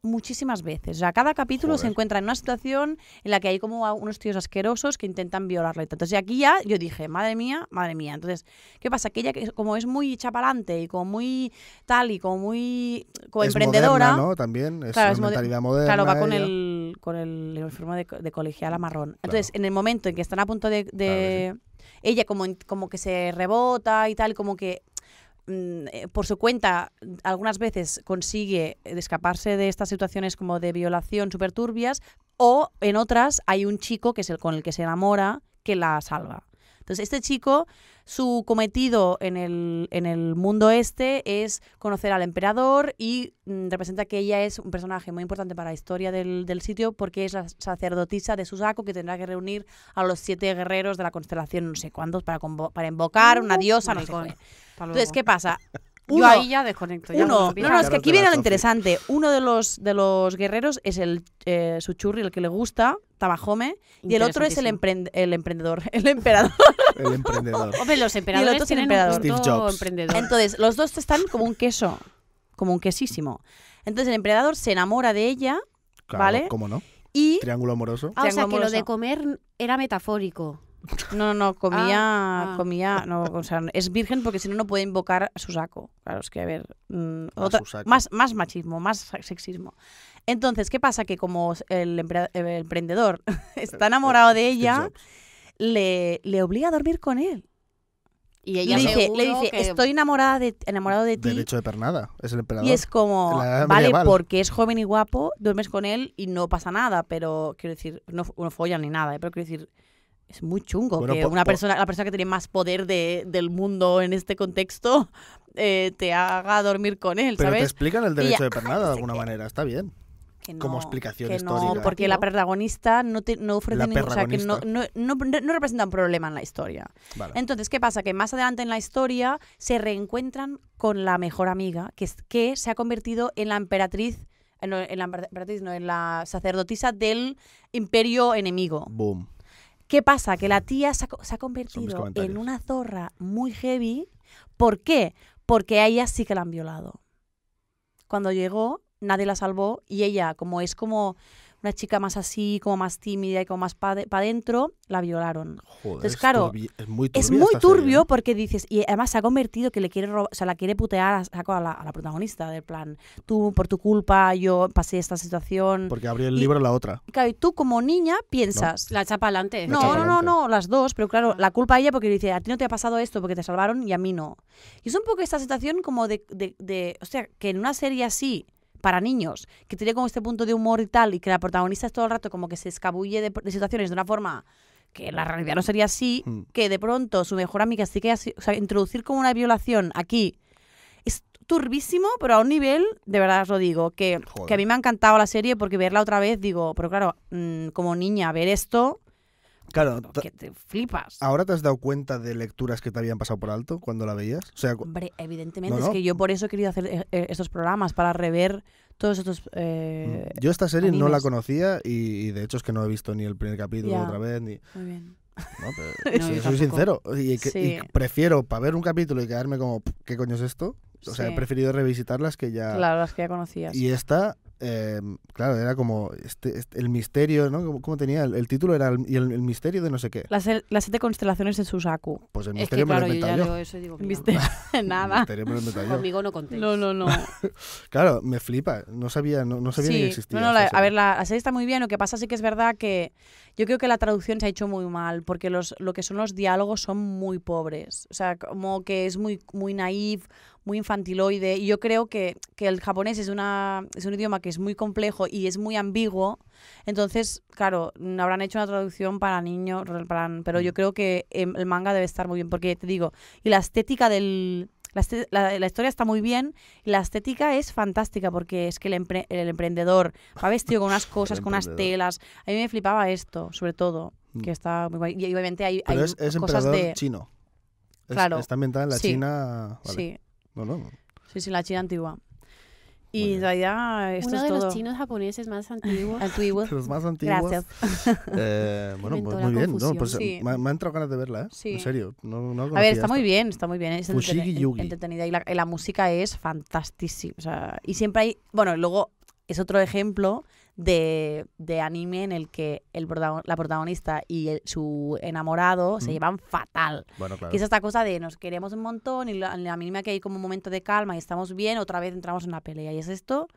[SPEAKER 1] muchísimas veces. O sea, cada capítulo se
[SPEAKER 3] Joder.
[SPEAKER 1] encuentra en una situación en la que hay como a unos tíos asquerosos que intentan violarla. y tal. Entonces, aquí ya yo dije, madre mía, madre mía. Entonces, ¿qué pasa? Que ella, que es- como es muy chapalante y como muy tal y como muy como
[SPEAKER 3] es
[SPEAKER 1] emprendedora.
[SPEAKER 3] Moderna, ¿no? También es
[SPEAKER 1] Claro,
[SPEAKER 3] una
[SPEAKER 1] es moder-
[SPEAKER 3] mentalidad moderna.
[SPEAKER 1] Claro, va con
[SPEAKER 3] ella.
[SPEAKER 1] el, con el uniforme de, co- de colegiala marrón. Entonces, en el momento en que están a punto de... de- Ella como, en- como que se rebota y tal, como que mm, eh, por su cuenta algunas veces consigue eh, escaparse de estas situaciones como de violación súper turbias o en otras hay un chico que es el con el que se enamora que la salva. Entonces, este chico, su cometido en el, en el mundo este es conocer al emperador y mm, representa que ella es un personaje muy importante para la historia del, del sitio porque es la sacerdotisa de Susaku que tendrá que reunir a los siete guerreros de la constelación no sé cuántos para, convo- para invocar una diosa, no sé
[SPEAKER 2] maricón.
[SPEAKER 1] qué.
[SPEAKER 2] Pa'
[SPEAKER 1] Entonces,
[SPEAKER 2] luego.
[SPEAKER 1] ¿qué pasa?
[SPEAKER 2] Yo ahí ya desconecto. ya
[SPEAKER 1] Uno,
[SPEAKER 2] cuando
[SPEAKER 1] no, no, es que
[SPEAKER 2] empieza-
[SPEAKER 3] Caras
[SPEAKER 1] aquí
[SPEAKER 3] de la
[SPEAKER 1] viene lo
[SPEAKER 3] Sophie.
[SPEAKER 1] interesante. Uno de los, de los guerreros es el eh, su churri, el que le gusta, Tabajome, y el otro es el, emprend-
[SPEAKER 2] Interesantísimo.
[SPEAKER 1] el emprendedor, el emperador.
[SPEAKER 3] El emprendedor.
[SPEAKER 2] Hombre, los emperadores
[SPEAKER 1] otro es el
[SPEAKER 2] tienen
[SPEAKER 1] emperador.
[SPEAKER 2] un
[SPEAKER 3] Steve
[SPEAKER 2] punto
[SPEAKER 3] Jobs.
[SPEAKER 2] emprendedor.
[SPEAKER 1] Entonces, los dos están como un queso, como un quesísimo. Entonces, el emperador se enamora de ella
[SPEAKER 3] Claro,
[SPEAKER 1] Vale.
[SPEAKER 3] ¿Cómo no?
[SPEAKER 1] y...
[SPEAKER 3] Triángulo amoroso.
[SPEAKER 2] Ah, o sea,
[SPEAKER 1] Triángulo
[SPEAKER 2] que lo de
[SPEAKER 1] amoroso.
[SPEAKER 2] comer era metafórico.
[SPEAKER 1] No, no, no, comía,
[SPEAKER 2] Ah, ah.
[SPEAKER 1] comía, no, o sea, es virgen porque si no, no puede invocar a Susako. Claro, es que, a ver, mm,
[SPEAKER 3] A
[SPEAKER 1] otra-
[SPEAKER 3] Susako.
[SPEAKER 1] más, más machismo, más sa- sexismo. Entonces, ¿qué pasa? Que como el, empera- el emprendedor está enamorado de
[SPEAKER 3] Steve
[SPEAKER 1] ella,
[SPEAKER 3] Jobs.
[SPEAKER 1] le, le obliga a dormir con él.
[SPEAKER 2] Y
[SPEAKER 1] Le
[SPEAKER 2] ella
[SPEAKER 1] dice, le
[SPEAKER 2] seguro
[SPEAKER 1] dice
[SPEAKER 2] que-
[SPEAKER 1] estoy enamorada de, enamorado de ti.
[SPEAKER 3] Derecho de pernada. Es el emperador.
[SPEAKER 1] Y es como,
[SPEAKER 3] La edad
[SPEAKER 1] vale,
[SPEAKER 3] medieval.
[SPEAKER 1] porque es joven y guapo, duermes con él y no pasa nada, pero quiero decir, no, f- no follan ni nada, ¿eh? pero quiero decir, es muy chungo
[SPEAKER 3] Bueno,
[SPEAKER 1] que
[SPEAKER 3] por-
[SPEAKER 1] una
[SPEAKER 3] por-
[SPEAKER 1] persona, la persona que tiene más poder de- del mundo en este contexto eh, te haga dormir con él,
[SPEAKER 3] Pero te
[SPEAKER 1] ¿sabes?
[SPEAKER 3] explican el
[SPEAKER 1] ya,
[SPEAKER 3] derecho de
[SPEAKER 1] ah,
[SPEAKER 3] pernada
[SPEAKER 1] no
[SPEAKER 3] de
[SPEAKER 1] sé
[SPEAKER 3] alguna
[SPEAKER 1] qué.
[SPEAKER 3] manera. Está bien.
[SPEAKER 1] Que
[SPEAKER 3] como
[SPEAKER 1] no,
[SPEAKER 3] explicación
[SPEAKER 1] que No,
[SPEAKER 3] histórica.
[SPEAKER 1] porque la protagonista no, te- no ofrece
[SPEAKER 3] La
[SPEAKER 1] ningún, o sea, que no, no,
[SPEAKER 3] perragonista.
[SPEAKER 1] no- no representa un problema en la historia.
[SPEAKER 3] Vale.
[SPEAKER 1] Entonces, ¿qué pasa? Que más adelante en la historia se reencuentran con la mejor amiga, que, es- que se ha convertido en la emperatriz, eh, no, en la emperatriz, no, en la sacerdotisa del imperio enemigo.
[SPEAKER 3] Boom.
[SPEAKER 1] ¿Qué pasa? Que la tía se ha, co- se ha convertido en
[SPEAKER 3] comentarios.
[SPEAKER 1] una zorra muy heavy. ¿Por qué? Porque a ella sí que la han violado. Cuando llegó, nadie la salvó y ella, como es como una chica más así, como más tímida y como más para adentro, la violaron.
[SPEAKER 3] Joder.
[SPEAKER 1] Entonces,
[SPEAKER 3] es
[SPEAKER 1] claro,
[SPEAKER 3] turbi- es muy turbio.
[SPEAKER 1] Es muy
[SPEAKER 3] ¿eh?
[SPEAKER 1] turbio porque dices, y además se ha convertido que le quiere robar, o sea, la quiere putear a, saco a la, a la protagonista, del plan, tú por tu culpa yo pasé esta situación.
[SPEAKER 3] ¿eh? Porque abrió el
[SPEAKER 1] Y-
[SPEAKER 3] libro la otra.
[SPEAKER 1] Claro, y tú como niña piensas,
[SPEAKER 2] La chapa adelante.
[SPEAKER 1] no,
[SPEAKER 3] Echa
[SPEAKER 1] no,
[SPEAKER 3] para
[SPEAKER 1] no,
[SPEAKER 3] adelante.
[SPEAKER 1] no, las dos, pero claro, la culpa a ella porque dice, a ti no te ha pasado esto porque te salvaron y a mí no. Y es un poco esta situación como de, de, de- o sea, que en una serie así, para niños, que tiene como este punto de humor y tal, y que la protagonista es todo el rato como que se escabulle de, de situaciones de una forma que en la realidad no sería así,
[SPEAKER 3] Mm.
[SPEAKER 1] que de pronto su mejor amiga sí que ha sido- o sea, introducir como una violación aquí es turbísimo, pero a un nivel, de verdad os lo digo, que,
[SPEAKER 3] Joder.
[SPEAKER 1] que a mí me ha encantado la serie porque verla otra vez, digo, pero claro, mm, como niña, ver esto,
[SPEAKER 3] Claro, ta- Ah,
[SPEAKER 1] que te flipas.
[SPEAKER 3] ¿ahora te has dado cuenta de lecturas que te habían pasado por alto cuando la veías? O sea, cu-
[SPEAKER 1] Hombre, evidentemente,
[SPEAKER 3] No,
[SPEAKER 1] es
[SPEAKER 3] no.
[SPEAKER 1] que yo por eso he querido hacer eh, eh, estos programas, para rever todos estos... eh,
[SPEAKER 3] yo esta serie no la
[SPEAKER 1] animes.
[SPEAKER 3] conocía y, y de hecho es que no he visto ni el primer capítulo
[SPEAKER 1] Ya.
[SPEAKER 3] otra vez. Ni,
[SPEAKER 1] Muy bien.
[SPEAKER 3] no, pero-
[SPEAKER 2] No,
[SPEAKER 3] sí,
[SPEAKER 2] yo
[SPEAKER 3] soy
[SPEAKER 2] tampoco.
[SPEAKER 3] sincero. Y, que-
[SPEAKER 1] Sí.
[SPEAKER 3] y prefiero para ver un capítulo y quedarme como, "Pff, ¿qué coño es esto? O sea,
[SPEAKER 1] Sí.
[SPEAKER 3] he preferido revisitarlas que ya...
[SPEAKER 1] Claro, las que ya conocías.
[SPEAKER 3] Y esta, eh, claro, era como este, este- el misterio, ¿no? ¿Cómo, cómo tenía? El, el título era el, y el, el misterio de no sé qué.
[SPEAKER 1] Las, las siete constelaciones de Susaku.
[SPEAKER 3] Pues el
[SPEAKER 2] Es que
[SPEAKER 3] misterio me
[SPEAKER 2] claro,
[SPEAKER 3] lo he
[SPEAKER 2] yo ya
[SPEAKER 3] inventado yo.
[SPEAKER 2] leo eso y digo, mira,
[SPEAKER 1] ¿Viste?
[SPEAKER 3] El
[SPEAKER 1] Nada.
[SPEAKER 3] misterio me lo he inventado yo.
[SPEAKER 2] conmigo no contéis.
[SPEAKER 1] No, no, no.
[SPEAKER 3] Claro, me flipa. No sabía, no, no sabía ni que existía.
[SPEAKER 1] No, no, la-
[SPEAKER 3] esta
[SPEAKER 1] a ver,
[SPEAKER 3] serie.
[SPEAKER 1] la, la serie está muy bien. Lo que pasa sí que es verdad que yo creo que la traducción se ha hecho muy mal, porque los, lo que son los diálogos son muy pobres. O sea, como que es muy, muy naif, muy infantiloide. Y yo creo que, que el japonés es, una, es un idioma que es muy complejo y es muy ambiguo. Entonces, claro, mm, habrán hecho una traducción para niños, re- para- pero
[SPEAKER 3] Mm.
[SPEAKER 1] yo creo que em, el manga debe estar muy bien, porque te digo, y la estética del... La, este- la- la historia está muy bien y la estética es fantástica porque es que el, empre- el emprendedor va vestido con unas cosas, con unas
[SPEAKER 3] emprendedor.
[SPEAKER 1] telas. A mí me flipaba esto, sobre todo,
[SPEAKER 3] Mm.
[SPEAKER 1] que está muy guay. Y obviamente hay, hay
[SPEAKER 3] Pero es, es
[SPEAKER 1] cosas
[SPEAKER 3] emperador
[SPEAKER 1] de...
[SPEAKER 3] chino. Es-
[SPEAKER 1] Claro.
[SPEAKER 3] Está ambientada en la
[SPEAKER 1] Sí.
[SPEAKER 3] China. Vale.
[SPEAKER 1] Sí,
[SPEAKER 3] No, no.
[SPEAKER 1] sí, sí, la China antigua.
[SPEAKER 3] Muy
[SPEAKER 1] Y en
[SPEAKER 3] bien.
[SPEAKER 1] realidad esto
[SPEAKER 2] Uno
[SPEAKER 1] es
[SPEAKER 2] de
[SPEAKER 1] todo.
[SPEAKER 2] los chinos japoneses más antiguos.
[SPEAKER 1] Antiguo.
[SPEAKER 3] Los más antiguos.
[SPEAKER 1] Gracias.
[SPEAKER 3] Eh, bueno, pues
[SPEAKER 2] Inventó
[SPEAKER 3] muy
[SPEAKER 2] la
[SPEAKER 3] bien. No,
[SPEAKER 2] confusión.
[SPEAKER 3] pues,
[SPEAKER 1] Sí.
[SPEAKER 3] me, me ha entrado ganas de verla, ¿eh?
[SPEAKER 1] Sí.
[SPEAKER 3] En serio. No, no
[SPEAKER 1] A ver,
[SPEAKER 3] conocía
[SPEAKER 1] está muy
[SPEAKER 3] esta.
[SPEAKER 1] bien, está muy bien. Es
[SPEAKER 3] Fushigi
[SPEAKER 1] entreteni- en-
[SPEAKER 3] Yugi.
[SPEAKER 1] entretenida y la, y la música es fantástica. O sea, y siempre hay. Bueno, y luego es otro ejemplo de, de anime en el que el protago- la protagonista y el- su enamorado se
[SPEAKER 3] Mm.
[SPEAKER 1] llevan fatal.
[SPEAKER 3] Bueno, claro.
[SPEAKER 1] Que es esta cosa de nos queremos un montón y la, la mínima que hay como un momento de calma y estamos bien, otra vez entramos en una pelea. Y es esto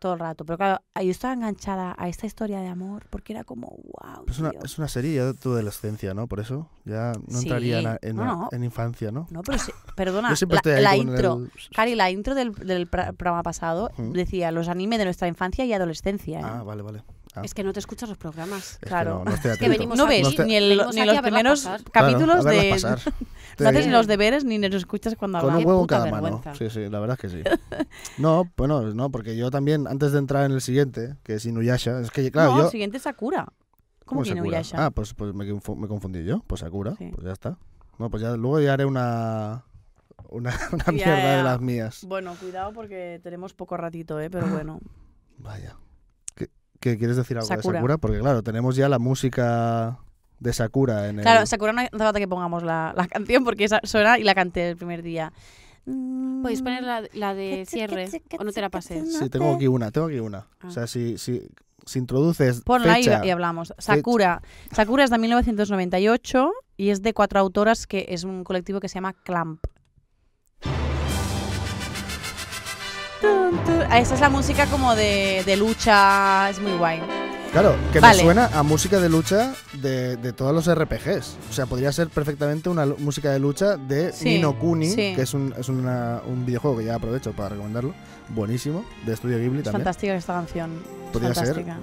[SPEAKER 1] todo el rato. Pero claro, yo estaba enganchada a esta historia de amor porque era como, wow.
[SPEAKER 3] Es una, es una serie ya de tu adolescencia, ¿no? Por eso ya no
[SPEAKER 1] Sí.
[SPEAKER 3] entraría en, en-
[SPEAKER 1] No, no.
[SPEAKER 3] en infancia, ¿no?
[SPEAKER 1] No, pero sí- perdona,
[SPEAKER 3] Yo siempre estoy
[SPEAKER 1] Ah, la,
[SPEAKER 3] ahí
[SPEAKER 1] la
[SPEAKER 3] como en
[SPEAKER 1] intro. Eh.
[SPEAKER 3] el-
[SPEAKER 1] Cari, la intro del, del pra- programa pasado
[SPEAKER 3] Ujú.
[SPEAKER 1] decía los animes de nuestra infancia y adolescencia. ¿eh?
[SPEAKER 3] Ah, vale, vale. Ah.
[SPEAKER 2] Es que no te escuchas los programas.
[SPEAKER 3] Es que
[SPEAKER 1] Claro.
[SPEAKER 3] no, no estoy
[SPEAKER 2] Es que
[SPEAKER 3] atento.
[SPEAKER 2] venimos
[SPEAKER 1] No
[SPEAKER 2] aquí,
[SPEAKER 1] ves
[SPEAKER 3] no te-
[SPEAKER 1] ni, el-
[SPEAKER 2] venimos
[SPEAKER 1] ni
[SPEAKER 2] aquí
[SPEAKER 1] los
[SPEAKER 2] a verlas
[SPEAKER 1] primeros
[SPEAKER 2] pasar.
[SPEAKER 3] Claro,
[SPEAKER 1] capítulos
[SPEAKER 3] a verlas
[SPEAKER 1] de...
[SPEAKER 3] pasar. Te
[SPEAKER 1] No haces
[SPEAKER 3] digo,
[SPEAKER 1] ni los deberes ni nos escuchas cuando
[SPEAKER 3] Con
[SPEAKER 1] hablamos.
[SPEAKER 3] un
[SPEAKER 2] Qué
[SPEAKER 3] huevo en
[SPEAKER 2] puta
[SPEAKER 3] cada mano.
[SPEAKER 2] vergüenza.
[SPEAKER 3] Sí, sí, la verdad es que sí. No, bueno, no, porque yo también, antes de entrar en el siguiente, que es Inuyasha, es que claro,
[SPEAKER 1] no,
[SPEAKER 3] yo.
[SPEAKER 1] el siguiente es Sakura. ¿Cómo, que
[SPEAKER 3] Sakura?
[SPEAKER 1] Inuyasha?
[SPEAKER 3] Ah, pues, pues me, confu- me confundí yo. Pues Sakura,
[SPEAKER 1] Sí.
[SPEAKER 3] pues ya está. No, pues ya luego ya haré una. Una, una
[SPEAKER 1] Ya,
[SPEAKER 3] mierda
[SPEAKER 1] ya.
[SPEAKER 3] de las mías.
[SPEAKER 1] Bueno, cuidado porque tenemos poco ratito, ¿eh? Pero
[SPEAKER 3] Ah,
[SPEAKER 1] bueno.
[SPEAKER 3] Vaya. ¿Qué, qué quieres decir algo
[SPEAKER 1] Sakura.
[SPEAKER 3] de Sakura? Porque claro, tenemos ya la música de Sakura en el.
[SPEAKER 1] Claro, Sakura no hace falta que pongamos la, la canción porque esa suena y la canté el primer día.
[SPEAKER 2] Podéis poner la, la de cierre o no te la pases.
[SPEAKER 3] Sí, tengo aquí una, tengo aquí una.
[SPEAKER 2] Ah.
[SPEAKER 3] O sea, si, si, si introduces
[SPEAKER 1] Ponla y,
[SPEAKER 3] fecha,
[SPEAKER 1] y hablamos. Sakura. Sakura es de 1998 y es de cuatro autoras que es un colectivo que se llama Clamp. Tun, tun. Ah, Esta es la música como de, de lucha, es muy guay.
[SPEAKER 3] Claro, que
[SPEAKER 1] Vale.
[SPEAKER 3] me suena a música de lucha de, de todos los RPGs. O sea, podría ser perfectamente una lu- música de lucha de
[SPEAKER 1] Sí,
[SPEAKER 3] Nino Kuni,
[SPEAKER 1] sí.
[SPEAKER 3] que es, un, es una- un videojuego que ya aprovecho para recomendarlo. Buenísimo, de Estudio Ghibli
[SPEAKER 1] Es
[SPEAKER 3] también.
[SPEAKER 1] fantástica esta canción. Es
[SPEAKER 3] Podría ser.
[SPEAKER 1] fantástica.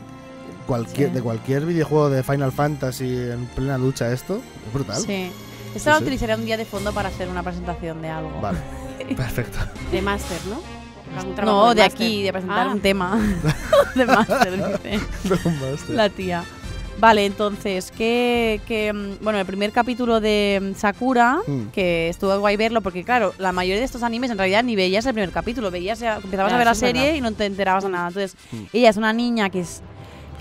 [SPEAKER 3] Cualquier,
[SPEAKER 1] sí.
[SPEAKER 3] De cualquier videojuego de Final Fantasy en plena lucha, esto es brutal.
[SPEAKER 1] Sí. Esta la
[SPEAKER 3] Sí, sí.
[SPEAKER 1] utilizaré un día de fondo para hacer una presentación de algo.
[SPEAKER 3] Vale, perfecto.
[SPEAKER 2] De máster, ¿no? Algún trabajo
[SPEAKER 1] No, de
[SPEAKER 2] máster.
[SPEAKER 1] aquí, de presentar
[SPEAKER 2] Ah.
[SPEAKER 1] un tema. de máster, dice.
[SPEAKER 3] este.
[SPEAKER 1] La tía. Vale, entonces, que, que, mm, Bueno, el primer capítulo de mm, Sakura,
[SPEAKER 3] Mm.
[SPEAKER 1] que estuvo guay verlo, porque claro, la mayoría de estos animes en realidad ni veías el primer capítulo, veías, ya- empezabas
[SPEAKER 2] Ya,
[SPEAKER 1] a ver la
[SPEAKER 2] eso es
[SPEAKER 1] serie
[SPEAKER 2] verdad.
[SPEAKER 1] y no te enterabas de nada. Entonces,
[SPEAKER 3] Mm.
[SPEAKER 1] ella es una niña que es.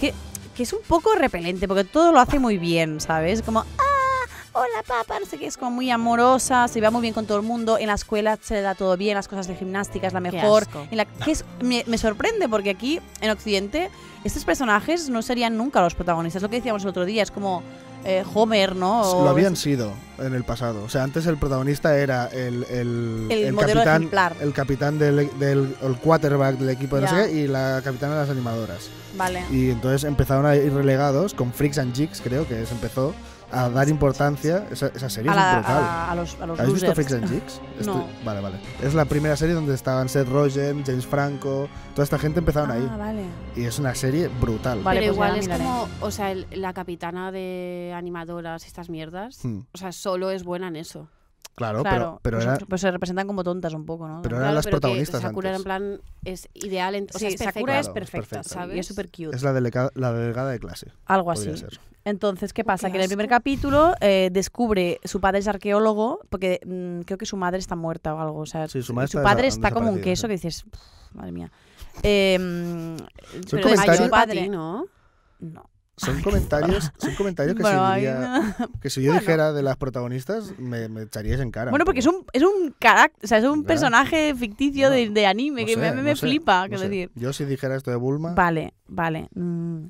[SPEAKER 1] Que, que es un poco repelente, porque todo lo hace muy bien, ¿sabes? Como, ¡ah! Hola, papá, no sé qué, es como muy amorosa, se va muy bien con todo el mundo, en la escuela se le da todo bien, las cosas de gimnástica es la
[SPEAKER 2] Qué
[SPEAKER 1] mejor.
[SPEAKER 2] asco.
[SPEAKER 1] en la- que es- me, me sorprende, porque aquí, en Occidente, estos personajes no serían nunca los protagonistas. Lo que decíamos el otro día, es como eh, Homer, ¿no? O
[SPEAKER 3] Lo habían sido en el pasado. O sea, antes el protagonista era el, el,
[SPEAKER 1] El modelo
[SPEAKER 3] capitán,
[SPEAKER 1] ejemplar.
[SPEAKER 3] el capitán del, del el quarterback del equipo de no
[SPEAKER 1] Ya.
[SPEAKER 3] sé qué, y la capitana de las animadoras.
[SPEAKER 1] Vale.
[SPEAKER 3] Y entonces empezaron a ir relegados con Freaks and Jigs, creo que se empezó a dar importancia. Esa, esa serie
[SPEAKER 1] A,
[SPEAKER 3] es
[SPEAKER 1] la-
[SPEAKER 3] brutal.
[SPEAKER 1] a- a los, a los
[SPEAKER 3] ¿Habéis visto
[SPEAKER 1] losers.
[SPEAKER 3] Freaks and Jigs?
[SPEAKER 1] No.
[SPEAKER 3] Estoy- Vale, vale. Es la primera serie donde estaban Seth Rogen, James Franco, toda esta gente empezaron ahí.
[SPEAKER 1] Ah, vale.
[SPEAKER 3] Y es una serie brutal.
[SPEAKER 1] Vale,
[SPEAKER 2] Pero
[SPEAKER 1] pues ya
[SPEAKER 2] igual
[SPEAKER 1] la
[SPEAKER 2] es
[SPEAKER 1] miraré.
[SPEAKER 2] como, o sea, el- la capitana de animadoras, estas mierdas,
[SPEAKER 3] Hmm,
[SPEAKER 2] o sea, solo es buena en eso.
[SPEAKER 3] Claro,
[SPEAKER 1] Claro,
[SPEAKER 3] pero, pero
[SPEAKER 1] pues,
[SPEAKER 3] era,
[SPEAKER 1] pues se representan como tontas un poco, ¿no?
[SPEAKER 3] Pero
[SPEAKER 1] También.
[SPEAKER 3] eran las
[SPEAKER 2] pero que
[SPEAKER 3] protagonistas
[SPEAKER 2] Sakura
[SPEAKER 3] antes.
[SPEAKER 2] en plan es ideal, en, o sea,
[SPEAKER 1] sí,
[SPEAKER 2] es perfecta.
[SPEAKER 1] Sakura es
[SPEAKER 3] Claro, es
[SPEAKER 1] perfecta,
[SPEAKER 3] perfecta.
[SPEAKER 1] ¿sabes? Y es súper cute.
[SPEAKER 3] es la, delega- la delegada de clase.
[SPEAKER 1] Algo así.
[SPEAKER 3] Podría ser.
[SPEAKER 1] Entonces, ¿qué pasa?
[SPEAKER 2] qué
[SPEAKER 1] que en el primer
[SPEAKER 2] asco.
[SPEAKER 1] capítulo eh, descubre su padre es arqueólogo, porque mm, creo que su madre está muerta o algo. O sea,
[SPEAKER 3] Sí, su madre está
[SPEAKER 1] padre
[SPEAKER 3] desa-
[SPEAKER 1] está como un
[SPEAKER 3] desaparecida,
[SPEAKER 1] queso
[SPEAKER 3] sí.
[SPEAKER 1] que dices, "Pff, madre mía. Eh, mm, pero
[SPEAKER 2] Pero
[SPEAKER 3] comentario-
[SPEAKER 1] su
[SPEAKER 2] mayor para ti,
[SPEAKER 1] padre.
[SPEAKER 2] ¿no?
[SPEAKER 1] No.
[SPEAKER 3] Son comentarios, son comentarios que,
[SPEAKER 1] Bueno,
[SPEAKER 3] si
[SPEAKER 1] ahí
[SPEAKER 3] diría-
[SPEAKER 1] no.
[SPEAKER 3] que si yo dijera de las protagonistas, me, me echarías en cara.
[SPEAKER 1] Bueno, porque es un, es un carácter, o sea, es un
[SPEAKER 3] Ya.
[SPEAKER 1] personaje ficticio de,
[SPEAKER 3] Bueno,
[SPEAKER 1] de anime
[SPEAKER 3] No
[SPEAKER 1] que me,
[SPEAKER 3] sé,
[SPEAKER 1] me-
[SPEAKER 3] no
[SPEAKER 1] me
[SPEAKER 3] sé,
[SPEAKER 1] flipa,
[SPEAKER 3] no
[SPEAKER 1] quiero
[SPEAKER 3] sé.
[SPEAKER 1] decir.
[SPEAKER 3] Yo si dijera esto de Bulma,
[SPEAKER 1] Vale, vale. mm.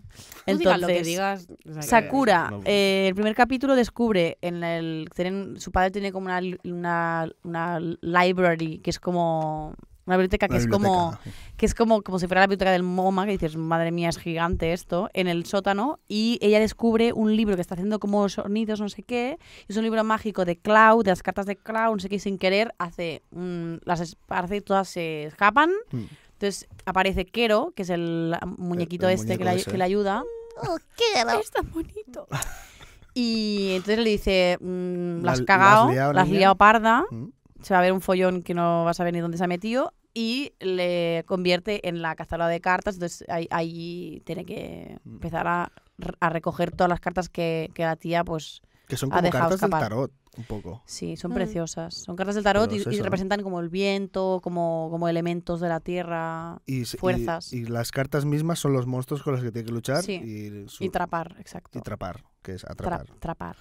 [SPEAKER 2] Tú digas lo que
[SPEAKER 1] Entonces,
[SPEAKER 2] digas. o sea, que-
[SPEAKER 1] Sakura,
[SPEAKER 3] no-
[SPEAKER 1] eh, el primer capítulo descubre en el tienen- su padre tiene como una, li- una, una library que es como una biblioteca que
[SPEAKER 3] una
[SPEAKER 1] es como
[SPEAKER 3] biblioteca.
[SPEAKER 1] que es como como si fuera la biblioteca del MoMA que dices madre mía es gigante esto en el sótano y ella descubre un libro que está haciendo como sonidos no sé qué es un libro mágico de Cloud de las cartas de Cloud no sé qué y sin querer hace mm, las esparce y todas se escapan
[SPEAKER 3] Mm.
[SPEAKER 1] entonces aparece Kero que es el muñequito
[SPEAKER 3] el
[SPEAKER 1] este que, la-
[SPEAKER 3] muñeco ese.
[SPEAKER 1] que le ayuda
[SPEAKER 4] Oh, quiero.
[SPEAKER 2] Es tan bonito.
[SPEAKER 1] y entonces le dice, mm,
[SPEAKER 3] La-
[SPEAKER 1] la has
[SPEAKER 3] la
[SPEAKER 1] cagado,
[SPEAKER 3] has liado,
[SPEAKER 1] la has
[SPEAKER 3] niña".
[SPEAKER 1] liado parda,
[SPEAKER 3] Mm.
[SPEAKER 1] se va a ver un follón que no vas a ver ni dónde se ha metido y le convierte en la cazadora de cartas, entonces ahí, ahí tiene que
[SPEAKER 3] Mm.
[SPEAKER 1] empezar a, a recoger todas las cartas que, que la tía, pues
[SPEAKER 3] que son
[SPEAKER 1] ha
[SPEAKER 3] como
[SPEAKER 1] dejado
[SPEAKER 3] cartas del
[SPEAKER 1] escapar.
[SPEAKER 3] tarot, un poco.
[SPEAKER 1] sí, son
[SPEAKER 2] Mm.
[SPEAKER 1] preciosas. Son cartas del tarot
[SPEAKER 3] Pero
[SPEAKER 1] y,
[SPEAKER 3] es
[SPEAKER 1] y
[SPEAKER 3] eso, ¿no?
[SPEAKER 1] representan como el viento, como, como elementos de la tierra
[SPEAKER 3] Y, se- y-
[SPEAKER 1] Fuerzas.
[SPEAKER 3] Y, las cartas mismas son los monstruos con los que tiene que luchar
[SPEAKER 1] Sí.
[SPEAKER 3] y, su-
[SPEAKER 1] y trapar, exacto.
[SPEAKER 3] y trapar, que es
[SPEAKER 1] Tra-
[SPEAKER 3] atrapar.
[SPEAKER 1] trapar.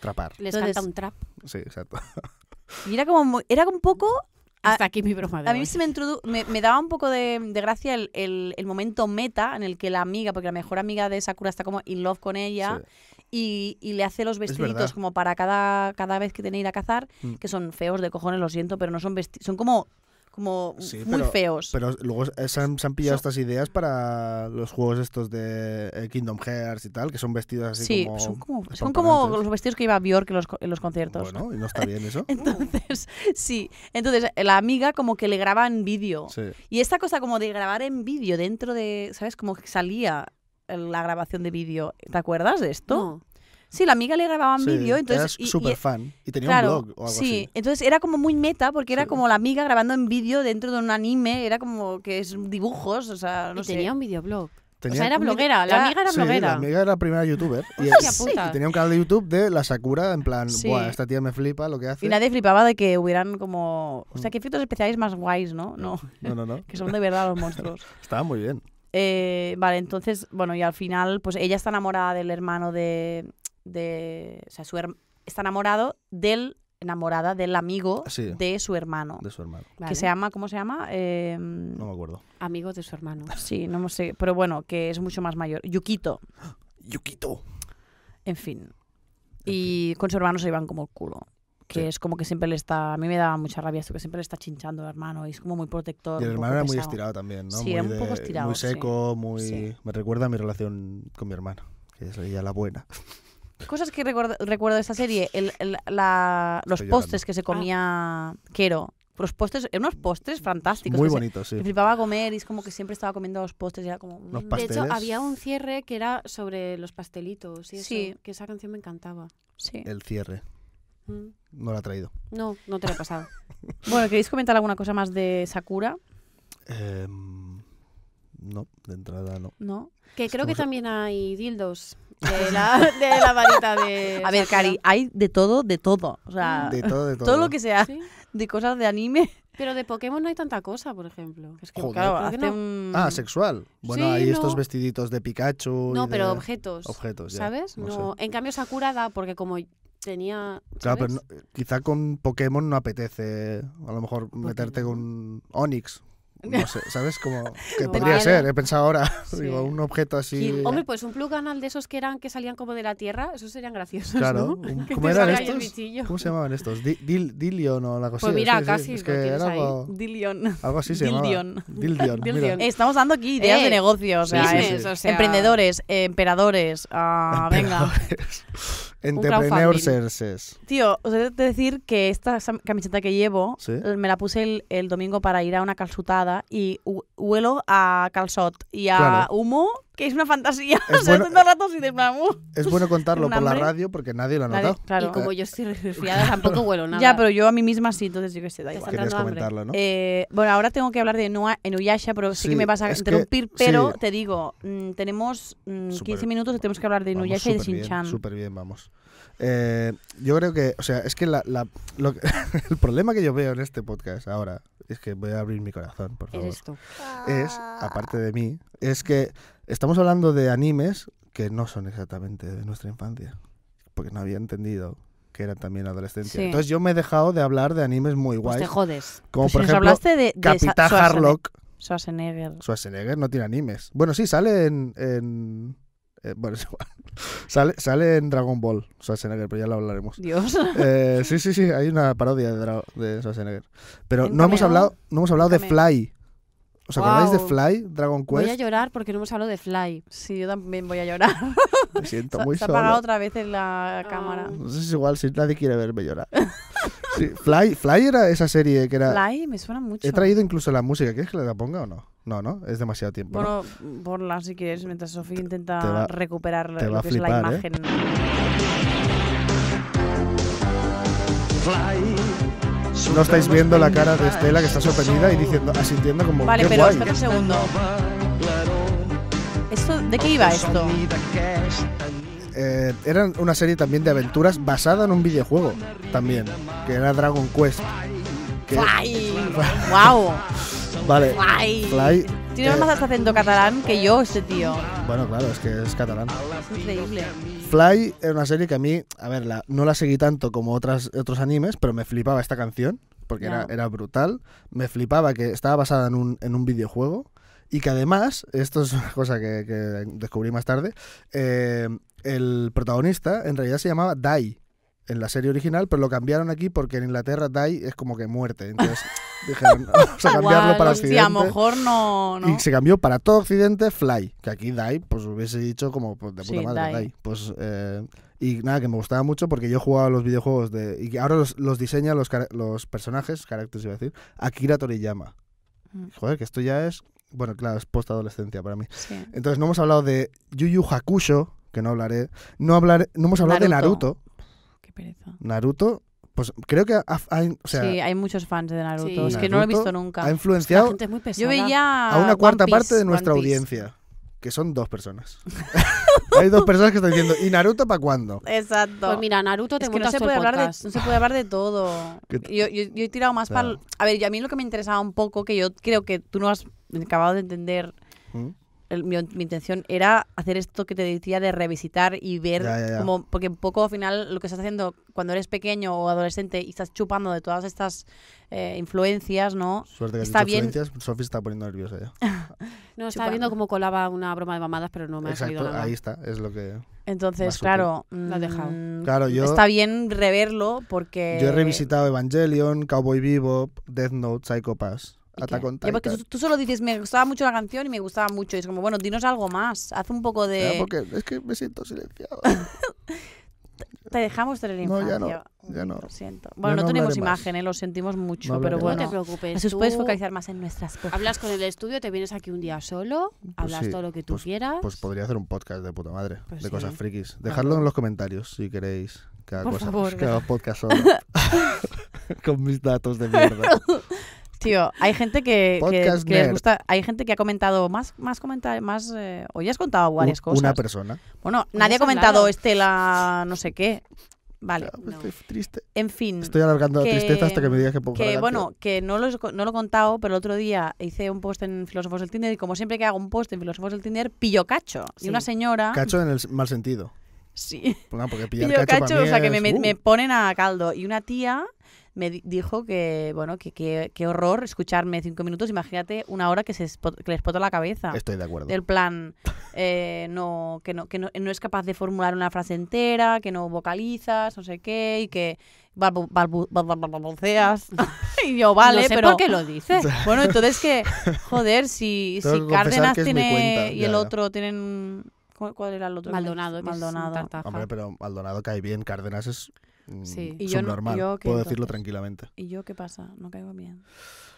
[SPEAKER 3] Trapar,
[SPEAKER 2] Les
[SPEAKER 1] Entonces-
[SPEAKER 2] canta un trap.
[SPEAKER 3] sí, exacto.
[SPEAKER 1] Y era como, muy- era un poco Ah,
[SPEAKER 2] Hasta aquí mi broma de
[SPEAKER 1] A mí
[SPEAKER 2] hoy.
[SPEAKER 1] se me, introdu- me, me daba un poco de, de gracia el, el- el momento meta en el que la amiga, porque la mejor amiga de Sakura está como in love con ella y, y le hace los vestiditos
[SPEAKER 3] verdad.
[SPEAKER 1] como para cada, cada vez que tiene que ir a cazar,
[SPEAKER 3] Mm.
[SPEAKER 1] que son feos de cojones, lo siento, pero no son vestidos, son como, como
[SPEAKER 3] Sí,
[SPEAKER 1] muy
[SPEAKER 3] pero-
[SPEAKER 1] feos.
[SPEAKER 3] Pero luego eh, se han, se han pillado estas ideas para los juegos estos de eh, Kingdom Hearts y tal, que son vestidos así
[SPEAKER 1] sí,
[SPEAKER 3] como...
[SPEAKER 1] son como, son como
[SPEAKER 3] espampanantes.
[SPEAKER 1] los vestidos que lleva Bjork en los, co- en los conciertos.
[SPEAKER 3] Bueno, y no está bien eso.
[SPEAKER 1] Entonces, sí, entonces la amiga como que le graba en vídeo.
[SPEAKER 3] Sí.
[SPEAKER 1] Y esta cosa como de grabar en vídeo dentro de, ¿sabes? Como que salía el- la grabación de vídeo. ¿Te acuerdas de esto?
[SPEAKER 2] No.
[SPEAKER 1] Sí, la amiga le grababa en
[SPEAKER 3] Sí,
[SPEAKER 1] vídeo, entonces... y-
[SPEAKER 3] Eras
[SPEAKER 1] y-
[SPEAKER 3] súper fan y tenía
[SPEAKER 1] claro,
[SPEAKER 3] un blog o algo
[SPEAKER 1] sí.
[SPEAKER 3] así.
[SPEAKER 1] Entonces era como muy meta porque era
[SPEAKER 3] Sí.
[SPEAKER 1] como la amiga grabando en vídeo dentro de un anime, era como que es dibujos, o sea, no
[SPEAKER 2] y
[SPEAKER 1] sé.
[SPEAKER 2] tenía un videoblog.
[SPEAKER 3] Tenía-
[SPEAKER 2] O sea, era
[SPEAKER 1] un video-
[SPEAKER 2] bloguera.
[SPEAKER 1] era-
[SPEAKER 2] La amiga era
[SPEAKER 3] Sí,
[SPEAKER 2] bloguera.
[SPEAKER 3] la amiga era la primera youtuber. Y,
[SPEAKER 2] Hostia
[SPEAKER 3] y
[SPEAKER 2] puta.
[SPEAKER 3] tenía un canal de YouTube de la Sakura, en plan,
[SPEAKER 1] Sí.
[SPEAKER 3] Buah, esta tía me flipa lo que hace.
[SPEAKER 1] Y nadie flipaba de que hubieran como... O
[SPEAKER 3] Mm.
[SPEAKER 1] sea, que efectos especiales más guays, ¿no? No,
[SPEAKER 3] No, no, no.
[SPEAKER 1] que son de verdad los monstruos.
[SPEAKER 3] Estaba muy bien.
[SPEAKER 1] Eh, vale, entonces, bueno, y al final, pues ella está enamorada del hermano de. de o sea, su herm- está enamorado del. enamorada del amigo
[SPEAKER 3] Ah, Sí.
[SPEAKER 1] de su hermano.
[SPEAKER 3] De su hermano.
[SPEAKER 2] Vale.
[SPEAKER 1] Que se llama, ¿cómo se llama? Eh,
[SPEAKER 3] No me acuerdo.
[SPEAKER 2] Amigo de su hermano.
[SPEAKER 1] Sí, no me sé. Pero bueno, que es mucho más mayor. Yukito,
[SPEAKER 3] Yukito.
[SPEAKER 1] en fin. Y con su hermano se iban como el culo. Que
[SPEAKER 3] Sí.
[SPEAKER 1] es como que siempre le está. A mí me daba mucha rabia esto, que siempre le está chinchando el hermano y es como muy protector.
[SPEAKER 3] Y el
[SPEAKER 1] un poco
[SPEAKER 3] hermano era muy
[SPEAKER 1] pesado.
[SPEAKER 3] estirado también, ¿no?
[SPEAKER 1] Sí,
[SPEAKER 3] muy
[SPEAKER 1] era un poco
[SPEAKER 3] de-
[SPEAKER 1] estirado,
[SPEAKER 3] Muy
[SPEAKER 1] sí.
[SPEAKER 3] seco, muy...
[SPEAKER 1] Sí.
[SPEAKER 3] Me recuerda a mi relación con mi hermana, que es ella la buena.
[SPEAKER 1] Cosas que recuerdo, recuerdo de esta serie, el- el- la- los
[SPEAKER 3] Estoy Ah.
[SPEAKER 1] postres que se comía Quero. Los postres, eran unos postres fantásticos.
[SPEAKER 3] muy
[SPEAKER 1] que se-
[SPEAKER 3] bonito, sí.
[SPEAKER 1] Me flipaba comer y es como que siempre estaba comiendo los postres y era como...
[SPEAKER 3] Los
[SPEAKER 1] mm,
[SPEAKER 2] De hecho,
[SPEAKER 3] Pasteles.
[SPEAKER 2] había un cierre que era sobre los pastelitos y eso,
[SPEAKER 1] Sí.
[SPEAKER 2] que esa canción me encantaba.
[SPEAKER 1] sí.
[SPEAKER 3] El cierre.
[SPEAKER 2] Mm.
[SPEAKER 3] No lo ha traído.
[SPEAKER 2] No, no te lo he pasado.
[SPEAKER 1] Bueno, ¿queréis comentar alguna cosa más de Sakura?
[SPEAKER 3] Em, no, de entrada no.
[SPEAKER 1] ¿No?
[SPEAKER 2] Que creo
[SPEAKER 3] como
[SPEAKER 2] que
[SPEAKER 3] se-
[SPEAKER 2] también hay dildos de la, de la varita de...
[SPEAKER 1] A ver, Cari, hay de todo, de todo. O sea,
[SPEAKER 3] De todo, de todo.
[SPEAKER 1] todo. lo que sea
[SPEAKER 2] Sí.
[SPEAKER 1] de cosas de anime.
[SPEAKER 2] Pero de Pokémon no hay tanta cosa, por ejemplo. Es que,
[SPEAKER 3] Joder.
[SPEAKER 1] Claro,
[SPEAKER 2] creo que
[SPEAKER 1] hace
[SPEAKER 2] no.
[SPEAKER 1] un...
[SPEAKER 3] Ah, sexual. Bueno,
[SPEAKER 2] Sí,
[SPEAKER 3] hay estos
[SPEAKER 2] no.
[SPEAKER 3] vestiditos de Pikachu. y
[SPEAKER 2] No,
[SPEAKER 3] de-
[SPEAKER 2] pero objetos.
[SPEAKER 3] Objetos, ya,
[SPEAKER 2] ¿Sabes?
[SPEAKER 3] no
[SPEAKER 2] No.
[SPEAKER 3] sé.
[SPEAKER 2] En cambio, Sakura da, porque como tenía.
[SPEAKER 3] Claro,
[SPEAKER 2] ¿sabes?
[SPEAKER 3] pero no- quizá con Pokémon no apetece a lo mejor meterte con Onix. No sé, ¿sabes? Como que
[SPEAKER 2] No,
[SPEAKER 3] podría
[SPEAKER 2] vale.
[SPEAKER 3] ser, he pensado ahora.
[SPEAKER 2] Sí.
[SPEAKER 3] Digo, un objeto así. eh,
[SPEAKER 1] Gil-
[SPEAKER 2] Hombre, pues un plug anal de esos que eran que salían como de la tierra, esos serían graciosos.
[SPEAKER 3] Claro,
[SPEAKER 2] pues, ¿no?
[SPEAKER 3] un-
[SPEAKER 2] Que
[SPEAKER 3] ¿cómo
[SPEAKER 2] te
[SPEAKER 3] eran
[SPEAKER 2] salga ahí el
[SPEAKER 3] estos?
[SPEAKER 2] bichillo.
[SPEAKER 3] ¿Cómo se llamaban estos? Di- Dil- Dillion o algo así.
[SPEAKER 2] Pues mira,
[SPEAKER 3] sí, sí,
[SPEAKER 2] casi
[SPEAKER 3] Es
[SPEAKER 2] lo
[SPEAKER 3] que
[SPEAKER 2] tienes
[SPEAKER 3] era
[SPEAKER 2] ahí.
[SPEAKER 3] algo,
[SPEAKER 1] Dillion.
[SPEAKER 3] algo así se llamaba.
[SPEAKER 1] Dillion.
[SPEAKER 3] Dillion. mira.
[SPEAKER 2] Dillion.
[SPEAKER 1] Eh, Estamos dando aquí ideas
[SPEAKER 2] Eh,
[SPEAKER 1] de negocio, o sea,
[SPEAKER 3] sí,
[SPEAKER 1] eh,
[SPEAKER 2] Business,
[SPEAKER 3] sí.
[SPEAKER 2] o sea,
[SPEAKER 1] emprendedores, eh, emperadores, ah, venga.
[SPEAKER 3] Entrepreneursers.
[SPEAKER 1] Tío, os he de decir que esta sam- camiseta que llevo
[SPEAKER 3] Sí.
[SPEAKER 1] eh, me la puse el, el domingo para ir a una calzutada y hu- huelo a calzot y a
[SPEAKER 3] Claro.
[SPEAKER 1] humo, que es una fantasía.
[SPEAKER 3] Es
[SPEAKER 1] o sea,
[SPEAKER 3] bueno-
[SPEAKER 1] estoy todo el rato así de plan, uh,
[SPEAKER 3] Es bueno contarlo
[SPEAKER 1] Un
[SPEAKER 3] por la
[SPEAKER 1] hambre.
[SPEAKER 3] radio porque nadie lo ha
[SPEAKER 1] nadie-
[SPEAKER 3] notado.
[SPEAKER 1] claro.
[SPEAKER 2] Y como yo estoy resfriada, tampoco huelo nada.
[SPEAKER 1] Ya, pero yo a mí misma sí, entonces yo que sé, da
[SPEAKER 2] Ya
[SPEAKER 1] igual.
[SPEAKER 2] está.
[SPEAKER 3] Querías
[SPEAKER 2] dando hambre.
[SPEAKER 3] comentarlo, ¿no?
[SPEAKER 1] Eh, bueno, ahora tengo que hablar de Nua- en Uyasha, pero sí, que
[SPEAKER 3] Sí,
[SPEAKER 1] me vas a
[SPEAKER 3] es que-
[SPEAKER 1] interrumpir, pero
[SPEAKER 3] sí.
[SPEAKER 1] te digo, mm, tenemos mm,
[SPEAKER 3] Súper-
[SPEAKER 1] 15 minutos y tenemos que hablar de
[SPEAKER 3] Vamos
[SPEAKER 1] Inuyasha y de
[SPEAKER 3] súper bien,
[SPEAKER 1] Shinchan.
[SPEAKER 3] Súper bien, vamos. Eh, yo creo que, o sea, es que, la, la- lo que- el problema que yo veo en este podcast ahora, es que voy a abrir mi corazón, por favor,
[SPEAKER 2] Eres tú.
[SPEAKER 3] es, aparte de mí, es que estamos hablando de animes que no son exactamente de nuestra infancia, porque no había entendido que eran también adolescencia.
[SPEAKER 1] Sí.
[SPEAKER 3] Entonces yo me he dejado de hablar de animes muy
[SPEAKER 2] Pues
[SPEAKER 3] guays,
[SPEAKER 2] te jodes.
[SPEAKER 3] como
[SPEAKER 1] Pues
[SPEAKER 3] por
[SPEAKER 1] si nos
[SPEAKER 3] ejemplo
[SPEAKER 1] hablaste de, de Sa-
[SPEAKER 3] Capitán
[SPEAKER 1] Schwarzenegger-
[SPEAKER 3] Harlock.
[SPEAKER 1] Schwarzenegger.
[SPEAKER 3] Schwarzenegger no tiene animes. Bueno, sí, sale en. en- eh, bueno, es igual. Sale, sale en Dragon Ball Schwarzenegger, pero ya lo hablaremos.
[SPEAKER 1] Dios.
[SPEAKER 3] Eh, sí, sí, sí, hay una parodia de, Dra- de Schwarzenegger. Pero
[SPEAKER 1] Un
[SPEAKER 3] no hemos,
[SPEAKER 1] cameo.
[SPEAKER 3] hablado, no hemos hablado de
[SPEAKER 1] cameo.
[SPEAKER 3] Fly. ¿Os acordáis de
[SPEAKER 2] Guau.
[SPEAKER 3] Fly, Dragon
[SPEAKER 2] Voy a
[SPEAKER 3] Quest?
[SPEAKER 2] llorar porque no hemos hablado de Fly.
[SPEAKER 1] Sí, yo también voy a llorar.
[SPEAKER 3] Me siento
[SPEAKER 1] Se-
[SPEAKER 3] muy
[SPEAKER 1] Se ha apagado
[SPEAKER 3] solo.
[SPEAKER 1] otra vez en la
[SPEAKER 2] Ah.
[SPEAKER 1] cámara.
[SPEAKER 3] No sé si es igual, si nadie quiere verme llorar. Sí, Fly, Fly era esa serie que era.
[SPEAKER 1] Fly, me suena mucho.
[SPEAKER 3] He traído incluso la música. ¿Quieres que la ponga o no? No, no, es demasiado tiempo. ¿no?
[SPEAKER 1] Bueno, ponla si quieres, mientras Sofía intenta
[SPEAKER 3] te va-
[SPEAKER 1] recuperar
[SPEAKER 3] te
[SPEAKER 1] lo
[SPEAKER 3] va a
[SPEAKER 1] que es la
[SPEAKER 3] flipar, ¿eh?
[SPEAKER 1] imagen.
[SPEAKER 3] No estáis viendo la cara de Estela que está sorprendida y diciendo, asintiendo como
[SPEAKER 1] Vale,
[SPEAKER 3] qué
[SPEAKER 1] pero
[SPEAKER 3] guay.
[SPEAKER 1] espera un segundo. Esto, ¿De qué iba esto?
[SPEAKER 3] Eh, era una serie también de aventuras basada en un videojuego también, que era Dragon Quest. que-
[SPEAKER 1] ¡Fly! ¡Wow!
[SPEAKER 3] Vale.
[SPEAKER 1] ¡Fly!
[SPEAKER 3] Fly,
[SPEAKER 1] Tiene
[SPEAKER 3] eh,
[SPEAKER 1] más hasta acento catalán que yo, este tío.
[SPEAKER 3] bueno, claro, es que es catalán.
[SPEAKER 1] Es increíble.
[SPEAKER 3] Fly era una serie que a mí, a ver, la- no la seguí tanto como otras, otros animes, pero me flipaba esta canción, porque era,
[SPEAKER 1] Ya.
[SPEAKER 3] era brutal. Me flipaba que estaba basada en un, en un videojuego y que además, esto es una cosa que, que descubrí más tarde, eh, el protagonista en realidad se llamaba Dai en la serie original, pero lo cambiaron aquí porque en Inglaterra Dai es como que muerte. Entonces dijeron, vamos a cambiarlo
[SPEAKER 2] Guau,
[SPEAKER 3] para
[SPEAKER 1] Sí, a lo
[SPEAKER 3] Occidente.
[SPEAKER 1] mejor no. no.
[SPEAKER 3] Y se cambió para todo Occidente Fly, que aquí Dai, pues hubiese dicho como pues, de puta
[SPEAKER 1] Sí,
[SPEAKER 3] madre
[SPEAKER 1] Dai.
[SPEAKER 3] Dai. Pues, eh, y nada, que me gustaba mucho porque yo jugaba a los videojuegos de. Y que ahora los, los diseña los, cara- los personajes, caracteres iba a decir, Akira Toriyama.
[SPEAKER 1] Mm.
[SPEAKER 3] Joder, que esto ya es Bueno, claro, es postadolescencia para mí.
[SPEAKER 1] Sí.
[SPEAKER 3] Entonces, no hemos hablado de Yu Yu Hakusho, que no hablaré. No, hablaré, no hemos hablado
[SPEAKER 1] Naruto.
[SPEAKER 3] de Naruto.
[SPEAKER 1] Qué pereza.
[SPEAKER 3] Naruto, pues creo que ha, ha- o sea,
[SPEAKER 1] sí, hay muchos fans de Naruto.
[SPEAKER 2] Sí.
[SPEAKER 1] Es que no lo he
[SPEAKER 3] Naruto
[SPEAKER 1] visto
[SPEAKER 3] ha
[SPEAKER 1] nunca.
[SPEAKER 2] La
[SPEAKER 3] influenciado
[SPEAKER 2] gente es muy pesada.
[SPEAKER 1] Yo veía.
[SPEAKER 3] a una
[SPEAKER 1] One
[SPEAKER 3] cuarta
[SPEAKER 1] Piece,
[SPEAKER 3] parte de
[SPEAKER 1] One
[SPEAKER 3] nuestra
[SPEAKER 1] Piece.
[SPEAKER 3] audiencia, que son dos personas. Hay dos personas que están diciendo, ¿y Naruto para cuándo?
[SPEAKER 1] Exacto.
[SPEAKER 2] Pues mira, Naruto te
[SPEAKER 1] es que no
[SPEAKER 2] montas
[SPEAKER 1] se,
[SPEAKER 2] todo
[SPEAKER 1] puede
[SPEAKER 2] el
[SPEAKER 1] hablar de,
[SPEAKER 2] podcast.
[SPEAKER 1] no se puede hablar de todo.
[SPEAKER 3] ¿Qué
[SPEAKER 1] Yo, yo, yo he tirado más
[SPEAKER 3] Claro.
[SPEAKER 1] para. A ver, yo- a mí lo que me interesaba un poco, que yo creo que tú no has acabado de entender.
[SPEAKER 3] ¿Mm?
[SPEAKER 1] el- mi, mi intención era hacer esto que te decía de revisitar y ver
[SPEAKER 3] Ya, ya, ya.
[SPEAKER 1] como porque un poco al final lo que estás haciendo cuando eres pequeño o adolescente y estás chupando de todas estas eh, influencias no
[SPEAKER 3] Suerte que has
[SPEAKER 1] Está
[SPEAKER 3] dicho
[SPEAKER 1] bien.
[SPEAKER 3] influencias, Sofi se está poniendo nerviosa ya.
[SPEAKER 2] No, estaba viendo cómo colaba una broma de mamadas, pero no me ha salido
[SPEAKER 3] Exacto,
[SPEAKER 2] nada.
[SPEAKER 3] ahí está, es lo que...
[SPEAKER 1] entonces
[SPEAKER 3] Más
[SPEAKER 1] claro
[SPEAKER 2] has dejado.
[SPEAKER 1] mm,
[SPEAKER 3] Claro, yo-
[SPEAKER 1] está bien reverlo porque
[SPEAKER 3] Yo he revisitado Evangelion, Cowboy Bebop, Death Note, Psycho Pass,
[SPEAKER 1] ¿Y qué?
[SPEAKER 3] Attack on
[SPEAKER 1] Ya, porque
[SPEAKER 3] Titan.
[SPEAKER 1] tú, tú solo dices me gustaba mucho la canción y me gustaba mucho y es como bueno dinos algo más haz un poco de
[SPEAKER 3] Ya, porque es que me siento silenciado.
[SPEAKER 1] te dejamos tener
[SPEAKER 3] No, ya
[SPEAKER 1] infancia
[SPEAKER 3] no, ya no.
[SPEAKER 1] lo siento bueno
[SPEAKER 3] no
[SPEAKER 1] no, tenemos
[SPEAKER 3] hablaré más.
[SPEAKER 1] imagen eh, lo sentimos mucho
[SPEAKER 3] No
[SPEAKER 1] pero
[SPEAKER 3] hablaré
[SPEAKER 2] No te
[SPEAKER 1] bueno
[SPEAKER 2] preocupes.
[SPEAKER 1] Jesús,
[SPEAKER 2] tú
[SPEAKER 1] puedes focalizar más en nuestras cosas.
[SPEAKER 2] Hablas con el estudio, te vienes aquí un día solo, hablas
[SPEAKER 3] Pues sí,
[SPEAKER 2] todo lo que tú quieras.
[SPEAKER 3] Pues podría hacer un podcast de puta madre,
[SPEAKER 2] Pues
[SPEAKER 3] de
[SPEAKER 2] sí.
[SPEAKER 3] cosas frikis.
[SPEAKER 1] Ah,
[SPEAKER 3] Dejadlo
[SPEAKER 1] pues.
[SPEAKER 3] en los comentarios si queréis que haga
[SPEAKER 2] Por
[SPEAKER 3] cosas.
[SPEAKER 2] favor,
[SPEAKER 3] que haga podcast solo. Con mis datos de mierda.
[SPEAKER 1] Tío, hay gente que, que-
[SPEAKER 3] Podcast
[SPEAKER 1] que les
[SPEAKER 3] nerd.
[SPEAKER 1] gusta, hay gente que ha comentado más, más comentarios, más, eh, o ya has contado varias
[SPEAKER 3] Un-
[SPEAKER 1] cosas.
[SPEAKER 3] Una persona.
[SPEAKER 1] bueno,
[SPEAKER 2] ya
[SPEAKER 1] nadie ha
[SPEAKER 2] has
[SPEAKER 1] comentado
[SPEAKER 2] hablado.
[SPEAKER 1] Estela, no sé qué. Vale,
[SPEAKER 3] Claro, pues
[SPEAKER 2] no.
[SPEAKER 3] Estoy triste.
[SPEAKER 1] en fin.
[SPEAKER 3] Estoy alargando
[SPEAKER 1] Mm. que-
[SPEAKER 3] la tristeza hasta que me digas que pongo
[SPEAKER 1] que bueno, que no lo, he co- no lo he contado, pero el otro día hice un post en Filósofos del Tinder y como siempre que hago un post en Filósofos del Tinder, pillo cacho. Y
[SPEAKER 2] Sí.
[SPEAKER 1] una señora...
[SPEAKER 3] Cacho en el mal sentido.
[SPEAKER 1] sí.
[SPEAKER 3] Pues nada, porque pillar
[SPEAKER 1] Pillo
[SPEAKER 3] cacho,
[SPEAKER 1] cacho,
[SPEAKER 3] para mí
[SPEAKER 1] o sea, que
[SPEAKER 3] es,
[SPEAKER 1] me, me-
[SPEAKER 3] uh,
[SPEAKER 1] me ponen a caldo. Y una tía me di- dijo que, bueno, que qué horror escucharme cinco minutos, imagínate una hora que, se espo- que le explotó la cabeza.
[SPEAKER 3] Estoy de acuerdo.
[SPEAKER 1] Del plan, eh, no, que, no, que no, no es capaz de formular una frase entera, que no vocalizas, no sé qué, y que balbu- balbu- bal- bal- bal- balbuceas. y yo, vale,
[SPEAKER 2] no sé
[SPEAKER 1] pero...
[SPEAKER 2] por qué lo dices.
[SPEAKER 1] Bueno, entonces que, joder, si,
[SPEAKER 3] Tengo
[SPEAKER 1] si
[SPEAKER 3] que confesar
[SPEAKER 1] Cárdenas
[SPEAKER 3] que es mi
[SPEAKER 1] tiene
[SPEAKER 3] cuenta,
[SPEAKER 1] y
[SPEAKER 3] ya,
[SPEAKER 1] el
[SPEAKER 3] ya.
[SPEAKER 1] otro tienen... ¿Cuál cuál era el otro? que me-
[SPEAKER 2] Maldonado, que es un
[SPEAKER 1] Maldonado.
[SPEAKER 2] tartaja.
[SPEAKER 3] Hombre, pero Maldonado cae bien, Cárdenas es mm,
[SPEAKER 2] Sí.
[SPEAKER 1] Y yo no-
[SPEAKER 3] subnormal.
[SPEAKER 1] yo qué,
[SPEAKER 3] Puedo decirlo
[SPEAKER 1] entonces.
[SPEAKER 3] tranquilamente.
[SPEAKER 1] ¿Y yo qué pasa? No caigo bien.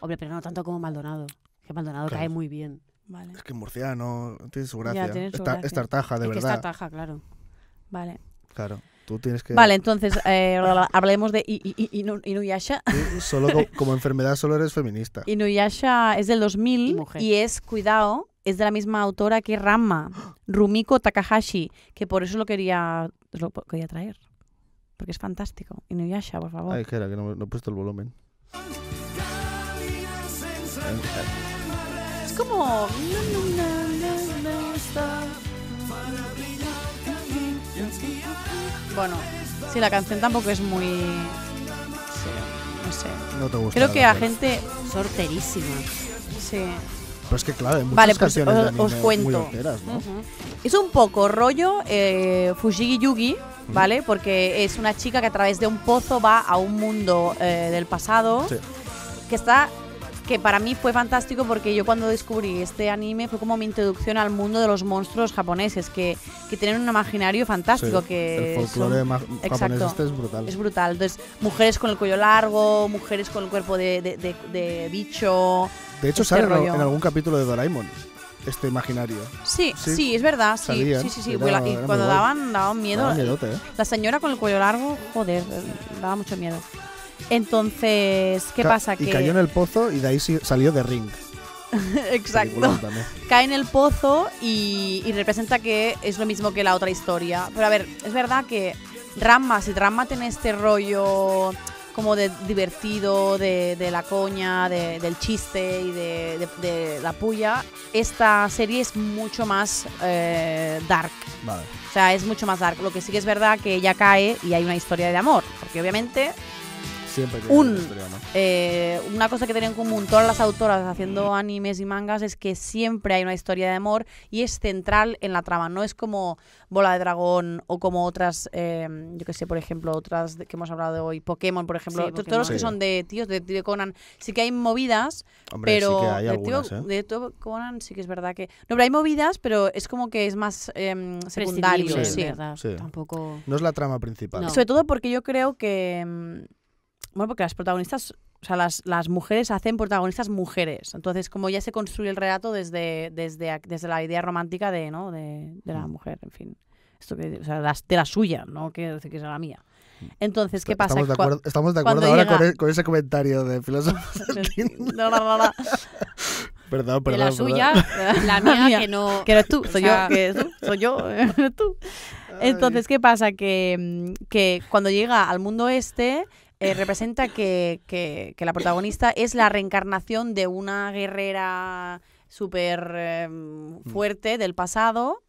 [SPEAKER 2] Hombre, pero no tanto como Maldonado. Que Maldonado
[SPEAKER 3] Claro.
[SPEAKER 2] cae muy bien.
[SPEAKER 1] Vale,
[SPEAKER 3] Es que Murciano tiene su gracia.
[SPEAKER 1] tiene su
[SPEAKER 3] es, tar- es
[SPEAKER 1] gracia.
[SPEAKER 3] tartaja, de
[SPEAKER 2] es que
[SPEAKER 3] verdad.
[SPEAKER 2] está taja, claro.
[SPEAKER 1] vale.
[SPEAKER 3] Claro. Tú tienes que.
[SPEAKER 1] Vale, entonces, eh, hablemos de I- I- I- Inu- Inuyasha.
[SPEAKER 3] Tú solo co- como, enfermedad solo eres feminista.
[SPEAKER 1] Inuyasha es del 2000
[SPEAKER 2] Y mujer.
[SPEAKER 1] y es, cuidado, es de la misma autora que Rama, Rumiko Takahashi, que por eso lo quería, os lo quería traer. Porque es fantástico. Inuyasha, por favor.
[SPEAKER 3] Ay, espera, que no, no he puesto el volumen.
[SPEAKER 1] Es como... Bueno, sí, la canción tampoco es muy... sí, no sé.
[SPEAKER 3] No te gusta.
[SPEAKER 1] Creo que a
[SPEAKER 3] Pues la canción.
[SPEAKER 1] gente...
[SPEAKER 2] Sorterísima.
[SPEAKER 1] Sí.
[SPEAKER 3] Pero es que, claro, hay muchas
[SPEAKER 1] Vale, pues,
[SPEAKER 3] canciones de
[SPEAKER 1] os-
[SPEAKER 3] anime
[SPEAKER 1] os
[SPEAKER 3] muy
[SPEAKER 1] cuento.
[SPEAKER 3] horteras, ¿no?
[SPEAKER 1] Es un poco rollo eh, Fushigi Yugi, ¿vale? Porque es una chica que a través de un pozo va a un mundo eh, del pasado
[SPEAKER 3] Sí.
[SPEAKER 1] que está que para mí fue fantástico porque yo cuando descubrí este anime fue como mi introducción al mundo de los monstruos japoneses que, que tienen un imaginario fantástico
[SPEAKER 3] Sí,
[SPEAKER 1] que
[SPEAKER 3] El folclore
[SPEAKER 1] son-
[SPEAKER 3] ma- japonés
[SPEAKER 1] Exacto.
[SPEAKER 3] este es brutal.
[SPEAKER 1] es brutal. Entonces, mujeres con el cuello largo, mujeres con el cuerpo de, de- de- de bicho.
[SPEAKER 3] de hecho,
[SPEAKER 1] este
[SPEAKER 3] sale en, al-
[SPEAKER 1] rollo.
[SPEAKER 3] en algún capítulo de Doraemon este imaginario.
[SPEAKER 1] Sí, sí,
[SPEAKER 3] Sí.
[SPEAKER 1] es verdad. Sí,
[SPEAKER 3] Salían,
[SPEAKER 1] sí, sí. sí.
[SPEAKER 3] era-
[SPEAKER 1] Vuela- y
[SPEAKER 3] era muy
[SPEAKER 1] cuando
[SPEAKER 3] guay.
[SPEAKER 1] daban, daban miedo.
[SPEAKER 3] Ah, miedote, ¿eh?
[SPEAKER 1] La señora con el cuello largo, joder, daba mucho miedo. Entonces, ¿qué
[SPEAKER 3] Ca-
[SPEAKER 1] pasa?
[SPEAKER 3] Y
[SPEAKER 1] que
[SPEAKER 3] cayó en el pozo y de ahí sí- salió de Ring.
[SPEAKER 1] Exacto.
[SPEAKER 3] Peliculón también.
[SPEAKER 1] Cae en el pozo y, y representa que es lo mismo que la otra historia. Pero a ver, es verdad que Ramma, si Ramma tiene este rollo como de divertido, de, de la coña, de- del chiste y de, de- de la puya, esta serie es mucho más eh, dark.
[SPEAKER 3] Vale.
[SPEAKER 1] O sea, es mucho más dark. Lo que sí que es verdad que ella cae y hay una historia de amor. Porque obviamente
[SPEAKER 3] Siempre que
[SPEAKER 1] Un-
[SPEAKER 3] ¿no?
[SPEAKER 1] Eh, una cosa que tienen en común todas las autoras haciendo animes y mangas es que siempre hay una historia de amor y es central en la trama. No es como Bola de Dragón o como otras, eh, yo que sé, por ejemplo, otras de- que hemos hablado de hoy, Pokémon, por ejemplo.
[SPEAKER 2] Sí,
[SPEAKER 1] To- Todos
[SPEAKER 2] Pokémon.
[SPEAKER 1] los que
[SPEAKER 3] Sí.
[SPEAKER 1] son de tíos, de Tío Conan, sí que hay movidas,
[SPEAKER 3] Hombre,
[SPEAKER 1] pero
[SPEAKER 3] sí que hay
[SPEAKER 1] de,
[SPEAKER 3] algunas,
[SPEAKER 1] tío,
[SPEAKER 3] ¿eh?
[SPEAKER 1] de Tío Conan sí que es verdad que... No, pero hay movidas, pero es como que es más em, secundario.
[SPEAKER 2] Prescindible,
[SPEAKER 3] Sí.
[SPEAKER 1] sí.
[SPEAKER 2] en verdad.
[SPEAKER 3] Sí.
[SPEAKER 2] Tampoco.
[SPEAKER 3] No es la trama principal.
[SPEAKER 2] No.
[SPEAKER 1] Sobre todo porque yo creo que... mm, Bueno, porque las protagonistas O sea, las, las mujeres hacen protagonistas mujeres. Entonces, como ya se construye el relato desde, desde, ac- desde la idea romántica de, ¿no? de, de
[SPEAKER 3] Mm.
[SPEAKER 1] la mujer, en fin. Esto que, o sea, las- de la suya, no quiero decir que sea la mía. Entonces, ¿qué pasa?
[SPEAKER 3] Mm. Estamos de
[SPEAKER 1] Cua-
[SPEAKER 3] acuerdo, estamos de
[SPEAKER 1] cuando
[SPEAKER 3] acuerdo ahora
[SPEAKER 1] llega-
[SPEAKER 3] con, e- con ese comentario de filósofo.
[SPEAKER 1] No, no, no, no.
[SPEAKER 3] Perdón,
[SPEAKER 2] de la
[SPEAKER 3] perdón. perdón.
[SPEAKER 2] suya,
[SPEAKER 1] La
[SPEAKER 2] la
[SPEAKER 1] mía.
[SPEAKER 2] mía que no...
[SPEAKER 1] Que eres tú, soy
[SPEAKER 2] sea-
[SPEAKER 1] yo, que eres tú, soy yo, eres tú. Entonces, ¿qué pasa? Que, mm, que cuando llega al mundo este, eh, representa que, que- que la protagonista es la reencarnación de una guerrera súper eh,
[SPEAKER 2] Mm.
[SPEAKER 1] fuerte del pasado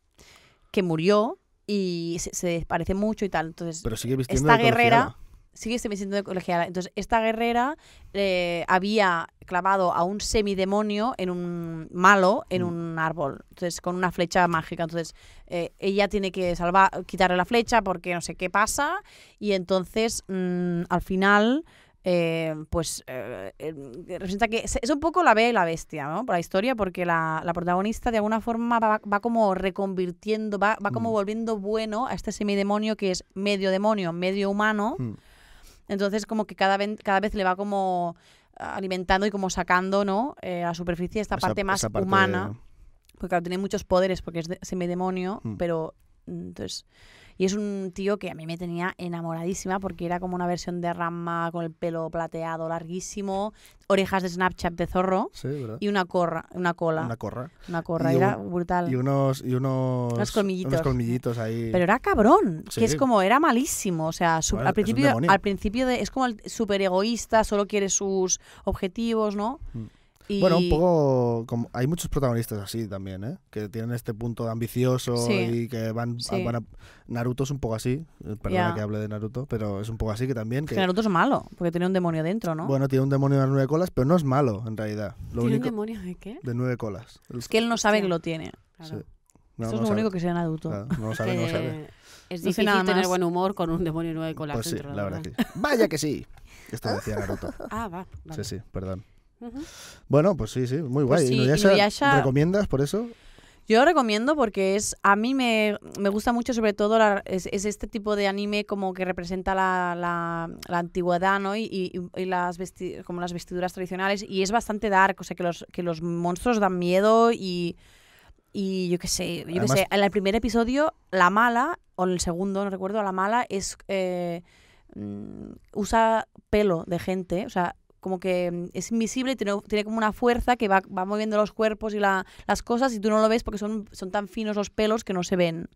[SPEAKER 1] que murió y se, se parece mucho y tal. Entonces,
[SPEAKER 3] Pero sigue vistiendo
[SPEAKER 1] esta
[SPEAKER 3] de colegiala.
[SPEAKER 1] guerrera sigue se- siendo de colegiala. Entonces, esta guerrera eh, había clavado a un semidemonio en un malo, en
[SPEAKER 3] Mm.
[SPEAKER 1] un árbol. Entonces, con una flecha mágica. Entonces, eh, ella tiene que salvar, quitarle la flecha porque no sé qué pasa. Y entonces, mm, al final. eh, pues eh, eh, representa que es es un poco la bella y la bestia, ¿no? Por la historia, porque la, la protagonista de alguna forma va, va como reconvirtiendo, va, va como
[SPEAKER 3] Mm.
[SPEAKER 1] volviendo bueno a este semidemonio que es medio demonio, medio humano.
[SPEAKER 3] Mm.
[SPEAKER 1] Entonces, como que cada, ven- cada vez le va como alimentando y como sacando, ¿no? Eh, a la superficie esta
[SPEAKER 3] Esa-
[SPEAKER 1] parte más
[SPEAKER 3] esa parte
[SPEAKER 1] humana.
[SPEAKER 3] de-
[SPEAKER 1] Porque claro, tiene muchos poderes porque es de- semidemonio,
[SPEAKER 3] Mm.
[SPEAKER 1] pero mm, entonces... Y es un tío que a mí me tenía enamoradísima porque era como una versión de Rama con el pelo plateado larguísimo, orejas de Snapchat de zorro
[SPEAKER 3] Sí, ¿verdad?
[SPEAKER 1] y una corra, una cola,
[SPEAKER 3] Una
[SPEAKER 1] una,
[SPEAKER 3] corra.
[SPEAKER 1] corra.
[SPEAKER 3] y
[SPEAKER 1] Era
[SPEAKER 3] un-
[SPEAKER 1] brutal.
[SPEAKER 3] Y unos. Y unos,
[SPEAKER 1] Unos colmillitos.
[SPEAKER 3] unos colmillitos ahí.
[SPEAKER 1] Pero era cabrón,
[SPEAKER 3] Sí.
[SPEAKER 1] que es como, era malísimo. O sea, su-
[SPEAKER 3] Bueno,
[SPEAKER 1] al
[SPEAKER 3] es un
[SPEAKER 1] principio,
[SPEAKER 3] demonio.
[SPEAKER 1] al principio de, es como el súper egoísta, solo quiere sus objetivos, ¿no?
[SPEAKER 3] Mm.
[SPEAKER 1] Y-
[SPEAKER 3] Bueno, un poco. Como, hay muchos protagonistas así también, ¿eh? Que tienen este punto ambicioso
[SPEAKER 1] Sí.
[SPEAKER 3] y que van,
[SPEAKER 1] Sí.
[SPEAKER 3] van a. Naruto es un poco así. eh, Perdona
[SPEAKER 1] Ya.
[SPEAKER 3] que hable de Naruto, pero es un poco así que también.
[SPEAKER 1] es
[SPEAKER 3] Que,
[SPEAKER 1] que Naruto es malo, porque tiene un demonio dentro, ¿no?
[SPEAKER 3] Bueno, tiene un demonio de nueve colas, pero no es malo en realidad.
[SPEAKER 2] ¿Tiene
[SPEAKER 3] Lo
[SPEAKER 2] un
[SPEAKER 3] único.
[SPEAKER 2] demonio de qué?
[SPEAKER 3] De nueve colas. El-
[SPEAKER 1] es que él no sabe
[SPEAKER 2] Hostia.
[SPEAKER 1] que lo tiene.
[SPEAKER 2] Claro.
[SPEAKER 3] Sí.
[SPEAKER 1] Esto
[SPEAKER 3] no, no
[SPEAKER 1] es lo
[SPEAKER 3] sabe.
[SPEAKER 1] único que sea Naruto.
[SPEAKER 3] Claro, no lo sabe, no lo
[SPEAKER 2] Eh,
[SPEAKER 3] sabe.
[SPEAKER 2] Es
[SPEAKER 1] No sé
[SPEAKER 2] difícil
[SPEAKER 1] nada
[SPEAKER 2] tener
[SPEAKER 1] más.
[SPEAKER 2] buen humor con un demonio nueve colas
[SPEAKER 3] Pues sí,
[SPEAKER 2] dentro,
[SPEAKER 3] la verdad que sí. Vaya que sí. Esto decía Naruto.
[SPEAKER 2] Ah, va. vale.
[SPEAKER 3] Sí, sí, perdón.
[SPEAKER 2] Ujú.
[SPEAKER 3] Bueno, pues sí, sí, muy
[SPEAKER 1] Pues
[SPEAKER 3] guay.
[SPEAKER 1] sí,
[SPEAKER 3] Inuyasha,
[SPEAKER 1] Inuyasha-
[SPEAKER 3] ¿Recomiendas por eso?
[SPEAKER 1] Yo recomiendo porque es a mí me, me gusta mucho sobre todo la- es, es este tipo de anime como que representa la, la- la antigüedad ¿no? y, y- y las vesti- como las vestiduras tradicionales y es bastante dark, o sea que los, que los monstruos dan miedo y, y yo qué sé, yo qué
[SPEAKER 3] Además-
[SPEAKER 1] sé, en el primer episodio la mala, o en el segundo, no recuerdo, la mala es eh, mm, usa pelo de gente, o sea, como que mm, es invisible, y tiene, tiene como una fuerza que va, va moviendo los cuerpos y la- las cosas y tú no lo ves porque son, son tan finos los pelos que no se ven.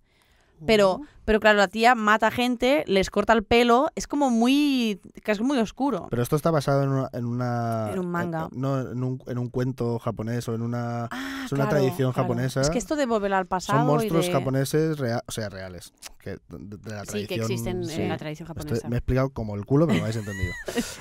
[SPEAKER 3] Oh.
[SPEAKER 1] Pero, pero claro, la tía mata gente, les corta el pelo, es como muy, que es muy oscuro.
[SPEAKER 3] Pero esto está basado en una. En, una-
[SPEAKER 1] En un manga.
[SPEAKER 3] en- no, en un, en un cuento japonés o en una.
[SPEAKER 1] Ah,
[SPEAKER 3] es una tradición japonesa.
[SPEAKER 1] Es que esto de volver al pasado.
[SPEAKER 3] Son
[SPEAKER 1] y
[SPEAKER 3] monstruos
[SPEAKER 1] de-
[SPEAKER 3] japoneses, rea- o sea, reales. Que, de, de la
[SPEAKER 2] Sí,
[SPEAKER 3] tradición,
[SPEAKER 2] que existen
[SPEAKER 3] sí.
[SPEAKER 2] en la tradición
[SPEAKER 3] Estoy-
[SPEAKER 2] japonesa.
[SPEAKER 3] me he explicado como el culo, pero me habéis entendido.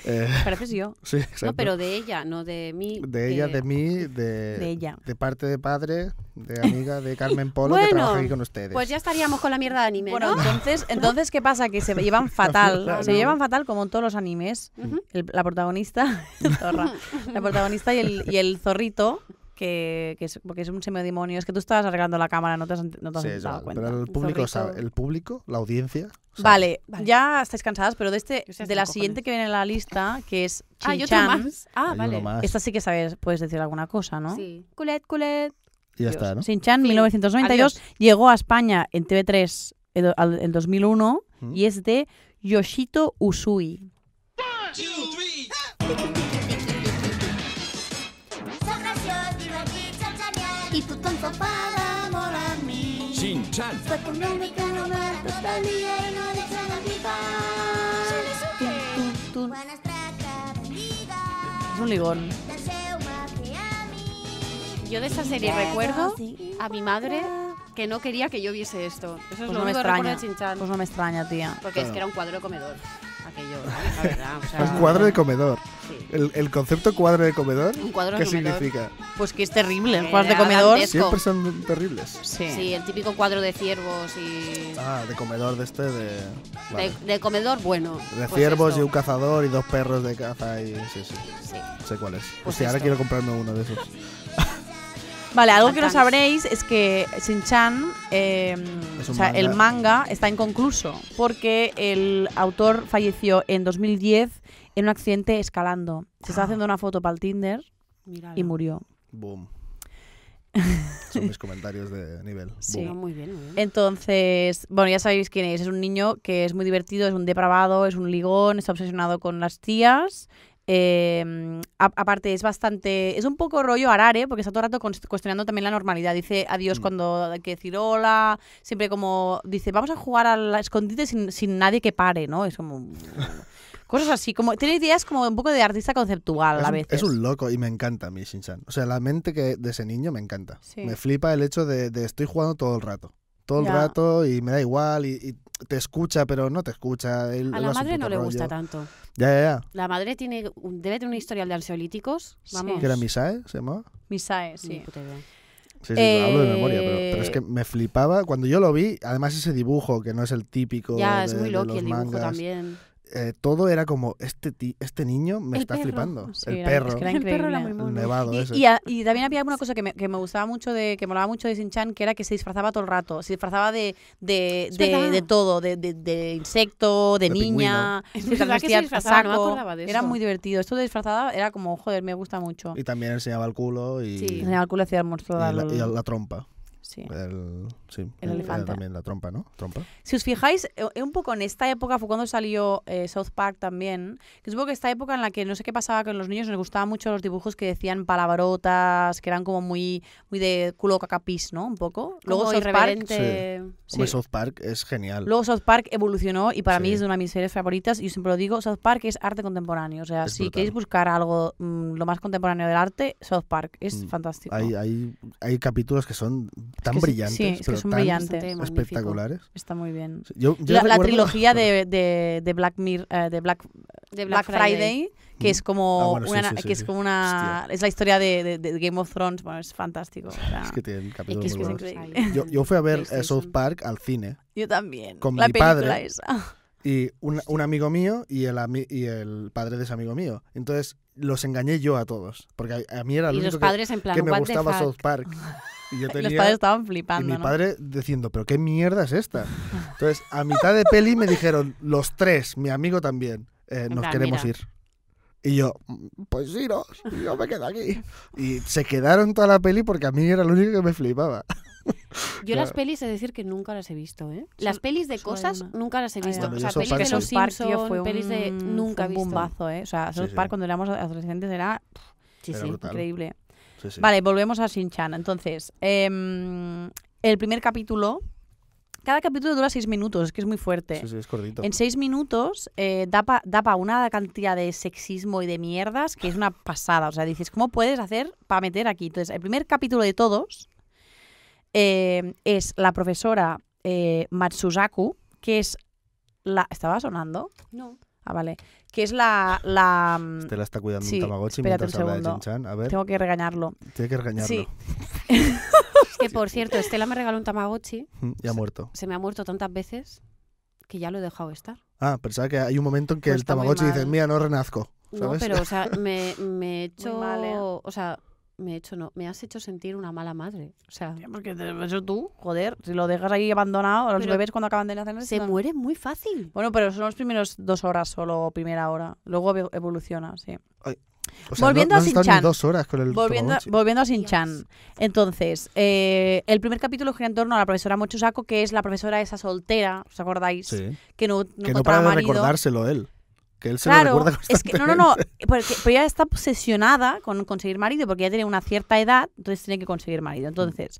[SPEAKER 3] Eh,
[SPEAKER 1] Pareces yo,
[SPEAKER 3] sí, exacto.
[SPEAKER 2] No, pero eh, de ella, no de mí.
[SPEAKER 3] De ella,
[SPEAKER 2] que-
[SPEAKER 3] de mí, de,
[SPEAKER 1] de ella.
[SPEAKER 3] de parte de padre, de amiga de Carmen Polo, que
[SPEAKER 2] Bueno,
[SPEAKER 3] trabaja aquí con ustedes.
[SPEAKER 2] Pues ya estaríamos con la mierda de anime,
[SPEAKER 1] Bueno,
[SPEAKER 2] ¿no?
[SPEAKER 1] entonces, entonces, ¿qué pasa? Que se llevan fatal.
[SPEAKER 3] Claro.
[SPEAKER 1] Se llevan fatal como en todos los animes.
[SPEAKER 2] Ujú.
[SPEAKER 1] El- la protagonista, zorra, la protagonista y el, y el zorrito, que, que es, porque es un semidemonio. Es que tú estabas arreglando la cámara, no te has, ent- no te has
[SPEAKER 3] Sí, es
[SPEAKER 1] dado
[SPEAKER 3] verdad,
[SPEAKER 1] cuenta.
[SPEAKER 3] Pero el público
[SPEAKER 2] Zorrito.
[SPEAKER 3] sabe, el público, la audiencia. sabe.
[SPEAKER 1] Vale,
[SPEAKER 2] Vale.
[SPEAKER 1] ya estáis cansadas, pero de, este,
[SPEAKER 2] Yo
[SPEAKER 1] de
[SPEAKER 2] sé hasta
[SPEAKER 1] la
[SPEAKER 2] cojones.
[SPEAKER 1] siguiente que viene en la lista, que es
[SPEAKER 2] Ah, yo
[SPEAKER 1] Chin-chan,
[SPEAKER 2] más.
[SPEAKER 3] Hay
[SPEAKER 2] Ah,
[SPEAKER 3] uno
[SPEAKER 2] vale.
[SPEAKER 3] más.
[SPEAKER 1] Esta sí que sabes, puedes decir alguna cosa, ¿no?
[SPEAKER 2] Sí.
[SPEAKER 1] Culet, culet.
[SPEAKER 3] Y ya está, ¿no?
[SPEAKER 1] Sinchan,
[SPEAKER 2] Fin.
[SPEAKER 1] 1992, llegó a España en TV3 en do- al- en 2001
[SPEAKER 3] Mm.
[SPEAKER 1] y es de Yoshito Usui.
[SPEAKER 4] Sobración, divertir, chacharear y tu tonto para molar mí.
[SPEAKER 5] Shin-chan.
[SPEAKER 4] Fue con un mexicano para todo pues el día y no deja la pipa. Buenas tracas, bendiga.
[SPEAKER 1] Es un ligón.
[SPEAKER 4] Del seu matriami.
[SPEAKER 2] Yo de esta serie recuerdo a mi madre que no quería que yo viese esto. Eso es
[SPEAKER 1] Pues no
[SPEAKER 2] lo
[SPEAKER 1] me
[SPEAKER 2] único que recuerdo
[SPEAKER 1] extraña.
[SPEAKER 2] de Shin-chan.
[SPEAKER 1] Pues no me extraña, tía.
[SPEAKER 2] Porque es que era un cuadro de comedor. Aquello, la verdad. O sea,
[SPEAKER 3] Un cuadro de comedor.
[SPEAKER 2] Ah. sí.
[SPEAKER 3] El, el concepto cuadro de comedor,
[SPEAKER 2] Un cuadro de
[SPEAKER 3] ¿qué
[SPEAKER 2] comedor.
[SPEAKER 3] significa?
[SPEAKER 1] Pues que es terrible.
[SPEAKER 2] Que
[SPEAKER 1] Juegos de
[SPEAKER 2] era
[SPEAKER 1] comedor.
[SPEAKER 2] dantesco.
[SPEAKER 3] Siempre son terribles.
[SPEAKER 1] Sí.
[SPEAKER 2] Sí, el típico cuadro de ciervos y.
[SPEAKER 3] Ah, de comedor de este, de. vale.
[SPEAKER 2] De, de comedor bueno.
[SPEAKER 3] De
[SPEAKER 2] Pues
[SPEAKER 3] ciervos
[SPEAKER 2] esto.
[SPEAKER 3] y un cazador y dos perros de caza y sí, sí,
[SPEAKER 2] Sí.
[SPEAKER 3] sé cuál es.
[SPEAKER 2] Pues
[SPEAKER 3] Hostia, ahora
[SPEAKER 2] esto.
[SPEAKER 3] quiero comprarme uno de esos.
[SPEAKER 1] Vale, algo que no
[SPEAKER 2] Faltan-
[SPEAKER 1] sabréis es que Shin-Chan, eh,
[SPEAKER 3] Es
[SPEAKER 1] o
[SPEAKER 3] un
[SPEAKER 1] sea,
[SPEAKER 3] manga.
[SPEAKER 1] el manga está inconcluso porque el autor falleció en 2010 en un accidente escalando. Se
[SPEAKER 3] Ah.
[SPEAKER 1] estaba haciendo una foto para el Tinder
[SPEAKER 2] Míralo.
[SPEAKER 1] y murió.
[SPEAKER 3] Boom. Son mis comentarios de nivel.
[SPEAKER 1] Sí.
[SPEAKER 2] No, muy bien, muy bien.
[SPEAKER 1] Entonces, bueno, ya sabéis quién es. Es un niño que es muy divertido, es un depravado, es un ligón, está obsesionado con las tías. Eh, a- aparte, es bastante. Es un poco rollo arare, porque está todo el rato cons- cuestionando también la normalidad. Dice adiós
[SPEAKER 3] Mm.
[SPEAKER 1] cuando hay que decir hola. Siempre como. Dice, vamos a jugar al escondite sin, sin nadie que pare, ¿no? Es como. Cosas así, como. Tiene ideas como un poco de artista conceptual
[SPEAKER 3] Es
[SPEAKER 1] a
[SPEAKER 3] un,
[SPEAKER 1] veces.
[SPEAKER 3] es un loco y me encanta a mí Shin-Chan. O sea, la mente que de ese niño me encanta.
[SPEAKER 1] Sí.
[SPEAKER 3] Me flipa el hecho de, de estoy jugando todo el rato. Todo el
[SPEAKER 1] Ya.
[SPEAKER 3] rato y me da igual y, y te escucha, pero no te escucha. él-
[SPEAKER 2] A
[SPEAKER 3] él
[SPEAKER 2] la
[SPEAKER 3] hace un
[SPEAKER 2] madre no
[SPEAKER 3] puto
[SPEAKER 2] le gusta
[SPEAKER 3] rollo.
[SPEAKER 2] tanto.
[SPEAKER 3] Ya, ya,
[SPEAKER 2] La madre tiene un- debe tener un historial de ansiolíticos.
[SPEAKER 1] Sí.
[SPEAKER 2] Vamos.
[SPEAKER 3] ya. ¿Que era Misae? ¿Se llamaba?
[SPEAKER 1] Misae,
[SPEAKER 2] Ni
[SPEAKER 1] sí.
[SPEAKER 2] puta idea.
[SPEAKER 3] Sí, sí, lo hablo de memoria, pero,
[SPEAKER 1] Eh,
[SPEAKER 3] pero es que me flipaba. Cuando yo lo vi, además ese dibujo que no es el típico.
[SPEAKER 2] Ya,
[SPEAKER 3] de-
[SPEAKER 2] es muy
[SPEAKER 3] de
[SPEAKER 2] Loki
[SPEAKER 3] los
[SPEAKER 2] el dibujo
[SPEAKER 3] mangas,
[SPEAKER 2] también.
[SPEAKER 3] eh, todo era como: este, ti- este niño me
[SPEAKER 2] El
[SPEAKER 3] está
[SPEAKER 2] perro,
[SPEAKER 3] flipando.
[SPEAKER 1] sí,
[SPEAKER 3] el
[SPEAKER 1] era-
[SPEAKER 3] perro,
[SPEAKER 1] es que era
[SPEAKER 2] El perro era
[SPEAKER 1] increíble.
[SPEAKER 2] muy mono.
[SPEAKER 3] el nevado
[SPEAKER 1] Y-
[SPEAKER 3] ese.
[SPEAKER 1] Y, a- y también había una cosa que me, que me gustaba mucho, de que molaba mucho de Shin-Chan, que era que se disfrazaba todo el rato. Se disfrazaba de, de,
[SPEAKER 2] Es
[SPEAKER 1] de-
[SPEAKER 2] verdad.
[SPEAKER 1] de todo, de, de- de insecto, de,
[SPEAKER 3] De
[SPEAKER 1] niña.
[SPEAKER 2] Es
[SPEAKER 1] se
[SPEAKER 2] verdad que se
[SPEAKER 1] vestía a
[SPEAKER 2] disfrazaba, no me
[SPEAKER 1] saco.
[SPEAKER 2] acordaba de
[SPEAKER 1] Era
[SPEAKER 2] eso.
[SPEAKER 1] muy divertido. Esto de disfrazada era como, joder, me gusta mucho.
[SPEAKER 3] Y también enseñaba el culo y,
[SPEAKER 2] Sí.
[SPEAKER 3] y
[SPEAKER 1] En el culo hacía el monstruo
[SPEAKER 3] la,
[SPEAKER 1] del-
[SPEAKER 3] y la trompa.
[SPEAKER 1] sí.
[SPEAKER 3] El, sí,
[SPEAKER 1] El
[SPEAKER 3] era
[SPEAKER 1] elefante.
[SPEAKER 3] También la trompa, ¿no? Trompa.
[SPEAKER 1] Si os fijáis, eh, eh, un poco en esta época fue cuando salió eh, South Park también, que supongo que esta época en la que no sé qué pasaba con los niños, nos gustaban mucho los dibujos que decían palabrotas, que eran como muy, muy de culo cacapis, ¿no? Un poco. Luego
[SPEAKER 2] Como
[SPEAKER 1] South Park,
[SPEAKER 2] irreverente.
[SPEAKER 3] Hombre,
[SPEAKER 1] Sí.
[SPEAKER 3] South Park es genial.
[SPEAKER 1] luego South Park evolucionó y para mí
[SPEAKER 3] Sí.
[SPEAKER 1] es de una de mis series favoritas y yo siempre lo digo, South Park es arte contemporáneo, o sea,
[SPEAKER 3] Es
[SPEAKER 1] si
[SPEAKER 3] brutal.
[SPEAKER 1] queréis buscar algo mm, lo más contemporáneo del arte, South Park es
[SPEAKER 3] Mm,
[SPEAKER 1] fantástico.
[SPEAKER 3] hay, hay, hay capítulos que son tan
[SPEAKER 1] que sí-
[SPEAKER 3] brillantes,
[SPEAKER 1] sí, es que
[SPEAKER 3] pero
[SPEAKER 1] son
[SPEAKER 3] tan
[SPEAKER 1] brillantes.
[SPEAKER 2] Bastante magnífico.
[SPEAKER 3] espectaculares.
[SPEAKER 1] Está muy bien.
[SPEAKER 3] Yo- yo
[SPEAKER 1] La, la
[SPEAKER 3] recuerdo-
[SPEAKER 1] trilogía de, de- de Black Mirror, de Black
[SPEAKER 2] De
[SPEAKER 1] Black Friday, que
[SPEAKER 3] Mm.
[SPEAKER 1] es como
[SPEAKER 3] Ah, bueno, sí,
[SPEAKER 1] una,
[SPEAKER 3] sí, sí,
[SPEAKER 1] que es
[SPEAKER 3] sí.
[SPEAKER 1] como una es la historia de, de- de Game of Thrones, bueno, es fantástico. o sea,
[SPEAKER 3] Es que tienen capítulos
[SPEAKER 1] es
[SPEAKER 3] muy
[SPEAKER 1] que es
[SPEAKER 3] buenos.
[SPEAKER 1] increíble.
[SPEAKER 3] Yo, yo fui a ver eh,
[SPEAKER 2] PlayStation.
[SPEAKER 3] South Park al cine
[SPEAKER 1] yo también.
[SPEAKER 3] con
[SPEAKER 1] la
[SPEAKER 3] mi
[SPEAKER 1] película
[SPEAKER 3] padre.
[SPEAKER 1] esa.
[SPEAKER 3] y un, un amigo mío y el, ami- y el padre de ese amigo mío. Entonces los engañé yo a todos, porque a, a mí era el
[SPEAKER 2] Y
[SPEAKER 3] único
[SPEAKER 2] los
[SPEAKER 3] que-
[SPEAKER 2] padres en
[SPEAKER 3] que,
[SPEAKER 2] plan,
[SPEAKER 3] me
[SPEAKER 2] what the
[SPEAKER 3] gustaba South
[SPEAKER 2] fuck.
[SPEAKER 3] Park. Y yo
[SPEAKER 1] Y
[SPEAKER 3] tenía
[SPEAKER 1] Los padres estaban
[SPEAKER 3] y
[SPEAKER 1] flipando,
[SPEAKER 3] mi
[SPEAKER 1] ¿no?
[SPEAKER 3] padre diciendo, pero qué mierda es esta. Entonces a mitad de peli me dijeron los tres, mi amigo también, eh,
[SPEAKER 2] En
[SPEAKER 3] nos
[SPEAKER 2] plan,
[SPEAKER 3] queremos
[SPEAKER 2] mira.
[SPEAKER 3] ir. Y yo, "Mm, pues iros, yo me quedo aquí. Y se quedaron toda la peli porque a mí era lo único que me flipaba.
[SPEAKER 2] Yo las
[SPEAKER 3] Claro.
[SPEAKER 2] pelis he de decir que nunca las he visto, ¿eh. Las pelis de
[SPEAKER 1] solo hay
[SPEAKER 2] cosas
[SPEAKER 1] una.
[SPEAKER 2] nunca las he visto.
[SPEAKER 3] Bueno,
[SPEAKER 2] o
[SPEAKER 3] yo
[SPEAKER 2] sea,
[SPEAKER 3] South
[SPEAKER 2] pelis
[SPEAKER 3] Park
[SPEAKER 2] de
[SPEAKER 3] sí.
[SPEAKER 2] los
[SPEAKER 1] South Park, tío,
[SPEAKER 2] Simpsons,
[SPEAKER 1] fue un,
[SPEAKER 2] pelis de
[SPEAKER 1] fue
[SPEAKER 2] nunca
[SPEAKER 1] un
[SPEAKER 2] he visto.
[SPEAKER 1] bombazo, ¿eh? O sea,
[SPEAKER 3] Sí,
[SPEAKER 1] South
[SPEAKER 3] sí.
[SPEAKER 1] Park cuando éramos adolescentes era
[SPEAKER 2] Sí,
[SPEAKER 3] Era
[SPEAKER 2] sí.
[SPEAKER 3] brutal. Claro.
[SPEAKER 1] increíble.
[SPEAKER 3] Sí, sí.
[SPEAKER 1] Vale, volvemos a Shin-Chan. Entonces, em, el primer capítulo. Cada capítulo dura seis minutos, es que es muy fuerte.
[SPEAKER 3] Sí, sí, es cortito.
[SPEAKER 1] En seis minutos eh, da para una cantidad de sexismo y de mierdas que es una pasada. O sea, dices, ¿cómo puedes hacer para meter aquí? Entonces, el primer capítulo de todos eh, es la profesora eh, Matsuzaku, que es la... ¿Estaba sonando?
[SPEAKER 2] No.
[SPEAKER 1] Ah, vale. Que es la... la mm,
[SPEAKER 3] Estela está cuidando
[SPEAKER 1] Sí,
[SPEAKER 3] un Tamagotchi
[SPEAKER 1] espérate
[SPEAKER 3] mientras
[SPEAKER 1] un
[SPEAKER 3] habla de
[SPEAKER 1] segundo.
[SPEAKER 3] Chin-Chan. A ver,
[SPEAKER 1] tengo que regañarlo.
[SPEAKER 3] tiene que regañarlo.
[SPEAKER 1] Sí.
[SPEAKER 2] Es que, por cierto, Estela me regaló un Tamagotchi.
[SPEAKER 3] Mm, Ya ha muerto.
[SPEAKER 2] Se me ha muerto tantas veces que ya lo he dejado estar.
[SPEAKER 3] Ah, pensaba que hay un momento en que
[SPEAKER 1] Pues
[SPEAKER 3] el
[SPEAKER 1] está muy
[SPEAKER 3] Tamagotchi dice,
[SPEAKER 1] mal.
[SPEAKER 3] mira, no renazco.
[SPEAKER 2] No,
[SPEAKER 3] ¿sabes?
[SPEAKER 2] pero, o sea, me, me he hecho...
[SPEAKER 1] mal, ¿eh?
[SPEAKER 2] O sea, me he hecho no. Me has hecho sentir una mala madre. O sea,
[SPEAKER 1] Porque te- eso tú, joder, si lo dejas ahí abandonado, los
[SPEAKER 2] Pero
[SPEAKER 1] bebés cuando acaban de nacer...
[SPEAKER 2] se
[SPEAKER 1] no-
[SPEAKER 2] muere muy fácil.
[SPEAKER 1] Bueno, pero son los primeros dos horas solo, primera hora. Luego evo- evoluciona, sí.
[SPEAKER 3] O sea,
[SPEAKER 1] Volviendo
[SPEAKER 3] no,
[SPEAKER 1] a
[SPEAKER 3] no has estado ni
[SPEAKER 1] Chin-Chan.
[SPEAKER 3] dos horas con el
[SPEAKER 1] Volviendo,
[SPEAKER 3] Tamagotchi.
[SPEAKER 1] volviendo a Shin-Chan. Entonces, eh, el primer capítulo gira en torno a la profesora Mochusako, que es la profesora esa soltera, ¿os acordáis?
[SPEAKER 3] Sí.
[SPEAKER 1] Que no, no
[SPEAKER 3] Que no
[SPEAKER 1] encontraba
[SPEAKER 3] para de
[SPEAKER 1] marido.
[SPEAKER 3] recordárselo él. Que él se lo
[SPEAKER 1] claro,
[SPEAKER 3] recuerda
[SPEAKER 1] es que no, no, no, porque, pero ella está obsesionada con conseguir marido porque ya tiene una cierta edad, entonces tiene que conseguir
[SPEAKER 3] Mm.
[SPEAKER 1] marido. Entonces,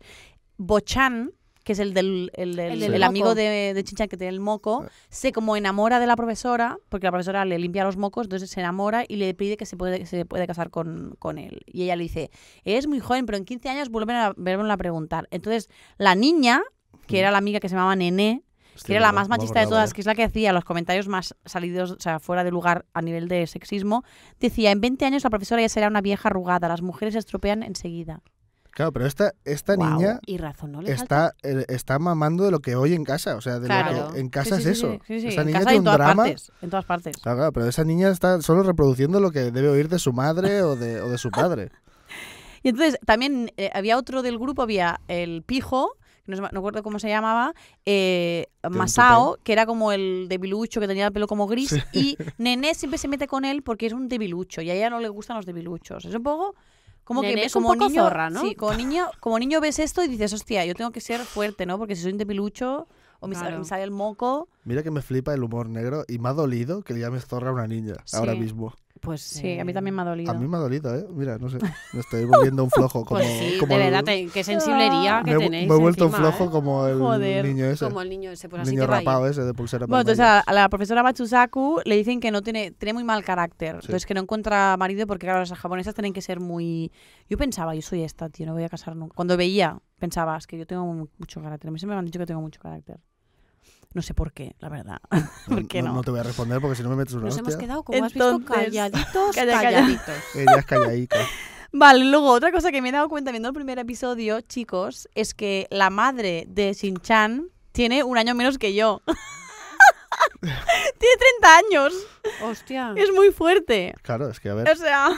[SPEAKER 1] Bochan, que es el del, el, del-
[SPEAKER 2] El del
[SPEAKER 1] el
[SPEAKER 2] moco.
[SPEAKER 1] amigo de, de Chinchan que tiene el moco, se como enamora de la profesora, porque la profesora le limpia los mocos, entonces se enamora y le pide que se puede, que se puede casar con, con él. Y ella le dice, eres muy joven, pero en 15 años vuelven a, vuelven a preguntar. Entonces, la niña, que era la amiga que se llamaba Nené, que era la más machista de todas, que es la que hacía los comentarios más salidos, o sea, fuera de lugar a nivel de sexismo, decía, en 20 años la profesora ya será una vieja arrugada, las mujeres se estropean enseguida.
[SPEAKER 3] Claro, pero esta, esta
[SPEAKER 1] Guau.
[SPEAKER 3] niña
[SPEAKER 2] Y razón, ¿no le falta?
[SPEAKER 3] está, eh, está mamando de lo que oye en casa. O sea, de lo
[SPEAKER 2] Claro.
[SPEAKER 3] que en casa es eso.
[SPEAKER 1] Sí, sí,
[SPEAKER 3] Esa
[SPEAKER 1] en
[SPEAKER 3] niña
[SPEAKER 1] casa y
[SPEAKER 3] tiene
[SPEAKER 1] en
[SPEAKER 3] un
[SPEAKER 1] todas
[SPEAKER 3] drama.
[SPEAKER 1] partes, en todas partes.
[SPEAKER 3] Claro, claro, pero esa niña está solo reproduciendo lo que debe oír de su madre o de, o de su padre.
[SPEAKER 1] Y entonces también eh, había otro del grupo, había el Pijo, que no, sé- no recuerdo cómo se llamaba, eh,
[SPEAKER 3] un
[SPEAKER 1] Masao, que era como el debilucho que tenía el pelo como gris, y Nené siempre se mete con él porque es un debilucho y a ella no le gustan los debiluchos. Es un poco como que
[SPEAKER 2] Nené
[SPEAKER 1] ve-
[SPEAKER 2] es un
[SPEAKER 1] como
[SPEAKER 2] poco
[SPEAKER 1] niño,
[SPEAKER 2] zorra, ¿no?
[SPEAKER 1] Sí, como niño, como niño ves esto y dices, hostia, yo tengo que ser fuerte, ¿no? Porque si soy un debilucho o me, sa-
[SPEAKER 2] Claro.
[SPEAKER 1] me sale el moco.
[SPEAKER 3] Mira que me flipa el humor negro y me ha dolido que le llames zorra a una niña
[SPEAKER 1] Sí.
[SPEAKER 3] ahora mismo.
[SPEAKER 2] Pues
[SPEAKER 1] Sí, a mí también me ha dolido.
[SPEAKER 3] A mí me ha dolido, ¿eh? Mira, no sé. Me estoy volviendo un flojo. Como,
[SPEAKER 2] Pues sí,
[SPEAKER 3] como
[SPEAKER 2] de
[SPEAKER 3] el-
[SPEAKER 2] verdad, te-
[SPEAKER 1] Ah.
[SPEAKER 2] qué sensiblería
[SPEAKER 3] me,
[SPEAKER 2] que
[SPEAKER 3] he vu-
[SPEAKER 2] tenéis.
[SPEAKER 3] me he vuelto un
[SPEAKER 2] encima,
[SPEAKER 3] flojo
[SPEAKER 2] ¿eh?
[SPEAKER 3] como el
[SPEAKER 1] Joder,
[SPEAKER 3] niño ese.
[SPEAKER 2] Como el niño ese, pues
[SPEAKER 3] el
[SPEAKER 2] así
[SPEAKER 3] niño
[SPEAKER 2] te va a ir.
[SPEAKER 3] rapado ese de pulsera
[SPEAKER 1] Bueno, entonces
[SPEAKER 3] para
[SPEAKER 1] a, a la profesora Matsusaku le dicen que no tiene, tiene muy mal carácter.
[SPEAKER 3] Sí.
[SPEAKER 1] Entonces que no encuentra marido porque, claro, las japonesas tienen que ser muy... Yo pensaba, yo soy esta, tío, no voy a casar nunca. Cuando veía, pensaba, es que yo tengo mu- mucho carácter. A mí siempre me han dicho que tengo mucho carácter. No sé por qué, la verdad. ¿Por qué no?
[SPEAKER 3] te voy a responder porque si no me metes una
[SPEAKER 2] Nos hemos
[SPEAKER 3] hostia.
[SPEAKER 2] quedado, como has visto,
[SPEAKER 1] Entonces-
[SPEAKER 2] calladitos,
[SPEAKER 1] Calla, calla.
[SPEAKER 2] calladitos.
[SPEAKER 3] Ella es callaica.
[SPEAKER 1] Vale, luego otra cosa que me he dado cuenta viendo el primer episodio, chicos, es que la madre de Shin-chan tiene un año menos que yo. tiene 30 años.
[SPEAKER 2] Hostia.
[SPEAKER 1] Es muy fuerte.
[SPEAKER 3] Claro, es que a
[SPEAKER 1] O
[SPEAKER 3] ver,
[SPEAKER 1] sea,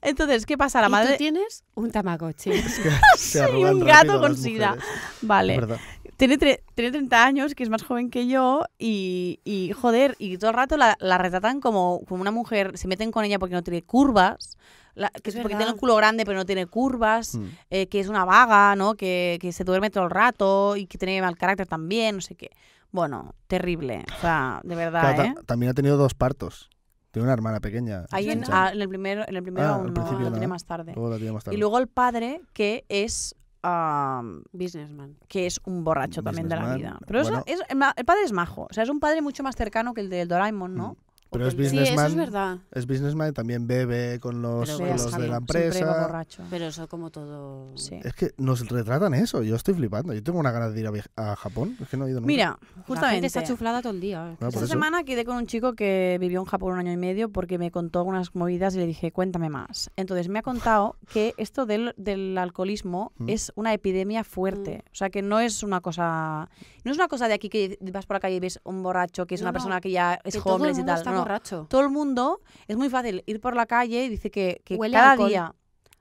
[SPEAKER 1] entonces, ¿qué pasa? La
[SPEAKER 2] ¿Y tú
[SPEAKER 1] madre.
[SPEAKER 2] tienes un tamagotchi.
[SPEAKER 3] se arrugan
[SPEAKER 1] un
[SPEAKER 3] rápido
[SPEAKER 1] gato
[SPEAKER 3] las
[SPEAKER 1] con sida.
[SPEAKER 3] mujeres. Es
[SPEAKER 1] Vale.
[SPEAKER 3] verdad.
[SPEAKER 1] Tiene, tre- tiene 30 años, que es más joven que yo, y, y, joder, y todo el rato la, la retratan como, como una mujer, se meten con ella porque no tiene curvas, la- que
[SPEAKER 2] Es
[SPEAKER 1] es porque
[SPEAKER 2] verdad.
[SPEAKER 1] tiene el culo grande pero no tiene curvas,
[SPEAKER 3] Mm.
[SPEAKER 1] eh, que es una vaga, ¿no? Que, que se duerme todo el rato y que tiene mal carácter también, no sé qué. Bueno, terrible. O sea, de verdad,
[SPEAKER 3] Claro, ta-
[SPEAKER 1] ¿eh?
[SPEAKER 3] También ha tenido dos partos. Tiene una hermana pequeña.
[SPEAKER 1] Ahí en,
[SPEAKER 3] Shin-chan.
[SPEAKER 1] ah, en el primero, en el primero
[SPEAKER 3] Ah, al
[SPEAKER 1] aún no,
[SPEAKER 3] principio
[SPEAKER 1] lo
[SPEAKER 3] no.
[SPEAKER 1] tiene más tarde.
[SPEAKER 3] Luego la tiene más tarde.
[SPEAKER 1] Y luego el padre, que es. am,
[SPEAKER 2] Businessman.
[SPEAKER 1] que es un borracho también de la
[SPEAKER 3] Businessman,
[SPEAKER 1] vida. Pero eso-
[SPEAKER 3] bueno.
[SPEAKER 1] es, el ma- el padre es majo. O sea, es un padre mucho más cercano que el del Doraemon,
[SPEAKER 3] Mm.
[SPEAKER 1] ¿no?
[SPEAKER 3] Pero es
[SPEAKER 2] Sí, eso es
[SPEAKER 3] businessman.
[SPEAKER 2] verdad.
[SPEAKER 3] es businessman y también bebe con los,
[SPEAKER 2] Pero
[SPEAKER 3] con
[SPEAKER 2] vea,
[SPEAKER 3] los de la
[SPEAKER 2] Javi,
[SPEAKER 1] Siempre va
[SPEAKER 3] empresa.
[SPEAKER 1] borracho.
[SPEAKER 2] Pero eso como todo...
[SPEAKER 1] Sí.
[SPEAKER 3] Es que nos retratan eso. Yo estoy flipando. Yo tengo una ganas de ir a, vi- a Japón. Es que no he ido nunca.
[SPEAKER 1] Mira,
[SPEAKER 2] La gente
[SPEAKER 1] justamente.
[SPEAKER 2] está chuflada todo el día.
[SPEAKER 3] Ah, por
[SPEAKER 1] Esta
[SPEAKER 3] eso.
[SPEAKER 1] semana quedé con un chico que vivió en Japón un año y medio porque me contó unas movidas y le dije, cuéntame más. Entonces me ha contado que esto del, del alcoholismo
[SPEAKER 3] Mm.
[SPEAKER 1] es una epidemia fuerte.
[SPEAKER 2] Mm.
[SPEAKER 1] O sea, que no es una cosa. No es una cosa de aquí que vas por la calle y ves un borracho que es
[SPEAKER 2] No,
[SPEAKER 1] una
[SPEAKER 2] no.
[SPEAKER 1] persona que ya es
[SPEAKER 2] Que todo el
[SPEAKER 1] homeless y
[SPEAKER 2] mundo
[SPEAKER 1] tal.
[SPEAKER 2] está
[SPEAKER 1] No, no.
[SPEAKER 2] borracho.
[SPEAKER 1] todo el mundo, es muy fácil ir por la calle y dice que, que
[SPEAKER 2] Huele a
[SPEAKER 1] cada
[SPEAKER 2] alcohol.
[SPEAKER 1] día.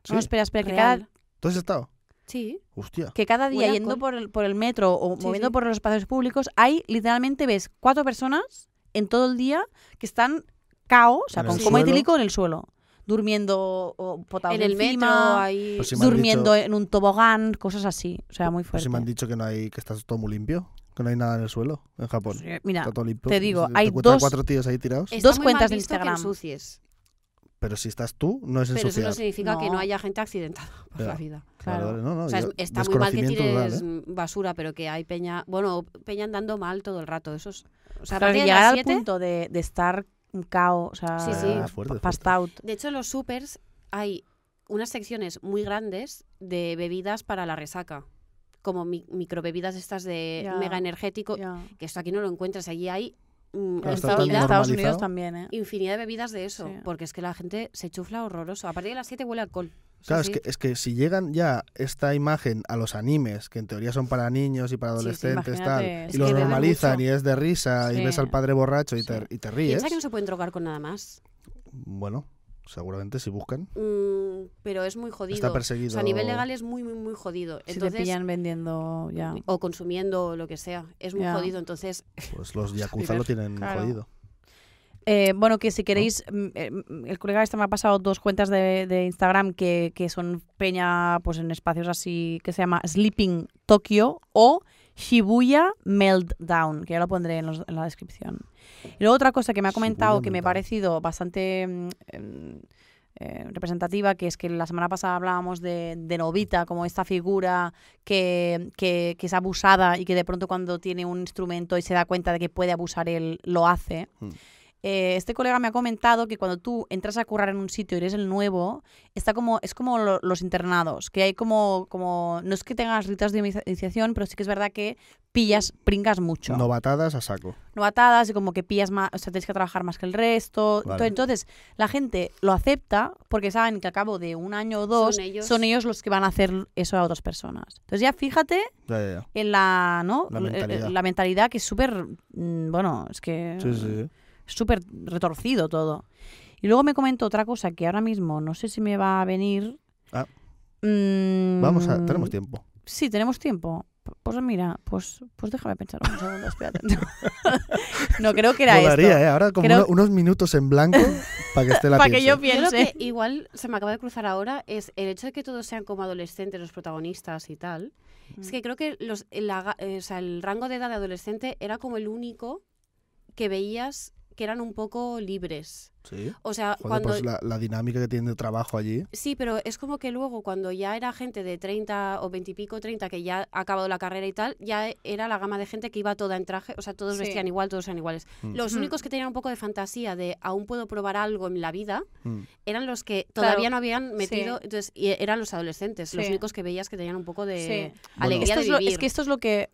[SPEAKER 3] Sí.
[SPEAKER 1] No, espera, espera, que
[SPEAKER 2] Real.
[SPEAKER 1] cada,
[SPEAKER 3] ¿Tú has estado?
[SPEAKER 2] Sí.
[SPEAKER 3] Hostia.
[SPEAKER 1] que cada
[SPEAKER 2] Huele
[SPEAKER 1] día
[SPEAKER 2] a
[SPEAKER 1] yendo
[SPEAKER 2] alcohol.
[SPEAKER 1] por el, por el metro o
[SPEAKER 2] Sí,
[SPEAKER 1] moviendo
[SPEAKER 2] sí.
[SPEAKER 1] por los espacios públicos, hay literalmente ves cuatro personas en todo el día que están cao, o sea,
[SPEAKER 3] En
[SPEAKER 1] con
[SPEAKER 3] el
[SPEAKER 1] coma
[SPEAKER 3] suelo.
[SPEAKER 1] etílico en el suelo, durmiendo o potados
[SPEAKER 2] En el metro
[SPEAKER 1] encima,
[SPEAKER 2] hay...
[SPEAKER 3] Pues sí, me han
[SPEAKER 1] durmiendo
[SPEAKER 3] dicho-
[SPEAKER 1] en un tobogán, cosas así, o sea, muy
[SPEAKER 3] Pues
[SPEAKER 1] fuerte.
[SPEAKER 3] si me han dicho que no hay, que estás todo muy limpio, que no hay nada en el suelo en Japón.
[SPEAKER 1] Sí, Pues, eh, Mira,
[SPEAKER 3] está todo limpio.
[SPEAKER 1] te digo,
[SPEAKER 3] Si
[SPEAKER 1] hay
[SPEAKER 3] encuentras
[SPEAKER 1] dos-
[SPEAKER 3] cuatro tíos ahí tirados,
[SPEAKER 2] Está
[SPEAKER 1] dos
[SPEAKER 2] muy
[SPEAKER 1] cuentas
[SPEAKER 2] mal
[SPEAKER 1] de
[SPEAKER 2] visto que
[SPEAKER 1] Instagram.
[SPEAKER 2] ensucies,
[SPEAKER 3] pero si estás tú, no es
[SPEAKER 2] pero eso no
[SPEAKER 3] ensuciar.
[SPEAKER 2] significa que
[SPEAKER 1] No.
[SPEAKER 2] no haya gente accidentada por
[SPEAKER 3] Ya.
[SPEAKER 2] la vida.
[SPEAKER 1] claro.
[SPEAKER 3] Vale, vale, no, no,
[SPEAKER 2] O sea, es-
[SPEAKER 3] yo-
[SPEAKER 2] está muy mal que
[SPEAKER 3] desconocimiento total,
[SPEAKER 2] tires
[SPEAKER 3] ¿eh?
[SPEAKER 2] mm, basura, pero que hay peña... Bueno, peña andando mal todo el rato. Eso es... O sea,
[SPEAKER 1] Claro,
[SPEAKER 2] a partir de
[SPEAKER 1] llegar
[SPEAKER 2] las
[SPEAKER 1] al
[SPEAKER 2] 7...
[SPEAKER 1] punto de, de estar cao, o sea,
[SPEAKER 2] Sí, sí.
[SPEAKER 1] pa-
[SPEAKER 3] Es Ah, fuerte, es
[SPEAKER 1] passed
[SPEAKER 3] fuerte.
[SPEAKER 1] out.
[SPEAKER 2] De hecho, en los supers hay unas secciones muy grandes de bebidas para la resaca. Como mi- microbebidas estas de
[SPEAKER 1] Ya,
[SPEAKER 2] mega energético.
[SPEAKER 1] Ya.
[SPEAKER 2] Que esto aquí no lo encuentras. Allí hay mm,
[SPEAKER 3] Claro, está
[SPEAKER 1] Estados,
[SPEAKER 3] tan
[SPEAKER 2] infinidad,
[SPEAKER 1] Estados
[SPEAKER 3] normalizado.
[SPEAKER 1] Unidos también, ¿eh?
[SPEAKER 2] infinidad de bebidas de eso.
[SPEAKER 1] Sí.
[SPEAKER 2] Porque es que la gente se chufla horroroso. A partir de las 7 huele a alcohol. Sí,
[SPEAKER 3] Claro,
[SPEAKER 2] sí.
[SPEAKER 3] Es, que, es que si llegan ya esta imagen a los animes, que en teoría son para niños y para
[SPEAKER 1] Sí, sí,
[SPEAKER 3] adolescentes, tal,
[SPEAKER 1] imagínate,
[SPEAKER 2] es
[SPEAKER 3] y lo
[SPEAKER 2] que beben
[SPEAKER 3] normalizan
[SPEAKER 2] mucho.
[SPEAKER 3] y es de risa
[SPEAKER 1] Sí.
[SPEAKER 3] y ves al padre borracho y, te,
[SPEAKER 1] Sí.
[SPEAKER 3] y te ríes,
[SPEAKER 2] Piensa que no se pueden drogar con nada más.
[SPEAKER 3] bueno, seguramente si buscan,
[SPEAKER 2] Mm, pero es muy jodido.
[SPEAKER 3] está
[SPEAKER 2] O
[SPEAKER 3] perseguido.
[SPEAKER 2] sea, a nivel legal es muy, muy, muy jodido.
[SPEAKER 1] Si te
[SPEAKER 2] Entonces,
[SPEAKER 1] pillan vendiendo ya.
[SPEAKER 2] o consumiendo o lo que sea. Es muy
[SPEAKER 1] Ya.
[SPEAKER 2] jodido. Entonces,
[SPEAKER 3] Pues los yakuza lo tienen
[SPEAKER 1] Claro.
[SPEAKER 3] jodido.
[SPEAKER 1] Eh, bueno, que si queréis, mm, eh, mm, el colega este me ha pasado dos cuentas de, de Instagram que, que son peña pues en espacios así que se llama Sleeping Tokyo o Shibuya Meltdown, que ya lo pondré en, los- en la descripción. Y luego otra cosa que me ha
[SPEAKER 3] Shibuya
[SPEAKER 1] comentado que me ha
[SPEAKER 3] Meltdown.
[SPEAKER 1] parecido bastante mm, em, eh, representativa, que es que la semana pasada hablábamos de, de Novita, como esta figura que, que- que es abusada y que de pronto cuando tiene un instrumento y se da cuenta de que puede abusar él, lo hace.
[SPEAKER 3] Mm.
[SPEAKER 1] Eh, este colega me ha comentado que cuando tú entras a currar en un sitio y eres el nuevo, está como, es como lo- los internados, que hay como, como, no es que tengas ritos de inicia- iniciación, pero sí que es verdad que pillas, pringas mucho
[SPEAKER 3] Novatadas a saco.
[SPEAKER 1] no atadas y como que pillas más, o sea, tienes que trabajar más que el resto.
[SPEAKER 3] Vale.
[SPEAKER 1] Entonces, la gente lo acepta porque saben que al cabo de un año o dos
[SPEAKER 2] Son ellos.
[SPEAKER 1] los que van a hacer eso a otras personas. Entonces, ya fíjate
[SPEAKER 3] Ya, ya, ya.
[SPEAKER 1] en la, ¿no?
[SPEAKER 3] La
[SPEAKER 1] Eh, eh,
[SPEAKER 3] mentalidad.
[SPEAKER 1] la mentalidad que es súper, mm, bueno, es que
[SPEAKER 3] Sí, sí, sí.
[SPEAKER 1] súper retorcido todo. Y luego me comentó otra cosa que ahora mismo no sé si me va a venir.
[SPEAKER 3] Ah.
[SPEAKER 1] Mm,
[SPEAKER 3] Vamos a. Tenemos tiempo.
[SPEAKER 1] Sí, tenemos tiempo. P- Pues mira, pues, pues déjame pensar un segundo, espérate. no, creo que era
[SPEAKER 3] Molaría,
[SPEAKER 1] esto.
[SPEAKER 3] ¿eh? Ahora como
[SPEAKER 1] Creo-
[SPEAKER 3] uno- unos minutos en blanco para que esté la
[SPEAKER 1] Para que
[SPEAKER 3] piense.
[SPEAKER 1] yo
[SPEAKER 2] Yo lo
[SPEAKER 1] piense.
[SPEAKER 2] que igual se me acaba de cruzar ahora es el hecho de que todos sean como adolescentes los protagonistas y tal. Es que creo que los, la ga- eh, o sea, el rango de edad de adolescente era como el único que veías que eran un poco libres.
[SPEAKER 3] Sí.
[SPEAKER 2] O sea,
[SPEAKER 3] Joder,
[SPEAKER 2] cuando...
[SPEAKER 3] pues la, la dinámica que tiene de trabajo allí.
[SPEAKER 2] Sí, pero es como que luego cuando ya era gente de 30 o 20 y pico, 30, que ya ha acabado la carrera y tal, ya e- era la gama de gente que iba toda en traje, o sea, todos
[SPEAKER 1] Sí.
[SPEAKER 2] vestían igual, todos eran iguales.
[SPEAKER 3] Mm.
[SPEAKER 2] Los
[SPEAKER 1] Mm.
[SPEAKER 2] únicos que tenían un poco de fantasía de aún puedo probar algo en la vida
[SPEAKER 3] Mm.
[SPEAKER 2] eran los que
[SPEAKER 1] Claro.
[SPEAKER 2] todavía no habían metido, entonces y e-, eran los adolescentes, los
[SPEAKER 1] Sí.
[SPEAKER 2] únicos que veías que tenían un poco de
[SPEAKER 1] Sí.
[SPEAKER 2] alegría
[SPEAKER 1] Esto es,
[SPEAKER 2] de
[SPEAKER 1] lo-
[SPEAKER 2] vivir.
[SPEAKER 1] es que esto es lo que.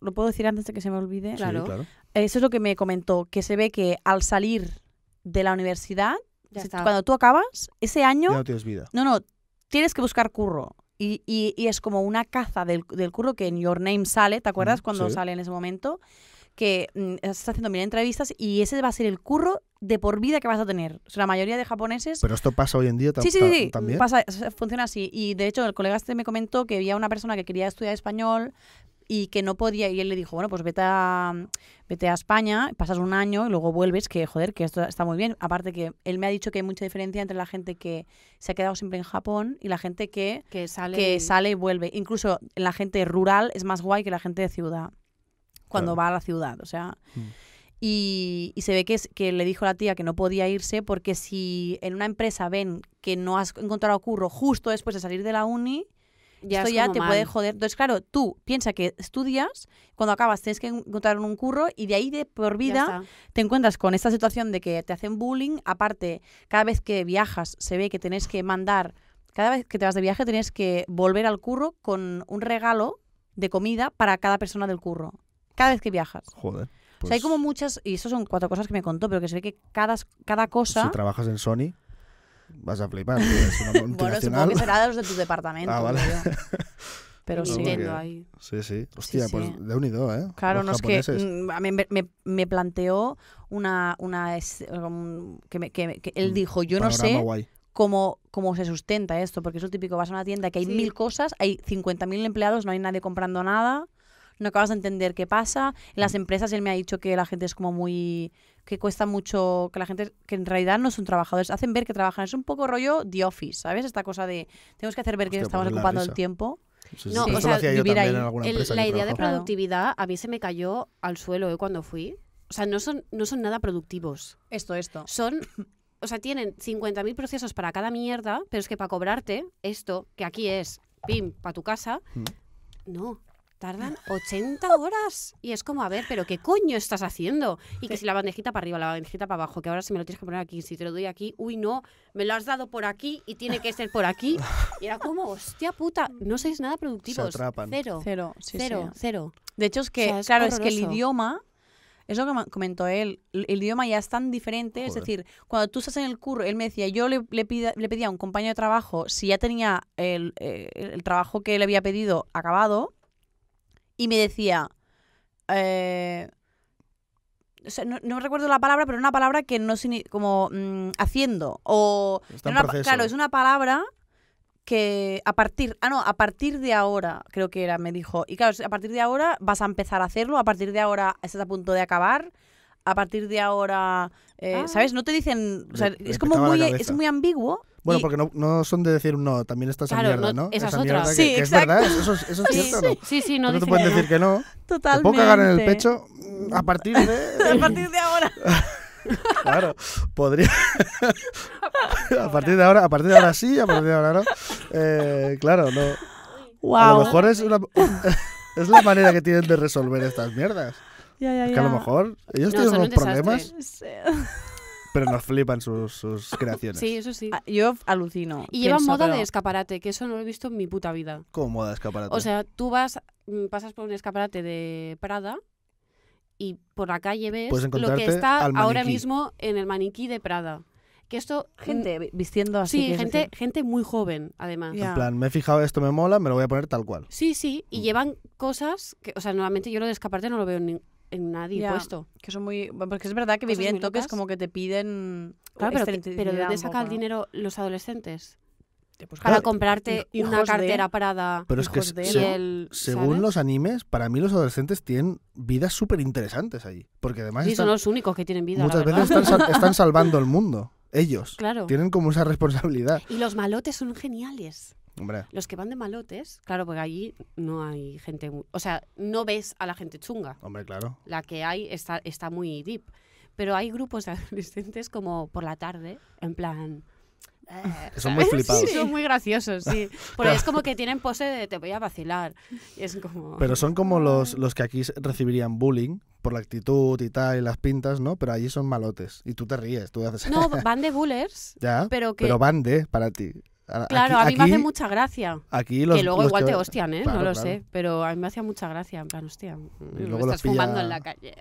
[SPEAKER 1] Lo puedo decir antes de que se me olvide.
[SPEAKER 3] Sí,
[SPEAKER 2] Claro.
[SPEAKER 3] claro.
[SPEAKER 1] Eso es lo que me comentó, que se ve que al salir de la universidad,
[SPEAKER 2] Ya
[SPEAKER 1] se-
[SPEAKER 2] está.
[SPEAKER 1] cuando tú acabas, ese año,
[SPEAKER 3] Ya no tienes vida.
[SPEAKER 1] no, no, tienes que buscar curro. Y, y- y es como una caza del, del curro que en Your Name sale, ¿te acuerdas
[SPEAKER 3] Mm,
[SPEAKER 1] cuando
[SPEAKER 3] sí.
[SPEAKER 1] sale en ese momento? Que mm, estás haciendo mil entrevistas y ese va a ser el curro de por vida que vas a tener. O sea, la mayoría de japoneses
[SPEAKER 3] Pero esto pasa hoy en día tam-
[SPEAKER 1] Sí, sí,
[SPEAKER 3] ta-
[SPEAKER 1] sí, sí,
[SPEAKER 3] también.
[SPEAKER 1] pasa- s- funciona así. Y de hecho, el colega este me comentó que había una persona que quería estudiar español y que no podía, y él le dijo, bueno, pues vete a, vete a España, pasas un año y luego vuelves, que joder, que esto está muy bien. Aparte que él me ha dicho que hay mucha diferencia entre la gente que se ha quedado siempre en Japón y la gente que,
[SPEAKER 2] que sale
[SPEAKER 1] que
[SPEAKER 2] y-
[SPEAKER 1] sale y vuelve. Incluso la gente rural es más guay que la gente de ciudad, cuando va
[SPEAKER 3] Claro.
[SPEAKER 1] a la ciudad, o sea...
[SPEAKER 3] Mm.
[SPEAKER 1] Y, y se ve que, es- que le dijo la tía que no podía irse porque si en una empresa ven que no has encontrado curro justo después de salir de la uni,
[SPEAKER 2] ya
[SPEAKER 1] esto
[SPEAKER 2] es
[SPEAKER 1] ya
[SPEAKER 2] como
[SPEAKER 1] te
[SPEAKER 2] mal.
[SPEAKER 1] puede joder. Entonces, claro, tú piensa que estudias, cuando acabas tienes que encontrar un curro y de ahí de por
[SPEAKER 2] Ya
[SPEAKER 1] vida
[SPEAKER 2] está.
[SPEAKER 1] te encuentras con esta situación de que te hacen bullying, aparte, cada vez que viajas se ve que tenés que mandar, cada vez que te vas de viaje tenés que volver al curro con un regalo de comida para cada persona del curro, cada vez que viajas.
[SPEAKER 3] Joder.
[SPEAKER 1] O sea, hay
[SPEAKER 3] pues,
[SPEAKER 1] como muchas, y eso son cuatro cosas que me contó, pero que se ve que cada, cada cosa...
[SPEAKER 3] Si trabajas en Sony, vas a flipar. tío, Es una
[SPEAKER 1] bueno, supongo
[SPEAKER 3] multinacional.
[SPEAKER 1] que será de los de tu departamento.
[SPEAKER 3] Ah, vale.
[SPEAKER 1] creo yo. Pero sí.
[SPEAKER 2] Nintendo ahí.
[SPEAKER 3] Sí, sí. Hostia,
[SPEAKER 1] sí.
[SPEAKER 3] pues de unido, ¿eh?
[SPEAKER 1] Claro,
[SPEAKER 3] Los
[SPEAKER 1] no es que
[SPEAKER 3] japoneses.
[SPEAKER 1] mm, a mí me, me- me planteó una... una es- um, que, me- que me- que él
[SPEAKER 3] Mm,
[SPEAKER 1] dijo, yo no
[SPEAKER 3] Panorama
[SPEAKER 1] sé
[SPEAKER 3] guay.
[SPEAKER 1] cómo, cómo se sustenta esto, porque es lo típico, vas a una tienda que hay
[SPEAKER 2] Sí.
[SPEAKER 1] mil cosas, hay 50.000 empleados, no hay nadie comprando nada, no acabas de entender qué pasa. En las empresas él me ha dicho que la gente es como muy... que cuesta mucho, que la gente, que en realidad no son trabajadores, hacen ver que trabajan, es un poco rollo The Office, ¿sabes? Esta cosa de, tenemos que hacer ver que
[SPEAKER 3] Hostia,
[SPEAKER 1] estamos
[SPEAKER 3] pues la
[SPEAKER 1] ocupando el
[SPEAKER 3] risa.
[SPEAKER 1] tiempo.
[SPEAKER 3] Sí, sí,
[SPEAKER 2] No,
[SPEAKER 3] sí.
[SPEAKER 2] o
[SPEAKER 3] Esto
[SPEAKER 2] sea,
[SPEAKER 3] lo hacía yo
[SPEAKER 1] vivir
[SPEAKER 3] también
[SPEAKER 1] ahí.
[SPEAKER 3] en alguna
[SPEAKER 2] El-
[SPEAKER 3] empresa.
[SPEAKER 2] la
[SPEAKER 3] que
[SPEAKER 2] idea de
[SPEAKER 3] trabajo.
[SPEAKER 1] Claro.
[SPEAKER 2] productividad a mí se me cayó al suelo eh, cuando fui. O sea, no son, no son nada productivos.
[SPEAKER 1] Esto, esto.
[SPEAKER 2] Son, o sea, tienen 50.000 procesos para cada mierda, pero es que para cobrarte esto, que aquí es, pim, para tu casa,
[SPEAKER 3] Mm.
[SPEAKER 2] no. Tardan 80 horas. Y es como, a ver, pero ¿qué coño estás haciendo? Y que si la bandejita para arriba, la bandejita para abajo, que ahora si me lo tienes que poner aquí, si te lo doy aquí, uy, no, me lo has dado por aquí y tiene que ser por aquí. Y era como, hostia puta, no sois nada productivos.
[SPEAKER 3] atrapan.
[SPEAKER 2] Cero.
[SPEAKER 1] Cero, sí,
[SPEAKER 2] cero,
[SPEAKER 1] sí.
[SPEAKER 2] cero.
[SPEAKER 1] De hecho, es que,
[SPEAKER 2] O sea, es
[SPEAKER 1] claro, es que el
[SPEAKER 2] horroroso.
[SPEAKER 1] idioma, es lo que ma- comentó él, l- el idioma ya es tan diferente, es
[SPEAKER 3] Joder.
[SPEAKER 1] decir, cuando tú estás en el curro, él me decía, yo le, le pida- le pedía a un compañero de trabajo si ya tenía el, eh, el trabajo que le había pedido acabado, y me decía, eh, o sea, no, no recuerdo la palabra, pero una palabra que no signi- como mm, haciendo, o...
[SPEAKER 3] Está en
[SPEAKER 1] era una pa-
[SPEAKER 3] proceso.
[SPEAKER 1] claro, es una palabra que a partir, ah no, a partir de ahora, creo que era, me dijo, y claro, a partir de ahora vas a empezar a hacerlo, a partir de ahora estás a punto de acabar, a partir de ahora, eh,
[SPEAKER 2] Ah.
[SPEAKER 1] ¿sabes? No te dicen, o sea,
[SPEAKER 3] Me- me
[SPEAKER 1] es como
[SPEAKER 3] petaba la
[SPEAKER 1] muy,
[SPEAKER 3] cabeza.
[SPEAKER 1] es muy ambiguo.
[SPEAKER 3] Bueno,
[SPEAKER 1] y-
[SPEAKER 3] porque no, no son de decir no, también está esa
[SPEAKER 2] Claro,
[SPEAKER 3] mierda,
[SPEAKER 2] no,
[SPEAKER 3] ¿no?
[SPEAKER 2] esa es otra.
[SPEAKER 3] mierda que,
[SPEAKER 1] Sí,
[SPEAKER 3] que es
[SPEAKER 1] exacto.
[SPEAKER 3] verdad, eso, es- eso es cierto, ¿no?
[SPEAKER 2] Sí, sí,
[SPEAKER 3] No,
[SPEAKER 2] no,
[SPEAKER 3] te
[SPEAKER 2] dicen
[SPEAKER 3] pueden
[SPEAKER 2] que no.
[SPEAKER 3] decir que no. Te
[SPEAKER 1] totalmente.
[SPEAKER 3] puedo cagar en el pecho mm, a partir
[SPEAKER 1] A
[SPEAKER 3] de...
[SPEAKER 1] partir de ahora.
[SPEAKER 3] Claro, podría. a partir de ahora, a partir de ahora sí, a partir de ahora no. Eh, claro, no.
[SPEAKER 1] Wow.
[SPEAKER 3] A lo mejor es una- es la manera que tienen de resolver estas mierdas.
[SPEAKER 1] Ya, ya,
[SPEAKER 3] Es que a lo
[SPEAKER 1] ya.
[SPEAKER 3] mejor ellos
[SPEAKER 2] No,
[SPEAKER 3] tienen
[SPEAKER 2] son
[SPEAKER 3] unos
[SPEAKER 2] un desastre.
[SPEAKER 3] problemas,
[SPEAKER 1] Sí.
[SPEAKER 3] pero nos flipan sus, sus creaciones.
[SPEAKER 2] Sí, eso sí.
[SPEAKER 1] Ah, Yo alucino.
[SPEAKER 2] Y llevan
[SPEAKER 1] pienso,
[SPEAKER 2] moda
[SPEAKER 1] pero-
[SPEAKER 2] de escaparate, que eso no lo he visto en mi puta vida.
[SPEAKER 3] Como moda escaparate.
[SPEAKER 2] O sea, tú vas, mm, pasas por un escaparate de Prada y por la calle ves
[SPEAKER 3] Puedes
[SPEAKER 2] lo que
[SPEAKER 3] encontrarte
[SPEAKER 2] está
[SPEAKER 3] al
[SPEAKER 2] ahora
[SPEAKER 3] maniquí.
[SPEAKER 2] mismo en el maniquí de Prada. Que esto...
[SPEAKER 1] Gente vi- vistiendo
[SPEAKER 2] mm,
[SPEAKER 1] así.
[SPEAKER 2] Sí,
[SPEAKER 1] quiero
[SPEAKER 2] gente,
[SPEAKER 1] decir.
[SPEAKER 2] gente muy joven, además.
[SPEAKER 1] Ya.
[SPEAKER 3] En plan, me he fijado esto, me mola, me lo voy a poner tal cual.
[SPEAKER 2] Sí, sí,
[SPEAKER 3] Mm.
[SPEAKER 2] y llevan cosas que, o sea, normalmente yo lo de escaparate no lo veo en, nin- en nadie
[SPEAKER 1] Ya.
[SPEAKER 2] puesto.
[SPEAKER 1] Que son muy... bueno, Porque es verdad que vivir
[SPEAKER 2] Cosas
[SPEAKER 1] en
[SPEAKER 2] muy
[SPEAKER 1] toques
[SPEAKER 2] locas.
[SPEAKER 1] como que te piden... este
[SPEAKER 2] Claro, Este, pero, que- pero ¿de
[SPEAKER 1] excentricidad
[SPEAKER 2] dónde
[SPEAKER 1] un
[SPEAKER 2] saca el Pues
[SPEAKER 1] poco, ¿no?
[SPEAKER 2] dinero los adolescentes?
[SPEAKER 1] te buscaba-
[SPEAKER 2] Para comprarte
[SPEAKER 1] Hij- hijos
[SPEAKER 2] una
[SPEAKER 1] de-
[SPEAKER 2] cartera parada
[SPEAKER 3] Pero es que
[SPEAKER 1] hijos de
[SPEAKER 2] y
[SPEAKER 1] él,
[SPEAKER 3] se-
[SPEAKER 2] el.
[SPEAKER 3] según
[SPEAKER 2] ¿sabes?
[SPEAKER 3] los animes, para mí los adolescentes tienen vidas súper interesantes allí. Porque además
[SPEAKER 2] Sí,
[SPEAKER 3] están-
[SPEAKER 2] son los únicos que tienen vida. la
[SPEAKER 3] muchas
[SPEAKER 2] verdad.
[SPEAKER 3] veces están, sal- están salvando el mundo. Ellos.
[SPEAKER 2] Claro.
[SPEAKER 3] Tienen como esa responsabilidad.
[SPEAKER 2] Y los malotes son geniales.
[SPEAKER 3] Hombre,
[SPEAKER 2] Los que van de malotes, claro, porque allí no hay gente. mu- O sea, no ves a la gente chunga.
[SPEAKER 3] hombre, claro.
[SPEAKER 2] La que hay está, está muy deep. Pero hay grupos de adolescentes como por la tarde, en plan. eh,
[SPEAKER 3] Que son muy
[SPEAKER 2] ¿sabes?
[SPEAKER 3] flipados.
[SPEAKER 2] Sí, son muy graciosos, sí. Porque es como que tienen pose de te voy a vacilar. Y es como.
[SPEAKER 3] Pero son como los, los que aquí recibirían bullying por la actitud y tal, y las pintas, ¿no? Pero allí son malotes. Y tú te ríes, tú haces...
[SPEAKER 2] No, van de bullers,
[SPEAKER 3] ya,
[SPEAKER 2] pero que.
[SPEAKER 3] pero van de para ti. A-
[SPEAKER 2] claro,
[SPEAKER 3] aquí-
[SPEAKER 2] a mí me hace
[SPEAKER 3] aquí-
[SPEAKER 2] mucha gracia.
[SPEAKER 3] Aquí los,
[SPEAKER 2] que luego
[SPEAKER 3] los
[SPEAKER 2] igual te hostian, ¿eh?
[SPEAKER 3] Claro,
[SPEAKER 2] no lo
[SPEAKER 3] claro.
[SPEAKER 2] sé. Pero a mí me hacía mucha gracia. En plan, hostia. mm,
[SPEAKER 3] luego los
[SPEAKER 2] estás fumando
[SPEAKER 3] pilla-
[SPEAKER 2] en la calle.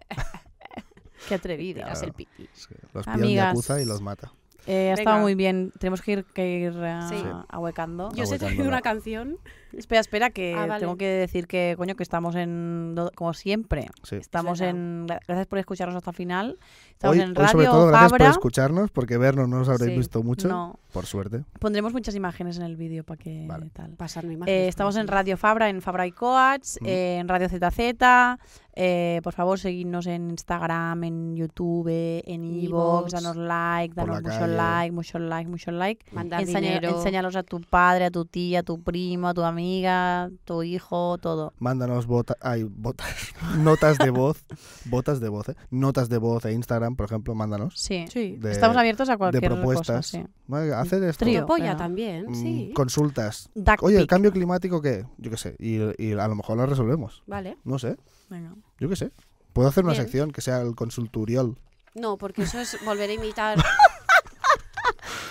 [SPEAKER 2] Qué atrevida.
[SPEAKER 3] Claro.
[SPEAKER 2] el piti.
[SPEAKER 3] Sí, los pilla un
[SPEAKER 1] Amigas.
[SPEAKER 3] yakuza y los mata.
[SPEAKER 1] Eh, ha
[SPEAKER 2] Venga.
[SPEAKER 1] estado muy bien. Tenemos que ir, que ir eh,
[SPEAKER 2] Sí.
[SPEAKER 1] ahuecando.
[SPEAKER 2] Yo os he
[SPEAKER 3] Aguantándola.
[SPEAKER 2] traído una canción.
[SPEAKER 1] Espera, espera, que
[SPEAKER 2] Ah, vale.
[SPEAKER 1] tengo que decir que, coño, que estamos en, do- como siempre,
[SPEAKER 3] Sí.
[SPEAKER 1] estamos
[SPEAKER 2] Es verdad.
[SPEAKER 1] en, gra- gracias por escucharnos hasta el final, estamos
[SPEAKER 3] Hoy,
[SPEAKER 1] en
[SPEAKER 3] hoy
[SPEAKER 1] Radio
[SPEAKER 3] sobre todo, gracias por
[SPEAKER 1] Fabra.
[SPEAKER 3] escucharnos, porque vernos no os habréis
[SPEAKER 2] Sí,
[SPEAKER 3] visto mucho,
[SPEAKER 1] no.
[SPEAKER 3] por suerte.
[SPEAKER 1] pondremos muchas imágenes en el vídeo para que
[SPEAKER 3] Vale.
[SPEAKER 1] tal.
[SPEAKER 2] Pasarme
[SPEAKER 1] Eh,
[SPEAKER 2] imágenes,
[SPEAKER 1] estamos
[SPEAKER 2] por
[SPEAKER 1] en
[SPEAKER 2] favor.
[SPEAKER 1] Radio Fabra, en Fabra y Coats,
[SPEAKER 3] Mm.
[SPEAKER 1] eh, en Radio ZZ. eh, por favor, seguidnos en Instagram, en YouTube, en Evox,
[SPEAKER 2] Ivox.
[SPEAKER 1] danos like,
[SPEAKER 3] Por
[SPEAKER 1] danos
[SPEAKER 3] la
[SPEAKER 1] mucho
[SPEAKER 3] calle.
[SPEAKER 1] like, mucho like, mucho like.
[SPEAKER 2] Mandar
[SPEAKER 1] Enseña-
[SPEAKER 2] dinero.
[SPEAKER 1] enséñalos a tu padre, a tu tía, a tu primo, a tu amiga, tu hijo, todo.
[SPEAKER 3] Mándanos bota- ay, botas, notas de voz, botas de voz, ¿eh? notas de voz e Instagram, por ejemplo, mándanos.
[SPEAKER 1] Sí.
[SPEAKER 2] Sí.
[SPEAKER 3] De,
[SPEAKER 1] Estamos abiertos a
[SPEAKER 3] de
[SPEAKER 1] cualquier cosa.
[SPEAKER 3] propuestas.
[SPEAKER 1] Sí.
[SPEAKER 3] Vale, Haced esto.
[SPEAKER 1] Trío.
[SPEAKER 2] Tu polla
[SPEAKER 1] pero-
[SPEAKER 2] también,
[SPEAKER 3] Mm,
[SPEAKER 2] sí.
[SPEAKER 3] Consultas.
[SPEAKER 1] Duck
[SPEAKER 3] Oye, ¿el
[SPEAKER 1] pic.
[SPEAKER 3] cambio climático qué? Yo qué sé. Y, y a lo mejor lo resolvemos.
[SPEAKER 2] Vale.
[SPEAKER 3] No sé.
[SPEAKER 1] Venga.
[SPEAKER 3] Yo qué sé. Puedo hacer una
[SPEAKER 2] Bien.
[SPEAKER 3] sección que sea el consulturiol.
[SPEAKER 2] No, porque eso es volver a imitar.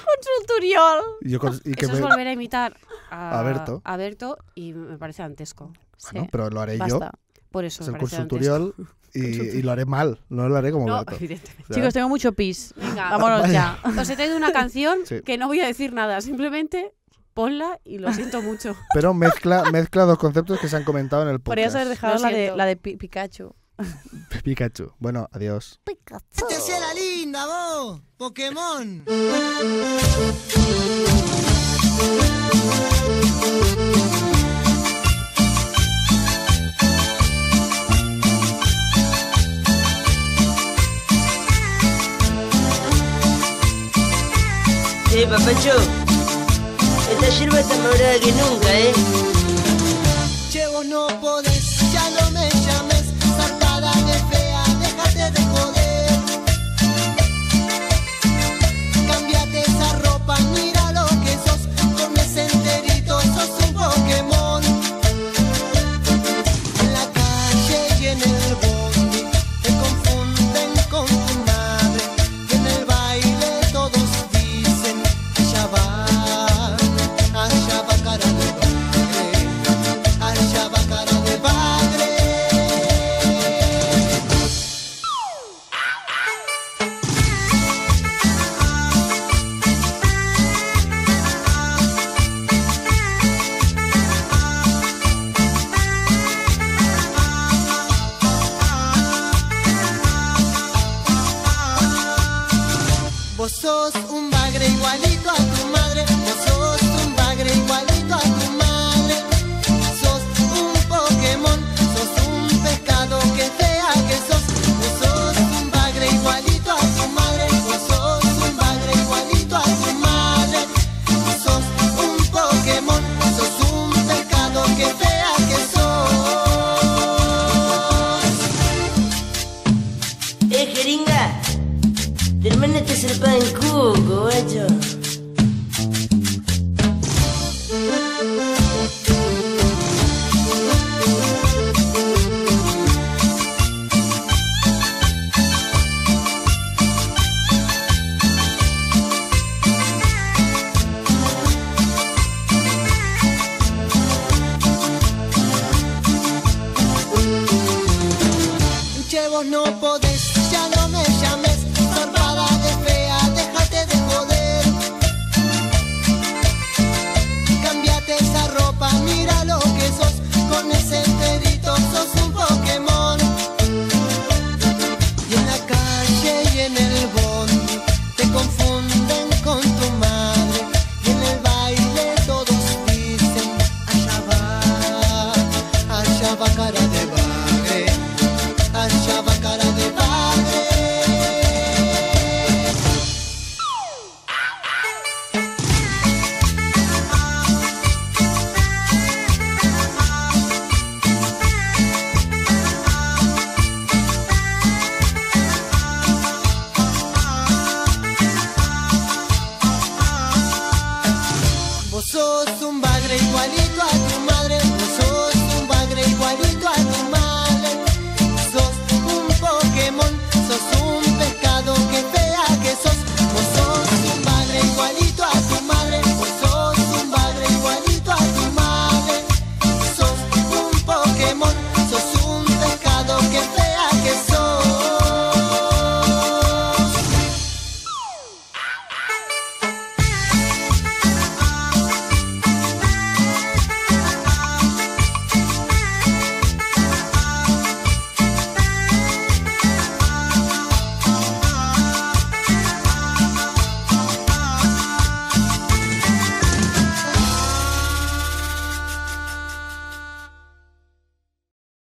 [SPEAKER 1] Consultorial.
[SPEAKER 3] Y yo cons- y
[SPEAKER 2] Ah,
[SPEAKER 3] que
[SPEAKER 2] eso es
[SPEAKER 3] me-
[SPEAKER 2] volver a imitar a,
[SPEAKER 3] A Berto.
[SPEAKER 2] a Berto y me parece dantesco.
[SPEAKER 3] Bueno, pero lo haré
[SPEAKER 1] Basta.
[SPEAKER 2] Por eso
[SPEAKER 3] yo. Es
[SPEAKER 2] me
[SPEAKER 3] el
[SPEAKER 2] parece
[SPEAKER 3] consulturiol. Y, y lo haré mal. No lo haré como
[SPEAKER 2] dantesco. No,
[SPEAKER 3] Berto.
[SPEAKER 2] evidentemente.
[SPEAKER 3] ¿sabes?
[SPEAKER 1] Chicos, tengo mucho pis.
[SPEAKER 2] Venga,
[SPEAKER 1] Vámonos
[SPEAKER 3] Vaya.
[SPEAKER 1] ya.
[SPEAKER 2] os he traído una canción
[SPEAKER 3] Sí.
[SPEAKER 2] que no voy a decir nada, simplemente ponla y lo siento mucho.
[SPEAKER 3] Pero mezcla, mezcla dos conceptos que se han comentado en el podcast.
[SPEAKER 1] Podrías haber dejado
[SPEAKER 2] Lo
[SPEAKER 1] la de,
[SPEAKER 2] siento.
[SPEAKER 1] la de Pi- Pikachu.
[SPEAKER 3] Pikachu. Bueno, adiós.
[SPEAKER 6] Este era linda, vos, Pokémon.
[SPEAKER 9] Eh, papacho, esta hierba está más brava que nunca, ¿eh?
[SPEAKER 6] Che, vos no podés, ya no me llames, sacada de fea, déjate de joder. Cámbiate esa ropa, mira lo que sos, con ese enterito sos un Pokémon. En la calle y en el bondi, te confunden con tu madre, y en el baile todos dicen, allá va, allá va cara de padre. Allá va cara de padre. Vos sos un bagre igualito a tu madre. Vos sos un bagre igualito a tu madre. Sos un Pokémon. Sos un pescado que sea que sos. Vos sos un bagre igualito a tu madre. Vos sos un bagre igualito a tu madre. Sos un Pokémon. Sos un pescado que sea que sos.
[SPEAKER 9] Eh, jeringa, tu hermana te zarpada en cuco, guacho.
[SPEAKER 6] Che, vos no podés, ya no me llames, zarpada de fea, déjate de joder. Cámbiate esa ropa, mira lo que sos, con ese enterito sos un Pokémon. Y en la calle y en el bondi, te confunden con tu madre, y en el baile
[SPEAKER 7] sos un bagre igualito a tu